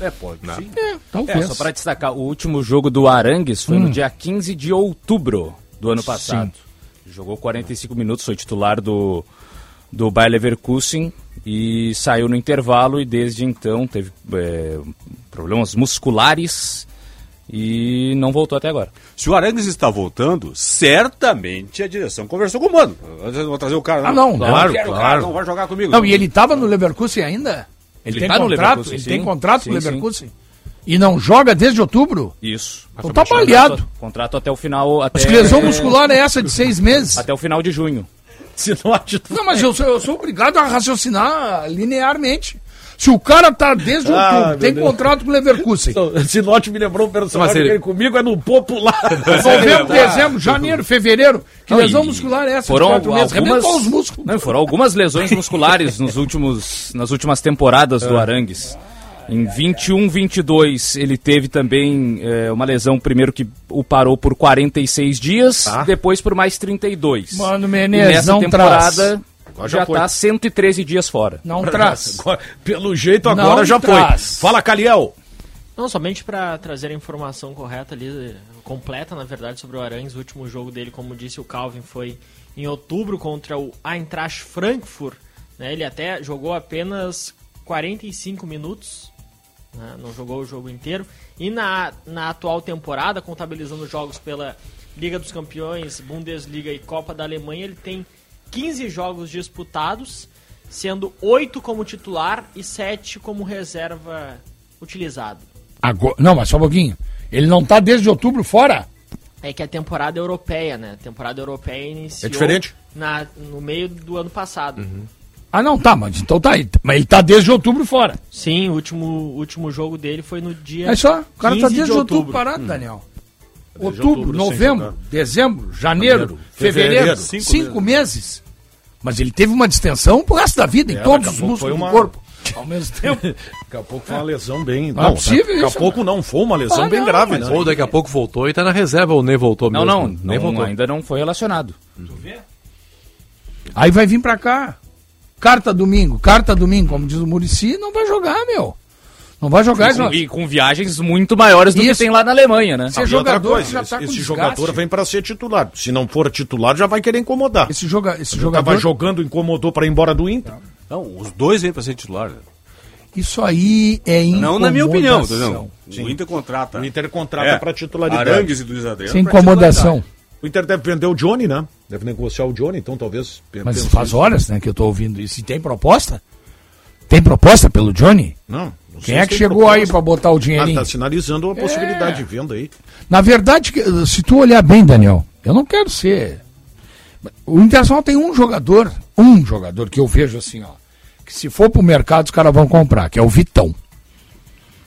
É, pode.
né?
Sim.
É,
É,
talvez. Hum.
só pra destacar, o último jogo do Arangues foi no dia 15 de outubro do ano passado. Jogou 45 minutos, foi titular do, do Bayer Leverkusen e saiu no intervalo e desde então teve é, problemas musculares e não voltou até agora.
Se o Arangues está voltando, certamente a direção conversou com o Mano. Eu vou trazer o cara. né?
Ah, não,
claro,
não
quero o cara,
claro.
não vai jogar comigo.
Não, e ele estava no Leverkusen ainda? Ele,
Ele
tem
tá no
contrato?
Leverkusen,
ele
sim.
tem contrato
Sim,
no
sim.
Leverkusen? E não joga desde outubro?
Isso.
Então tá baleado.
Contrato até o final. Até,
Mas que lesão muscular é essa de seis meses?
Até o final de junho.
Não, mas eu sou, eu sou obrigado a raciocinar linearmente. Se o cara tá desde
Ah,
outubro,
meu
tem
Deus.
contrato com o Leverkusen.
Sinote me lembrou um personagem
Mas ele-
que ele comigo é no popular.
Novembro, um dezembro, janeiro, fevereiro. Que lesão muscular é essa? de
Foram
quatro meses?
algumas,
Arrebentou os músculos.
não, foram algumas lesões musculares nos últimos, nas últimas temporadas
É.
do Arangues. Em 21, 22, ele teve também eh, uma lesão, primeiro que o parou por 46 dias, depois por mais 32.
Tá. Mano,
E
Menezes,
nessa
não
temporada
Agora já
já tá
foi.
tá.
está 113 dias fora.
Não traz.
Agora, Pelo
então
jeito
Não
agora já
traz.
foi. Fala, Caliel.
Não, somente pra trazer a informação correta ali, completa, na verdade, sobre o Arangues. O último jogo dele, como disse o Calvin, foi em outubro contra o Eintracht Frankfurt. né? Ele até jogou apenas 45 minutos, né? não jogou o jogo inteiro. E na, na atual temporada, contabilizando jogos pela Liga dos Campeões, Bundesliga e Copa da Alemanha, ele tem 15 jogos disputados, sendo 8 como titular e 7 como reserva utilizado.
Agora- não, mas só um pouquinho. Ele não tá desde outubro fora?
É que a temporada europeia, né? A temporada europeia iniciou
É diferente? Uhum.
Na, no meio do ano passado.
Ah, não, tá, mas então tá aí. Mas ele tá desde outubro fora.
Sim, o último, o último jogo dele foi no dia.
É só, o cara tá
15
desde outubro, parado,
Hum,
Hum.
Daniel. Outubro, novembro, dezembro, janeiro, fevereiro,
fevereiro,
cinco,
cinco
meses. Mas ele teve uma distensão pro resto da vida, em
É,
todos
daqui
os
a pouco
músculos
foi uma-
do corpo. Ao mesmo tempo.
Daqui a pouco foi uma lesão bem.
Não é possível
Daqui a
isso,
pouco não, foi uma lesão
Ah,
bem
não,
grave,
mas
né?
Ou daqui a pouco voltou e tá na reserva, ou nem voltou
Não,
mesmo.
não,
nem
não,
voltou.
ainda não foi relacionado.
Aí vai vir pra cá. Carta domingo, carta domingo, como diz o Murici, não vai jogar, meu. Não vai jogar,
e com,
Jonathan.
e com viagens muito maiores do que tem lá na Alemanha, né?
Ah, e outra coisa,
tá
esse, esse jogador vem para ser titular. Se não for titular, já vai querer incomodar.
Esse, joga, esse
jogador tava
jogador-
jogando, incomodou para ir embora do Inter.
Não, os dois vêm para ser titular. Né?
Isso aí é
Não na minha opinião,
incomodação.
não. O Inter contrata. É.
O Inter contrata pra titularidade.
Arangues e Luiz Adriano.
Sem
pra
incomodação.
titularidade. O Inter deve vender o Johnny, né? Deve negociar o Johnny, então talvez.
Mas
pense
faz
nisso.
horas né, que eu tô ouvindo isso. E tem proposta? Tem proposta pelo Johnny?
Não. não sei
Quem é
se
que
tem
chegou
proposta.
aí pra botar o
Ah,
dinheirinho? É.
tá sinalizando uma possibilidade de venda aí.
Na verdade, que- se tu olhar bem, Daniel, eu não quero ser. O Internacional tem um jogador, um jogador que eu vejo assim, ó. Que se for pro mercado, os caras vão comprar, que é o Vitão.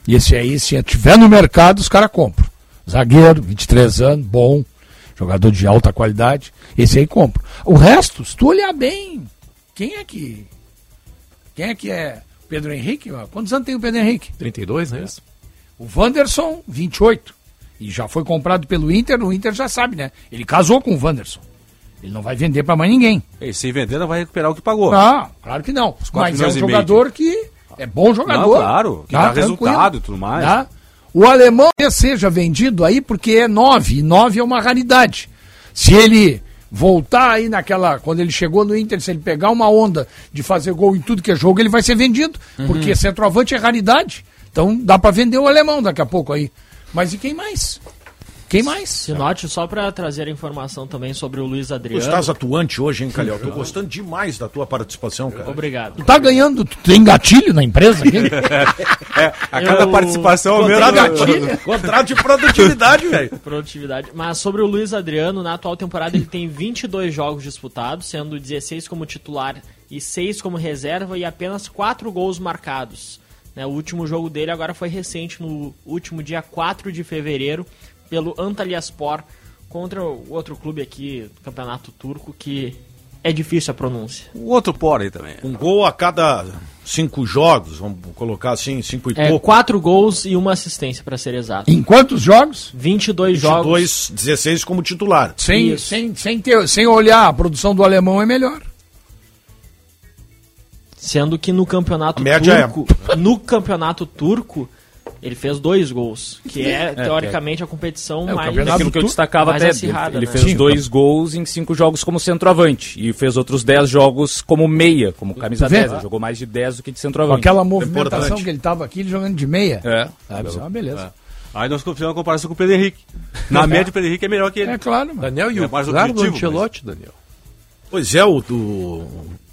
E esse aí, se tiver no mercado, os caras compram. Zagueiro, 23 anos, bom, jogador de alta qualidade, esse aí compra. O resto, se tu olhar bem, quem é que. Quem é que é? Pedro Henrique? ó, Quantos anos tem o Pedro Henrique? É.
32, né? isso?
O Wanderson, 28. E já foi comprado pelo Inter, o Inter já sabe, né? Ele casou com o Wanderson. Ele não vai vender pra mais ninguém.
E se vender, não vai recuperar o que pagou.
Não, claro que não.
quatro
Mas é um
milhões e meio,
jogador que é bom jogador. Tá
Não, claro, que dá
tranquilo,
resultado e tudo mais.
tá? O alemão que seja vendido aí porque é 9, e 9 é uma raridade. Se ele voltar aí naquela, quando ele chegou no Inter, se ele pegar uma onda de fazer gol em tudo que é jogo, ele vai ser vendido,
Uhum.
porque centroavante é raridade. Então dá pra vender o alemão daqui a pouco aí. Mas e quem mais? Quem mais?
Sinote, só pra trazer a informação também sobre o Luiz
Tu
Adriano.
estás atuante hoje, hein, Calhau? Tô gostando demais da tua participação, cara.
Obrigado.
Tu tá ganhando, tu tem gatilho na empresa? aqui?
é,
a cada Eu- participação é aumenta- Contrato-
Contrato de produtividade, velho.
Produtividade. Mas sobre o Luiz Adriano, na atual temporada ele tem 22 jogos disputados, sendo 16 como titular e 6 como reserva e apenas 4 gols marcados. né? O último jogo dele agora foi recente, no último dia 4 de fevereiro, pelo Antalyaspor contra o outro clube aqui do Campeonato Turco, que é difícil a pronúncia.
O outro por aí também.
Um gol a cada cinco jogos, vamos colocar assim, cinco e
É,
pouco.
4 gols e uma assistência, pra ser exato.
Em quantos jogos?
22 jogos.
22, 16 como titular.
Sem, sem, sem, ter, sem olhar Ah, a produção do alemão é melhor.
Sendo que no campeonato
A média é.
turco, no campeonato turco, ele fez dois gols, que é,
É,
teoricamente a competição
É, o
mais
campeonato aquilo que eu destacava
mais
até.
acirrada,
ele
né?
fez dois
então.
gols em cinco jogos como centroavante. E fez outros dez jogos como meia, como camisa
vê?
10. Ele jogou mais de 10 do que de
Com
centroavante.
aquela movimentação
Importante.
que ele tava aqui, ele jogando de meia.
É.
Sabe, isso é uma beleza.
É. Aí nós fizemos uma comparação com o Pedro Henrique. Na
É.
média, o Pedro Henrique é melhor que ele.
É claro, mano.
Daniel e
É
o
mais
claro, do
objetivo,
Ancelotti, Daniel.
Pois é, o do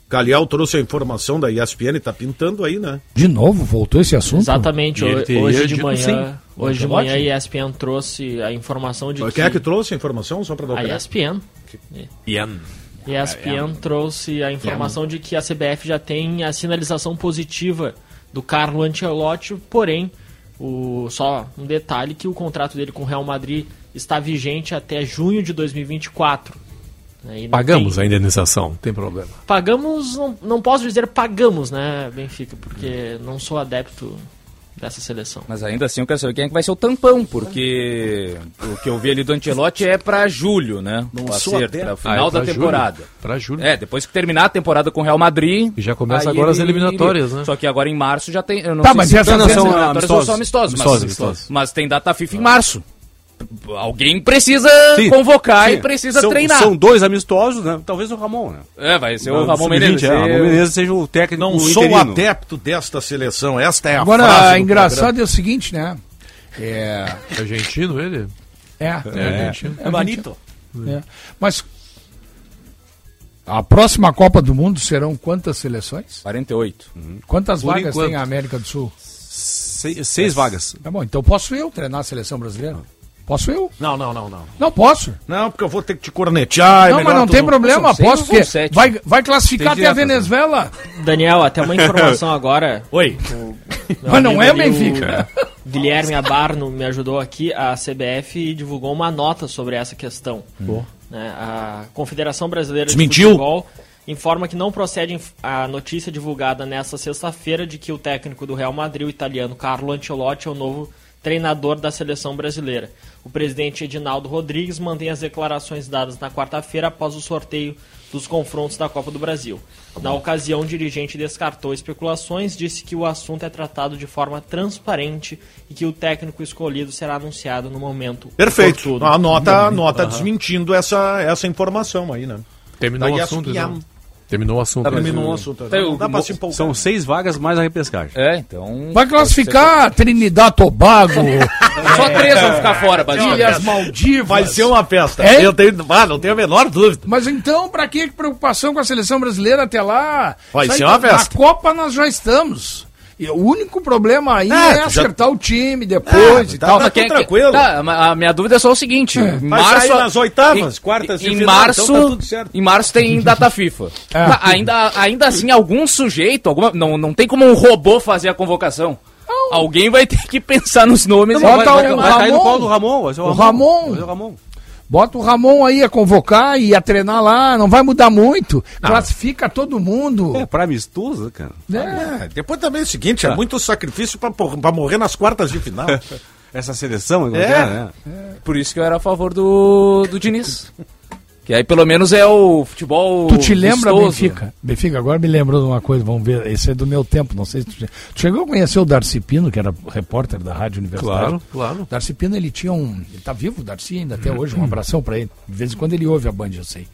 Calhau trouxe a informação da ESPN, tá pintando aí, né?
De novo, voltou esse assunto? É
Exatamente,
E
ho-
ele teria
hoje de
dito
manhã,
sim.
hoje de
Ancelotti?
manhã a ESPN trouxe a informação de
Quem é que trouxe a informação? Só pra É, dar o
a
crédito?
ESPN
é-
ESPN trouxe a informação de que a CBF já tem a sinalização positiva do Carlo Ancelotti, porém, o, só um detalhe que o contrato dele com o Real Madrid está vigente até junho de 2024. né, e não
Pagamos
tem-
a indenização, não tem problema.
Pagamos, não, não posso dizer pagamos, né, Benfica, porque não sou adepto dessa seleção.
Mas ainda assim eu quero saber quem é que vai ser o tampão, porque o que eu vi ali do Antelote é pra julho, né?
Não
O
sou
acerto,
adepto.
pra
Ah,
final
é pra
da
julho?
temporada.
Pra julho.
É, depois que terminar a temporada com o Real Madrid.
E já começa
aí
agora as
ele-
eliminatórias, né?
Só que agora em março já tem. Eu não
Tá,
sei
mas
se
e essas
todas as
são
eliminatórias ou só
amistosas?
amistosas.
Amistosas,
mas,
amistosas.
mas tem data
Ah.
FIFA em março. Alguém precisa
Sim,
convocar
sim.
e precisa
São-
treinar.
São dois amistosos, né? Talvez o Ramon, né?
É, vai ser
Não,
o Ramon
sub-20,
Menezes.
é,
ser
Ramon
o-
Menezes seja o técnico
Não sou
interino.
adepto desta seleção. Esta é a frase
Agora,
do
engraçado
programa.
é o seguinte, né? É.
Argentino ele?
É,
É.
argentino.
É bonito.
É. Mas. A próxima Copa do Mundo serão quantas seleções?
48.
Quantas
Por
vagas
enquanto.
tem a América do Sul?
Sei- seis vagas.
Tá bom, então posso eu treinar a seleção brasileira? Posso eu?
Não, não, não, não.
Não posso.
Não, porque eu vou ter que te cornetear. é
não,
melhor
mas não
tu
tem problema,
São
posso,
seis ou são
porque
um sete?
vai, vai classificar
Tem
até a
diretas, né?
Venezuela.
Daniel, até uma informação agora.
Oi.
Mas não é Benfica.
Guilherme Abarno me ajudou aqui. A CBF divulgou uma nota sobre essa questão.
Boa.
Né, A Confederação Brasileira
Desmentiu?
de Futebol informa que não procede inf- a notícia divulgada nesta sexta-feira de que o técnico do Real Madrid, o italiano Carlo Ancelotti, é o novo treinador da seleção brasileira. O presidente Edinaldo Rodrigues mantém as declarações dadas na quarta-feira após o sorteio dos confrontos da Copa do Brasil.
Tá
Na ocasião, o dirigente descartou especulações, disse que o assunto é tratado de forma transparente e que o técnico escolhido será anunciado no momento.
Perfeito. Ah,
oportuno.
A nota, a nota
Aham.
desmentindo essa, essa informação aí, né?
Terminou
Daí
o
as
assunto,
piam-
Isão. Terminou o assunto. né?
Tá, mas
Isão.
Terminou o assunto.
Tem
Não
o-
dá pra se empolgar.
São seis vagas mais a repescagem.
É, então.
Vai classificar Trinidad Tobago.
É.
Só três vão ficar fora,
Ilhas Maldivas.
Vai ser uma festa.
É?
Eu tenho, ah, não tenho a menor dúvida.
Mas então, pra que preocupação com a seleção brasileira até lá?
Vai
Sai
ser uma
da-
festa.
Na Copa nós já estamos. E o único problema aí
É,
é,
tu já-
acertar o time depois e tal. é
Mas Tá, quem- quem- tá, mas a minha dúvida é só o seguinte: em
sair nas oitavas,
em-
quartas de
em
final,
março,
então tá tudo certo.
em março tem data FIFA. Tá, ainda, ainda assim, algum sujeito, alguma, não, não tem como um robô fazer a convocação. Alguém vai ter que pensar nos nomes.
Bota
vai- vai-
o
vai cair no
um Ramon.
colo do
Ramon, vai ser
O Ramon. Bota o Ramon aí a convocar e a treinar lá, não vai mudar muito. Classifica todo mundo.
É, pra amistoso, cara.
Né?
É, depois também é o seguinte, é muito sacrifício pra, por- pra morrer nas quartas de final.
Essa seleção,
É.
né?
Por isso que eu era a favor do, do Diniz. Que aí pelo menos é o futebol.
Tu te lembra,
vistoso.
Benfica? Benfica, agora me lembrou de uma coisa, vamos ver, esse é do meu tempo, não sei se tu... che- Tu chegou a conhecer o Darcy Pino, que era repórter da Rádio Universitária?
Claro, claro.
Darcy Pino, ele tinha um... Ele tá vivo, o Darcy, ainda até hoje, um abração pra ele. De vez em quando ele ouve a Band, eu sei.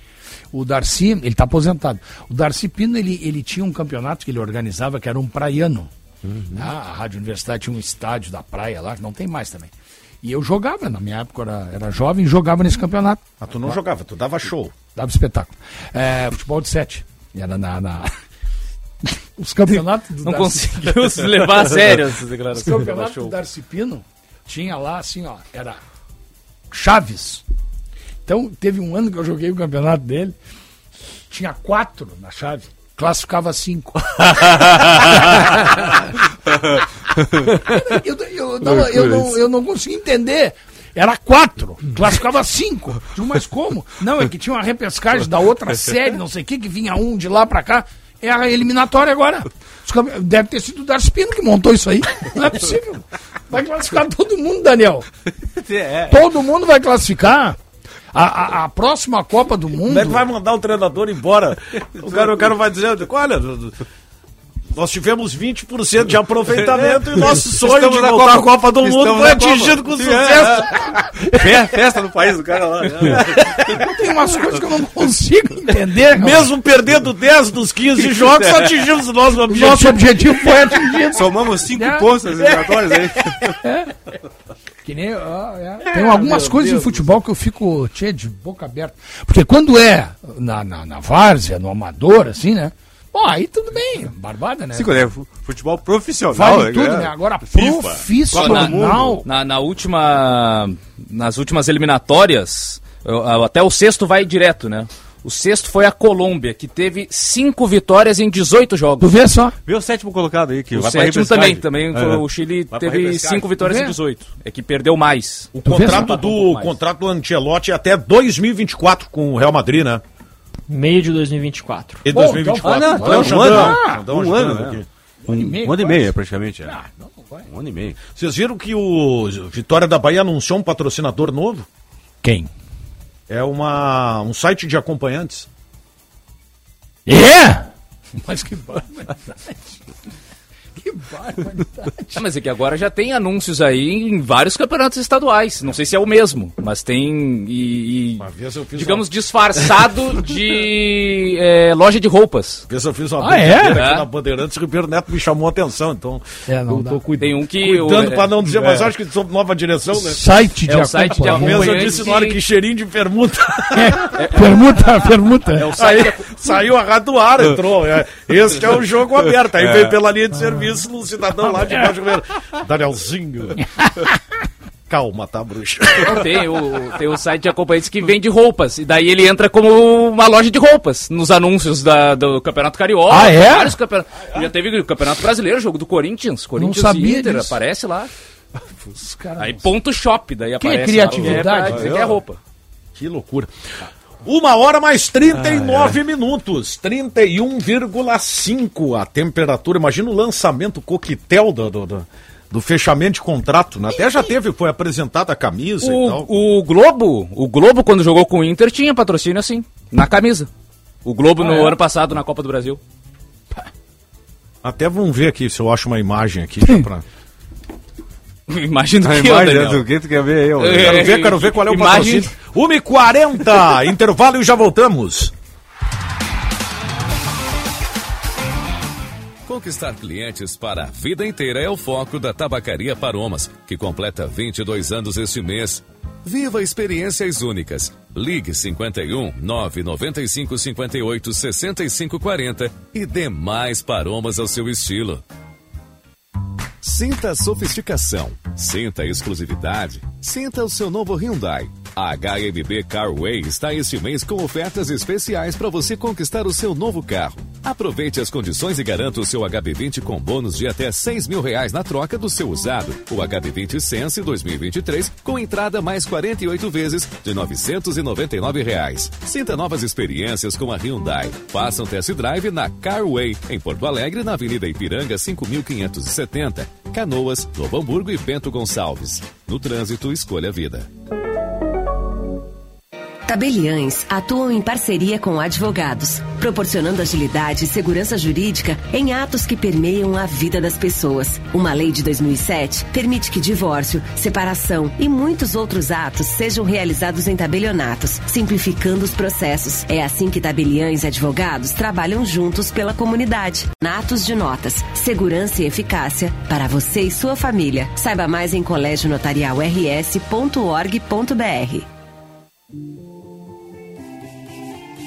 O Darcy, ele tá aposentado. O Darcy Pino, ele, ele tinha um campeonato que ele organizava, que era um praiano.
Uhum.
né? A Rádio Universidade tinha um estádio da praia lá, que não tem mais também. E eu jogava, na minha época eu era, era jovem, jogava nesse campeonato.
Ah, tu não jogava, tu dava show.
Dava espetáculo. É, futebol de sete. Era na. na- Os campeonatos do
Não
Darcy-
conseguiu se levar a sério essas
Os
declarações.
campeonatos
Achou.
do Darcy Pino tinha lá assim, ó. Era Chaves. Então, teve um ano que eu joguei o campeonato dele. Tinha quatro na chave. Classificava cinco. eu, eu não, eu, não, eu não consegui entender. Era quatro, classificava cinco. Digo, Mas como? Não, é que tinha uma repescagem da outra série, não sei o que, que vinha um de lá pra cá. É a eliminatória agora. Os campe- Deve ter sido o Darcy Pino que montou isso aí. Não é possível. Vai classificar todo mundo, Daniel. Todo mundo vai classificar. é. A, a- a próxima Copa do Mundo.
Como é que vai mandar o treinador embora? O cara, o cara vai dizer, olha, nós tivemos 20% de aproveitamento e nosso sonho
Estamos
de
na
voltar à
Copa-
Copa do Mundo
estamos
foi
na Copa. É.
atingido com
Sim,
sucesso.
Fe- Festa no país do cara lá. né?
Tem umas coisas que eu não consigo entender. cara.
Mesmo perdendo 10 dos 15 jogos, atingimos o nosso objetivo.
Nosso objetivo foi atingido.
Somamos cinco
É.
pontos nas eliminatórias aí.
Que nem, ó, é. Tem algumas coisas em futebol que eu fico tchê, de boca aberta. Porque quando é na, na, na várzea, no amador, assim, né? Ó, aí tudo bem, barbada, né?
Cinco, né? Fu- Futebol profissional.
Vale
né,
tudo,
cara?
né? Agora,
FIFA, Copa
na,
do Mundo.
na- na última. Nas últimas eliminatórias, eu- eu- até o sexto vai direto, né? O sexto foi a Colômbia, que teve cinco vitórias em 18
Tu
jogos.
vê só.
Vê o sétimo colocado aí, que
O
vai pra
sétimo também,
repescagem.
também.
É.
foi- O Chile
Vai pra
teve
repescagem.
cinco vitórias
Vê?
em 18. É que perdeu mais. um
O
Tu vê só?
contrato do, o contrato do Ancelotti é até 2024 com o Real Madrid, né?
Meio de 2024.
Em
Bom,
2024.
então- Ah, não,
Tá
então-
ajudando,
Ah,
tá
um
ajudando
ano,
aqui.
né?
meio,
Um ano e
quase.
meio, é, praticamente. é.
não, não vai.
Um ano e meio.
Vocês viram que o Vitória da Bahia anunciou um patrocinador novo?
Quem?
É uma, um site de acompanhantes.
É? Mas que é barbaridade. Que barbaridade.
Ah, mas é que agora já tem anúncios aí em vários campeonatos estaduais. Não sei se é o mesmo, mas tem. E, e,
Uma vez eu fiz
digamos, disfarçado de é, loja de roupas.
Uma, vez eu fiz uma
Ah, é?
brincadeira aqui
É.
na Bandeirantes, o Ribeiro Neto me chamou a atenção, então
É, não
eu
dá.
tô cuidando,
Tem um que.
cuidando
o-
pra não dizer,
é.
mas acho que sob nova direção, né?
Site de
É o site
acompanhamento.
de
É.
Mesmo eu
acompanhante.
disse na hora que cheirinho de permuta. É.
Permuta, permuta.
É o
Aí
site de-
saiu a rádio do ar, entrou. É, Esse que é o jogo aberto. Aí veio pela linha de serviço um cidadão lá
É.
de baixo. vendo, Danielzinho. Calma, tá, bruxa?
Não, tem, o, tem o site de acompanhantes que vende roupas. E daí ele entra como uma loja de roupas nos anúncios da- do Campeonato Carioca.
Ah, é?
Vários campeonatos. Já teve o Campeonato Brasileiro, jogo do Corinthians. Corinthians
sabia
e Inter,
disso.
aparece lá.
Os caras
Aí ponto shop, daí aparece. lá.
criatividade?
É, pra dizer que é roupa.
Que loucura. Uma hora mais 39 minutos, 31,5 a temperatura. Imagina o lançamento o coquetel do, do, do- do fechamento de contrato. né? Até já teve, foi apresentada a camisa e tal.
O, o Globo, o Globo quando jogou com o Inter tinha patrocínio assim, na camisa. O Globo
Ah,
no
é?
ano passado na Copa do Brasil.
Até vamos ver aqui se eu acho uma imagem aqui. já pra-
Imagina
A
que
imagem é
Daniel.
do
Ah, que tu quer ver aí,
Eu quero ver, quero ver qual é o
Imagem-
patrocínio. 1h40, intervalo e já voltamos.
Conquistar clientes para a vida inteira é o foco da Tabacaria Paromas, que completa 22 anos este mês. Viva experiências únicas. Ligue 51 995 58 65 40 e dê mais paromas ao seu estilo. Sinta a sofisticação, sinta a exclusividade, sinta o seu novo Hyundai. A HMB Carway está este mês com ofertas especiais para você conquistar o seu novo carro. Aproveite as condições e garanta o seu HB20 com bônus de até 6 mil reais na troca do seu usado. O HB20 Sense 2023 com entrada mais 48 vezes de 999 reais. Sinta novas experiências com a Hyundai. Faça um test drive na Carway, em Porto Alegre, na Avenida Ipiranga 5570, Canoas, Novo Hamburgo e Bento Gonçalves. No trânsito, escolha a vida.
Tabeliães atuam em parceria com advogados, proporcionando agilidade e segurança jurídica em atos que permeiam a vida das pessoas. Uma lei de 2007 permite que divórcio, separação e muitos outros atos sejam realizados em tabelionatos, simplificando os processos. É assim que tabeliães e advogados trabalham juntos pela comunidade. Natos de notas, segurança e eficácia para você e sua família. Saiba mais em colégionotarialrs.org.br.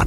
A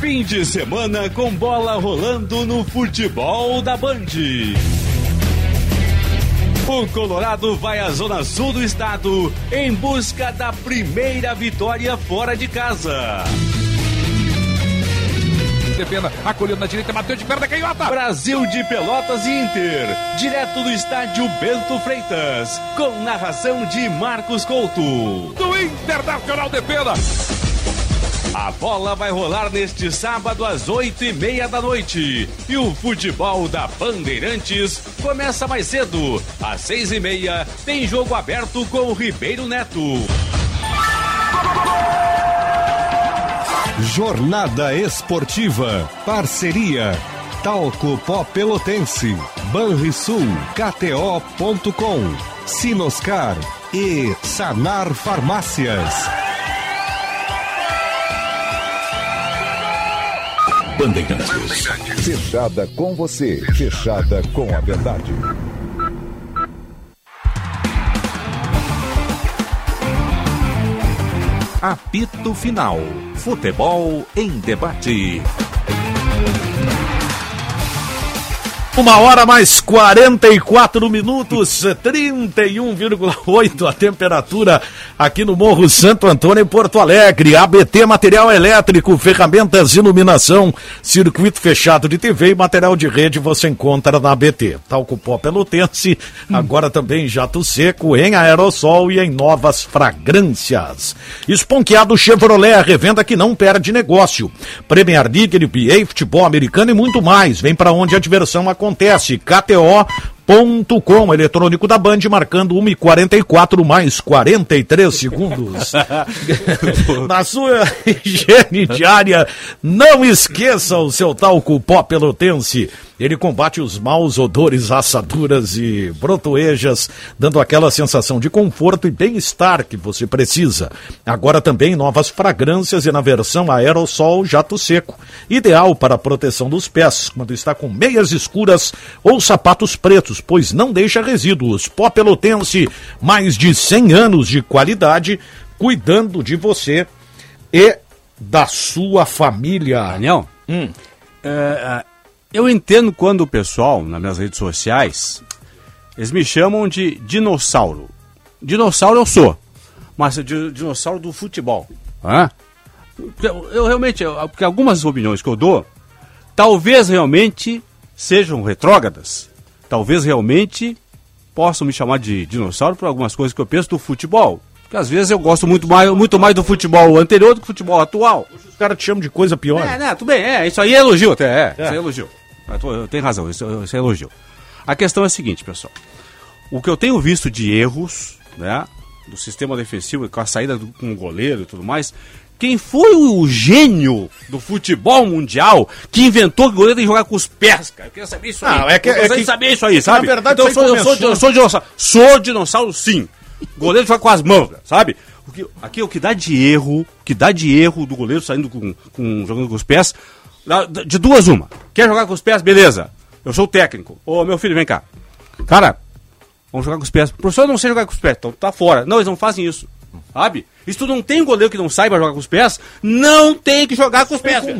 Fim de semana com bola rolando no futebol da Band. O Colorado vai à zona sul do estado em busca da primeira vitória fora de casa.
Depena, acolheu na direita, bateu de perna, canhota.
Brasil de Pelotas e Inter, direto do estádio Bento Freitas, com narração de Marcos Couto.
Do Internacional de Pena.
A bola vai rolar neste sábado às oito e meia da noite. E o futebol da Bandeirantes começa mais cedo. Às seis e meia tem jogo aberto com o Ribeiro Neto.
Jornada Esportiva. Parceria. Talco Pó Pelotense. Banrisul. KTO.com. Sinoscar. E Sanar Farmácias.
Bandeirantes. Fechada com você. Fechada com a verdade.
Apito Final. Futebol em debate.
Uma hora mais 44 minutos, 31,8 a temperatura aqui no Morro Santo Antônio, em Porto Alegre. ABT Material Elétrico, ferramentas, iluminação, circuito fechado de TV e material de rede você encontra na ABT. Talco Tá Pó Pelotense, agora também em Jato Seco, em aerossol e em novas fragrâncias. Esponqueado Chevrolet, é a revenda que não perde negócio. Premier League, NBA, futebol americano e muito mais. Vem para onde a diversão acontece. KTO.com.br KTO.com, eletrônico da Band, marcando 1h44 mais 43 segundos. Na sua higiene diária, não esqueça o seu talco pó pelotense. Ele combate os maus odores, assaduras e brotoejas, dando aquela sensação de conforto e bem-estar que você precisa. Agora também novas fragrâncias e na versão aerossol jato seco, ideal para a proteção dos pés quando está com meias escuras ou sapatos pretos, pois não deixa resíduos. Pó Pelotense, mais de 100 anos de qualidade, cuidando de você e da sua família.
Daniel, Hum. é, eu entendo quando o pessoal, nas minhas redes sociais, eles me chamam de dinossauro. Dinossauro eu sou, mas eu di- dinossauro do futebol. Hã? Então, Eu, eu realmente, eu- porque algumas opiniões que eu dou, talvez realmente sejam retrógradas. Talvez realmente possam me chamar de dinossauro por algumas coisas que eu penso do futebol. Porque às vezes eu gosto muito mais, muito mais do futebol anterior do que do futebol atual.
Os caras te chamam de coisa pior.
É, né? Tudo bem, é. Isso aí é elogio até, é. Isso aí é elogio. Eu tô- eu tenho razão, isso, isso é elogio. A questão é a seguinte, pessoal. O que eu tenho visto de erros, né? Do sistema defensivo, com a saída do, com o goleiro e tudo mais. Quem foi o gênio do futebol mundial que inventou que o goleiro tem que jogar com os pés, cara? Eu queria saber isso
Não,
aí.
é que-
eu
é
gostaria
que-
de saber isso
é
aí,
que,
sabe?
na verdade,
então, eu
isso aí
sou, eu sou,
começou-
eu sou dinossauro. Sou dinossauro, sim. Goleiro joga com as mãos, cara, sabe? O que, aqui é o que dá de erro, o que dá de erro do goleiro saindo com, com- jogando com os pés, dá- dá- de duas uma. Quer jogar com os pés, beleza? Eu sou o técnico. Ô, meu filho, vem cá. Cara, vamos jogar com os pés. Professor, eu não sei jogar com os pés, então tá fora. Não, eles não fazem isso. Sabe? E se tu não tem um goleiro que não saiba jogar com os pés, não tem que jogar com os pés. velho,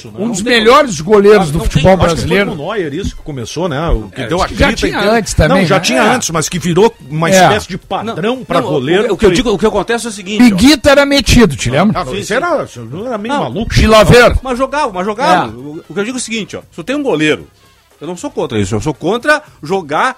sabe?
Um dos melhores goleiros do futebol
Acho que foi
brasileiro.
com o Neuer isso que começou, né? O que
É,
deu
acho
a
que já
grita
tinha
inteira.
antes também,
Não, já
né?
tinha
É.
antes, mas que virou uma
É.
espécie de padrão pra
Não,
goleiro.
O, o que eu digo, o que eu contesto é o seguinte. assim, ó.
Piguita era metido, te lembra?
Ah, não, isso era, isso era meio maluco.
Chilaver.
Mas jogava, mas jogava. O o que eu digo é o seguinte, ó. Se eu tenho um goleiro, eu não sou contra isso. Eu sou contra jogar.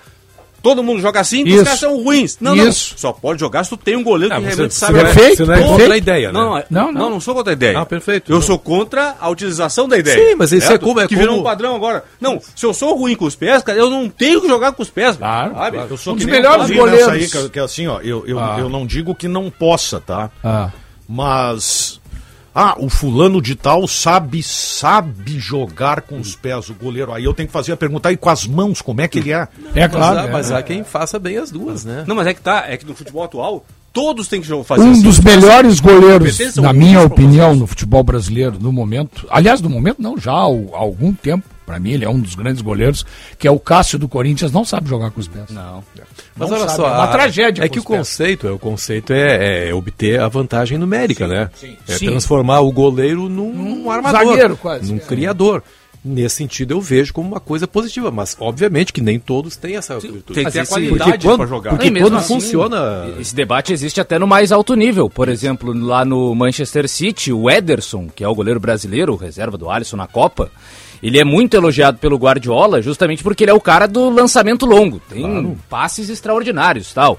Todo mundo joga assim, porque
Isso.
os caras são ruins. Não,
Isso.
não. Só pode jogar se tu tem um goleiro
Ah,
que
você-
realmente
você
sabe
não é-
jogar.
Perfeito, você não é
Contra-
contra
a ideia, né? Não, não, não, não sou contra a ideia.
Ah, perfeito.
Eu sou contra a utilização da ideia.
Sim, mas isso é
certo?
como- é
Que virou
como-
um padrão agora. Não, se eu sou ruim com os pés, cara, eu não tenho que jogar com os pés. sabe?
Eu
Um
sou que nem o
né?
Paulinho nessa aí, que, que assim, ó, eu, eu,
Ah.
eu não digo que não possa, tá?
Ah.
Mas. Ah, o fulano de tal sabe, sabe jogar com os pés o goleiro. Aí eu tenho que fazer a pergunta, e com as mãos, como é que ele é?
Mas, há- mas há quem faça bem as duas, né?
Não, mas é que tá, é que no futebol atual, todos têm que jo- fazer
Um
assim.
dos
Os caras
melhores
são-
goleiros,
competência,
na
são
minha
ruins pra
opinião, no futebol brasileiro, no momento. Aliás, no momento não, já há al- algum tempo. Pra mim, ele é um dos grandes goleiros, que é o Cássio do Corinthians, não sabe jogar com os pés. Não.
Mas
Não
olha
sabe,
só,
é uma
a-
tragédia
É
com
que o
os pés.
conceito, é, o conceito é, é obter a vantagem numérica, né? É
sim.
transformar o goleiro num, num armador,
zagueiro, quase. é.
num criador. Nesse sentido, eu vejo como uma coisa positiva, mas obviamente que nem todos têm essa virtude.
Mas esse-
Porque quando, Porque
E
é
mesmo
quando
assim,
funciona,
Esse debate existe até no mais alto nível. Por exemplo, lá no Manchester City, o Ederson, que é o goleiro brasileiro, reserva do Alisson na Copa, ele é muito elogiado pelo Guardiola, justamente porque ele é o cara do lançamento longo. Tem passes extraordinários tal.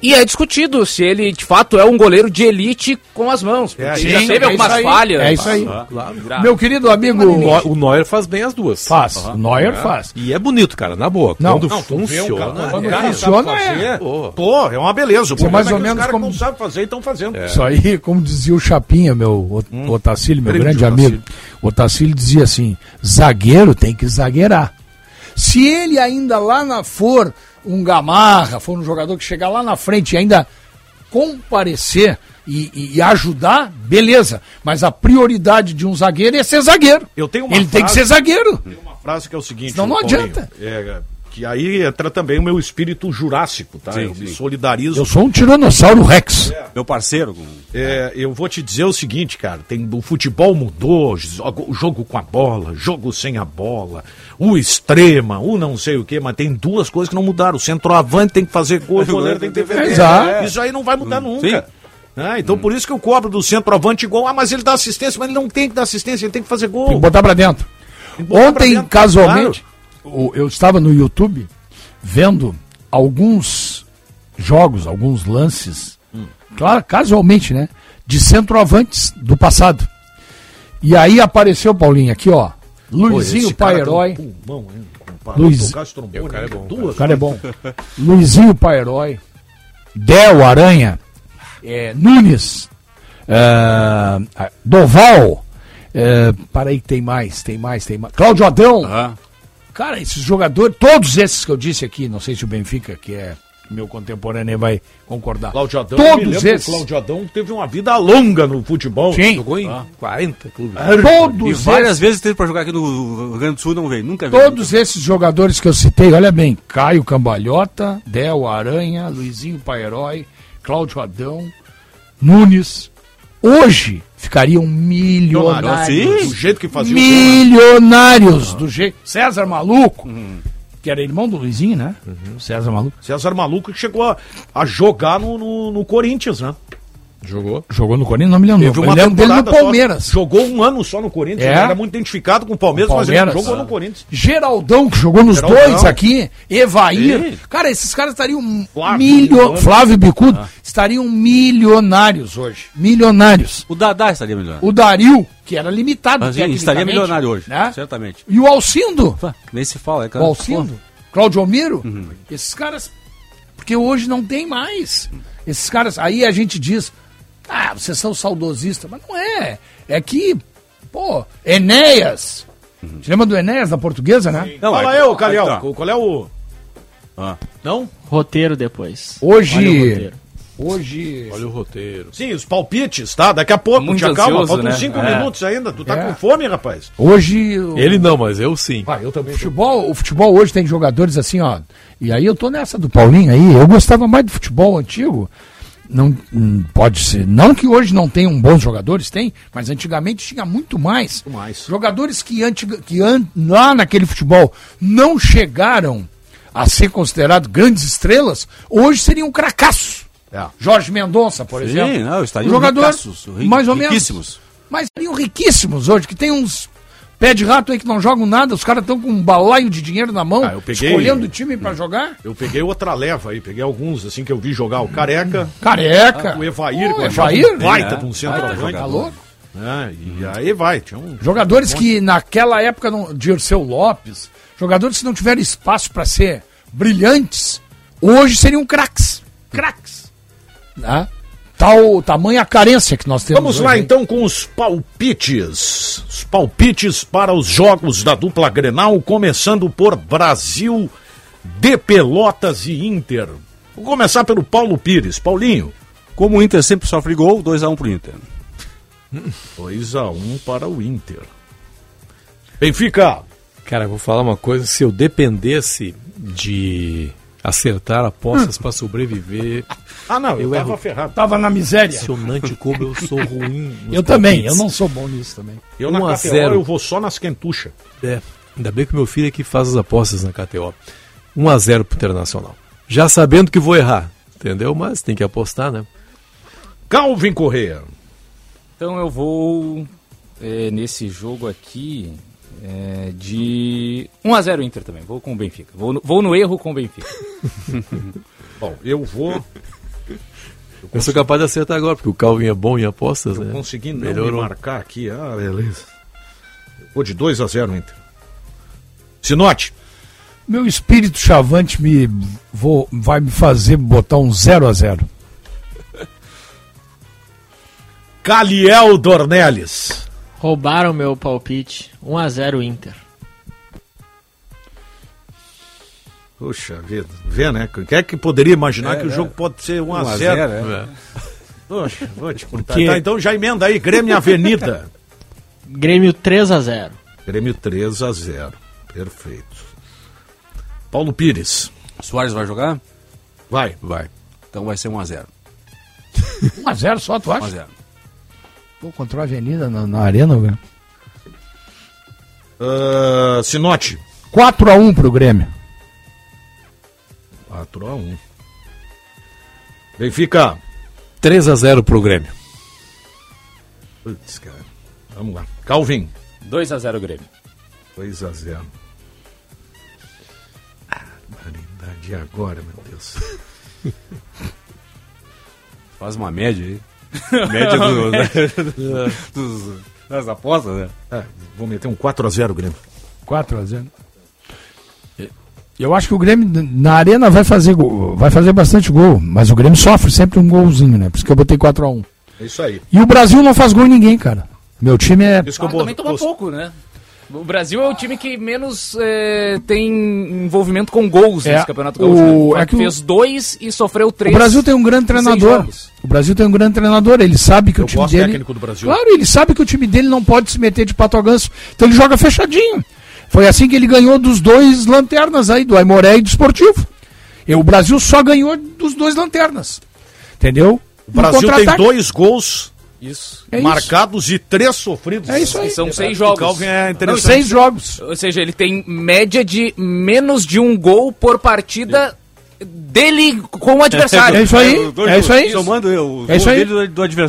E é discutido se ele de fato é um goleiro de elite com as mãos. Porque ele já
Sim, é
teve algumas
isso aí,
falhas.
É isso aí.
Ah, claro.
Meu querido amigo.
o Neuer faz bem as duas.
Faz. O Neuer
É.
faz.
E é bonito, cara, na boa.
Não,
quando
não, tu vê um
funciona.
né?
cara- quando
é.
funciona, é.
Pô, Pô, é uma beleza. O
Isso é
problema
mais
é
ou
que os
menos
caras
como-
não sabem fazer e estão fazendo.
Isso aí, como dizia o Chapinha, meu o Otacílio, meu
Hum. Grande
grande
Otacílio.
amigo. O Otacílio dizia assim: zagueiro tem que zagueirar. Se ele ainda lá na for um gamarra, for um jogador que chegar lá na frente e ainda comparecer e, e- e ajudar, beleza. Mas a prioridade de um zagueiro é ser zagueiro.
Eu tenho uma
ele tem que
frase-
ser zagueiro.
Uma frase que é o seguinte.
Senão não
Paulinho,
adianta.
é, que aí entra também o meu espírito jurássico, tá?
Sim,
eu me
sim.
solidarizo.
Eu sou um tiranossauro rex.
Meu parceiro.
É, eu vou te dizer o seguinte, cara, tem, o futebol mudou, jogo, jogo com a bola, jogo sem a bola, o extrema, o não sei o que, mas tem duas coisas que não mudaram. O centroavante tem que fazer gol, o goleiro tem que defender. É.
Exato.
Isso aí não vai mudar nunca.
Sim.
né? então por isso que eu cobro do centroavante igual, ah, mas ele dá assistência, mas ele não tem que dar assistência, ele tem que fazer
Tem que
gol.
botar pra dentro.
botar pra
Ontem,
dentro,
casualmente, o- eu estava no YouTube vendo alguns jogos, alguns lances,
Hum.
claro, casualmente, né? De centroavantes do passado. E aí apareceu, Paulinho, aqui, ó.
Pô, esse
Luizinho
cara
Pai
tem um
Herói.
pulmão, hein? Parou
Luiz-
tocar esse trombone,
O cara é
hein?
bom,
Duas.
O cara é bom. Luizinho Pairói, Del Aranha, é, Nunes, ah, ah, Doval, é, para aí que tem mais, tem mais, tem mais. Cláudio Adão. Cara, esses jogadores, todos esses que eu disse aqui, não sei se o Benfica, que é meu contemporâneo, vai concordar.
Cláudio Adão, eu me lembro
todos
que o
esses.
Cláudio Adão teve uma vida longa no futebol.
Sim.
Jogou em
40 clubes.
Todos
Ah, E várias
esses.
vezes teve pra jogar aqui no Rio Grande do Sul, não veio. Nunca veio.
Todos esses jogadores que eu citei, olha bem, Caio Cambalhota, Del Aranha, Luizinho Paerói, Cláudio Adão, Nunes, hoje ficariam milionários.
Sim, do jeito que fazia o gol, né?
milionários do jeito. César Maluco, que era irmão do Luizinho, né? César Maluco.
César Maluco que chegou a, a jogar no, no, no Corinthians, né?
Jogou.
Jogou no Corinthians, não me lembro. Eu lembro dele no
só.
Palmeiras.
jogou um ano só no Corinthians.
É.
né? Era muito identificado com o Palmeiras, mas
Palmeiras.
ele jogou
Ah.
no Corinthians.
Geraldão, que jogou nos
Geraldão.
dois aqui, Evair.
Sim.
Cara, esses caras estariam
Flávio
milio...
Bicudo.
Flávio Bicudo, estariam milionários hoje. Milionários.
O Dadá estaria milionário.
O Dario, que era limitado
Ah. Mas, sim, estaria
tecnicamente,
milionário hoje,
né?
certamente.
E o Alcindo,
Nem se fala, é
o Alcindo, Cláudio Almiro, esses caras, porque hoje não tem mais. Esses caras, aí a gente diz, ah, vocês são saudosistas, mas não é. É que, pô, Enéas. Você lembra do Enéas, da portuguesa, né?
Não, Fala aí, ô Calhau, qual é o... Ah. Não?
Roteiro depois.
Olha o
Hoje.
roteiro.
Hoje.
Olha o roteiro.
Sim, os palpites, tá? Daqui a pouco,
Muito
te acalma,
ansioso,
faltam
né?
cinco
É.
minutos ainda. Tu tá
É.
com fome, rapaz?
Hoje. o-
Ele não, mas eu sim.
eu também. Futebol, o futebol hoje tem jogadores assim, ó. E aí eu tô nessa do Paulinho aí. Eu gostava mais do futebol antigo. Não hum, pode ser. Não que hoje não tenham bons jogadores, tem, mas antigamente tinha muito mais. Jogadores que, antiga, que an- lá naquele futebol não chegaram a ser considerados grandes estrelas, hoje seriam cracassos. Jorge Mendonça, por
É. Sim,
exemplo.
não, estariam
um jogador
ricaços, ri-
mais ou menos.
riquíssimos.
Mas seriam riquíssimos hoje, que tem uns pé de rato aí que não jogam nada, os caras estão com um balaio de dinheiro na mão,
Ah, eu peguei-
escolhendo o time pra jogar.
Eu peguei outra leva aí, peguei alguns, assim, que eu vi jogar. O Careca.
Careca.
O Evair,
Pô,
que eu achava
Evair,
um baita
né?
de um centroavante.
Baita jogador.
É, e aí vai, tinha um...
Jogadores que naquela época não, de Dirceu Lopes, jogadores que não tiveram espaço pra ser brilhantes, hoje seriam craques. Craques. Né? Tal tamanha carência que nós temos.
Vamos
hoje,
lá
hein?
então com os palpites. Os palpites para os jogos da dupla Grenal, começando por Brasil de Pelotas e Inter. Vou começar pelo Paulo Pires. Paulinho,
Como o Inter sempre sofre gol, 2x1 pro Inter.
2 a 1 para o Inter. Benfica.
Cara, eu vou falar uma coisa, se eu dependesse de acertar apostas pra sobreviver,
Ah, não, eu,
Eu
tava
erro.
ferrado.
Tava na miséria.
impressionante como eu sou ruim. nos
Eu também, eu
palpites.
não sou bom nisso também.
Eu na
1 a
KTO
0.
eu vou só nas quentuchas.
É, ainda bem que meu filho é que faz as apostas na KTO. 1 a 0 pro Internacional. Já sabendo que vou errar, entendeu? Mas tem que apostar, né?
Calvin Correa.
Então eu vou é, nesse jogo aqui é, de 1x0 Inter também. Vou com o Benfica. Vou no, vou no erro com o Benfica.
Bom, eu vou
Eu sou capaz de acertar agora, porque o Calvin é bom em apostas, né?
conseguir não me
Melhorou.
marcar aqui. Ah, beleza. Vou de 2 a então. 0 Inter. Sinote.
Meu espírito chavante me vou, vai me fazer botar um 0 a 0
Caliel Dornelles.
Roubaram meu palpite. 1x0 Inter.
Puxa vida, vê, né? Quem é que poderia imaginar que o jogo pode ser 1 a 0
é.
Poxa, vou te contar.
Porque-
Tá, então já emenda aí, Grêmio e Avenida.
Grêmio 3x0.
Grêmio 3 a 0 Perfeito. Paulo Pires.
Soares vai jogar?
Vai.
Vai.
Então vai ser 1x0.
1 a 0 só, tu acha?
1x0.
Pô, contra a Avenida na, na Arena, velho.
Ah, Sinote.
4 a 1 pro Grêmio.
4 a 1 Benfica.
3 a 0 pro Grêmio.
Putz, cara. Vamos lá. Calvin.
2x0 Grêmio.
2 a 0 Barbaridade. E agora, meu Deus?
Faz uma média aí. média do, né?
É.
dos, das apostas, né?
Ah, vou meter um 4 a 0 Grêmio.
4 a 0 Eu acho que o Grêmio na arena vai fazer gol, vai fazer bastante gol, mas o Grêmio sofre sempre um golzinho, né? Por isso que eu botei 4 a 1.
É isso aí.
E o Brasil não faz gol em ninguém, cara. Meu time é
Isso também toma pouco, né? O Brasil é o time que menos eh, tem envolvimento com gols
É,
nesse Campeonato
o-
Gaúcho. né?
é que o-
fez dois e sofreu três.
O Brasil tem um grande
em
treinador.
seis jogos.
O Brasil tem um grande treinador. Ele sabe que o time
gosto
dele.
técnico do Brasil.
Claro, ele sabe que o time dele não pode se meter de pato a ganso. Então ele joga fechadinho. Foi assim que ele ganhou dos dois lanternas aí, do Aimoré e do Esportivo. E o Brasil só ganhou dos dois lanternas. Entendeu?
O Brasil tem dois gols
Isso.
marcados e três sofridos.
É isso aí. São seis jogos.
Calvin é interessante.
Não, Ou seja, ele tem média de menos de um gol por partida dele com o adversário.
É isso aí. É isso aí.
Somando eu,
É isso aí.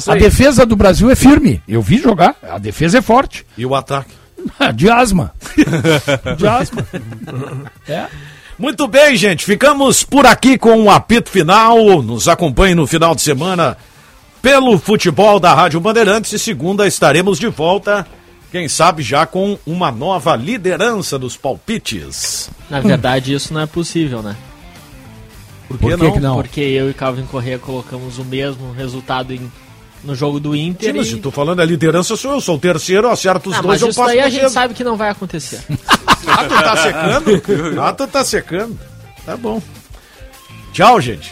A defesa do Brasil é firme. Eu vi jogar. A defesa é forte.
E o ataque?
De asma. De asma.
Muito bem, gente. Ficamos por aqui com o apito final. Nos acompanhe no final de semana pelo futebol da Rádio Bandeirantes. E segunda estaremos de volta, quem sabe já com uma nova liderança dos palpites.
Na verdade, isso não é possível, né?
Por que Por que não? que não?
Porque eu e Calvin Correa colocamos o mesmo resultado em- no jogo do Inter.
Sim, mas
e-
eu tô falando a liderança, sou eu, sou o terceiro, eu acerto os
Ah,
dois,
mas
eu
isso
passo
aí a
pro
gente
Diego.
sabe que não vai acontecer.
Ah, tu tá secando? Ah, tu tá secando. Tá bom. Tchau, gente.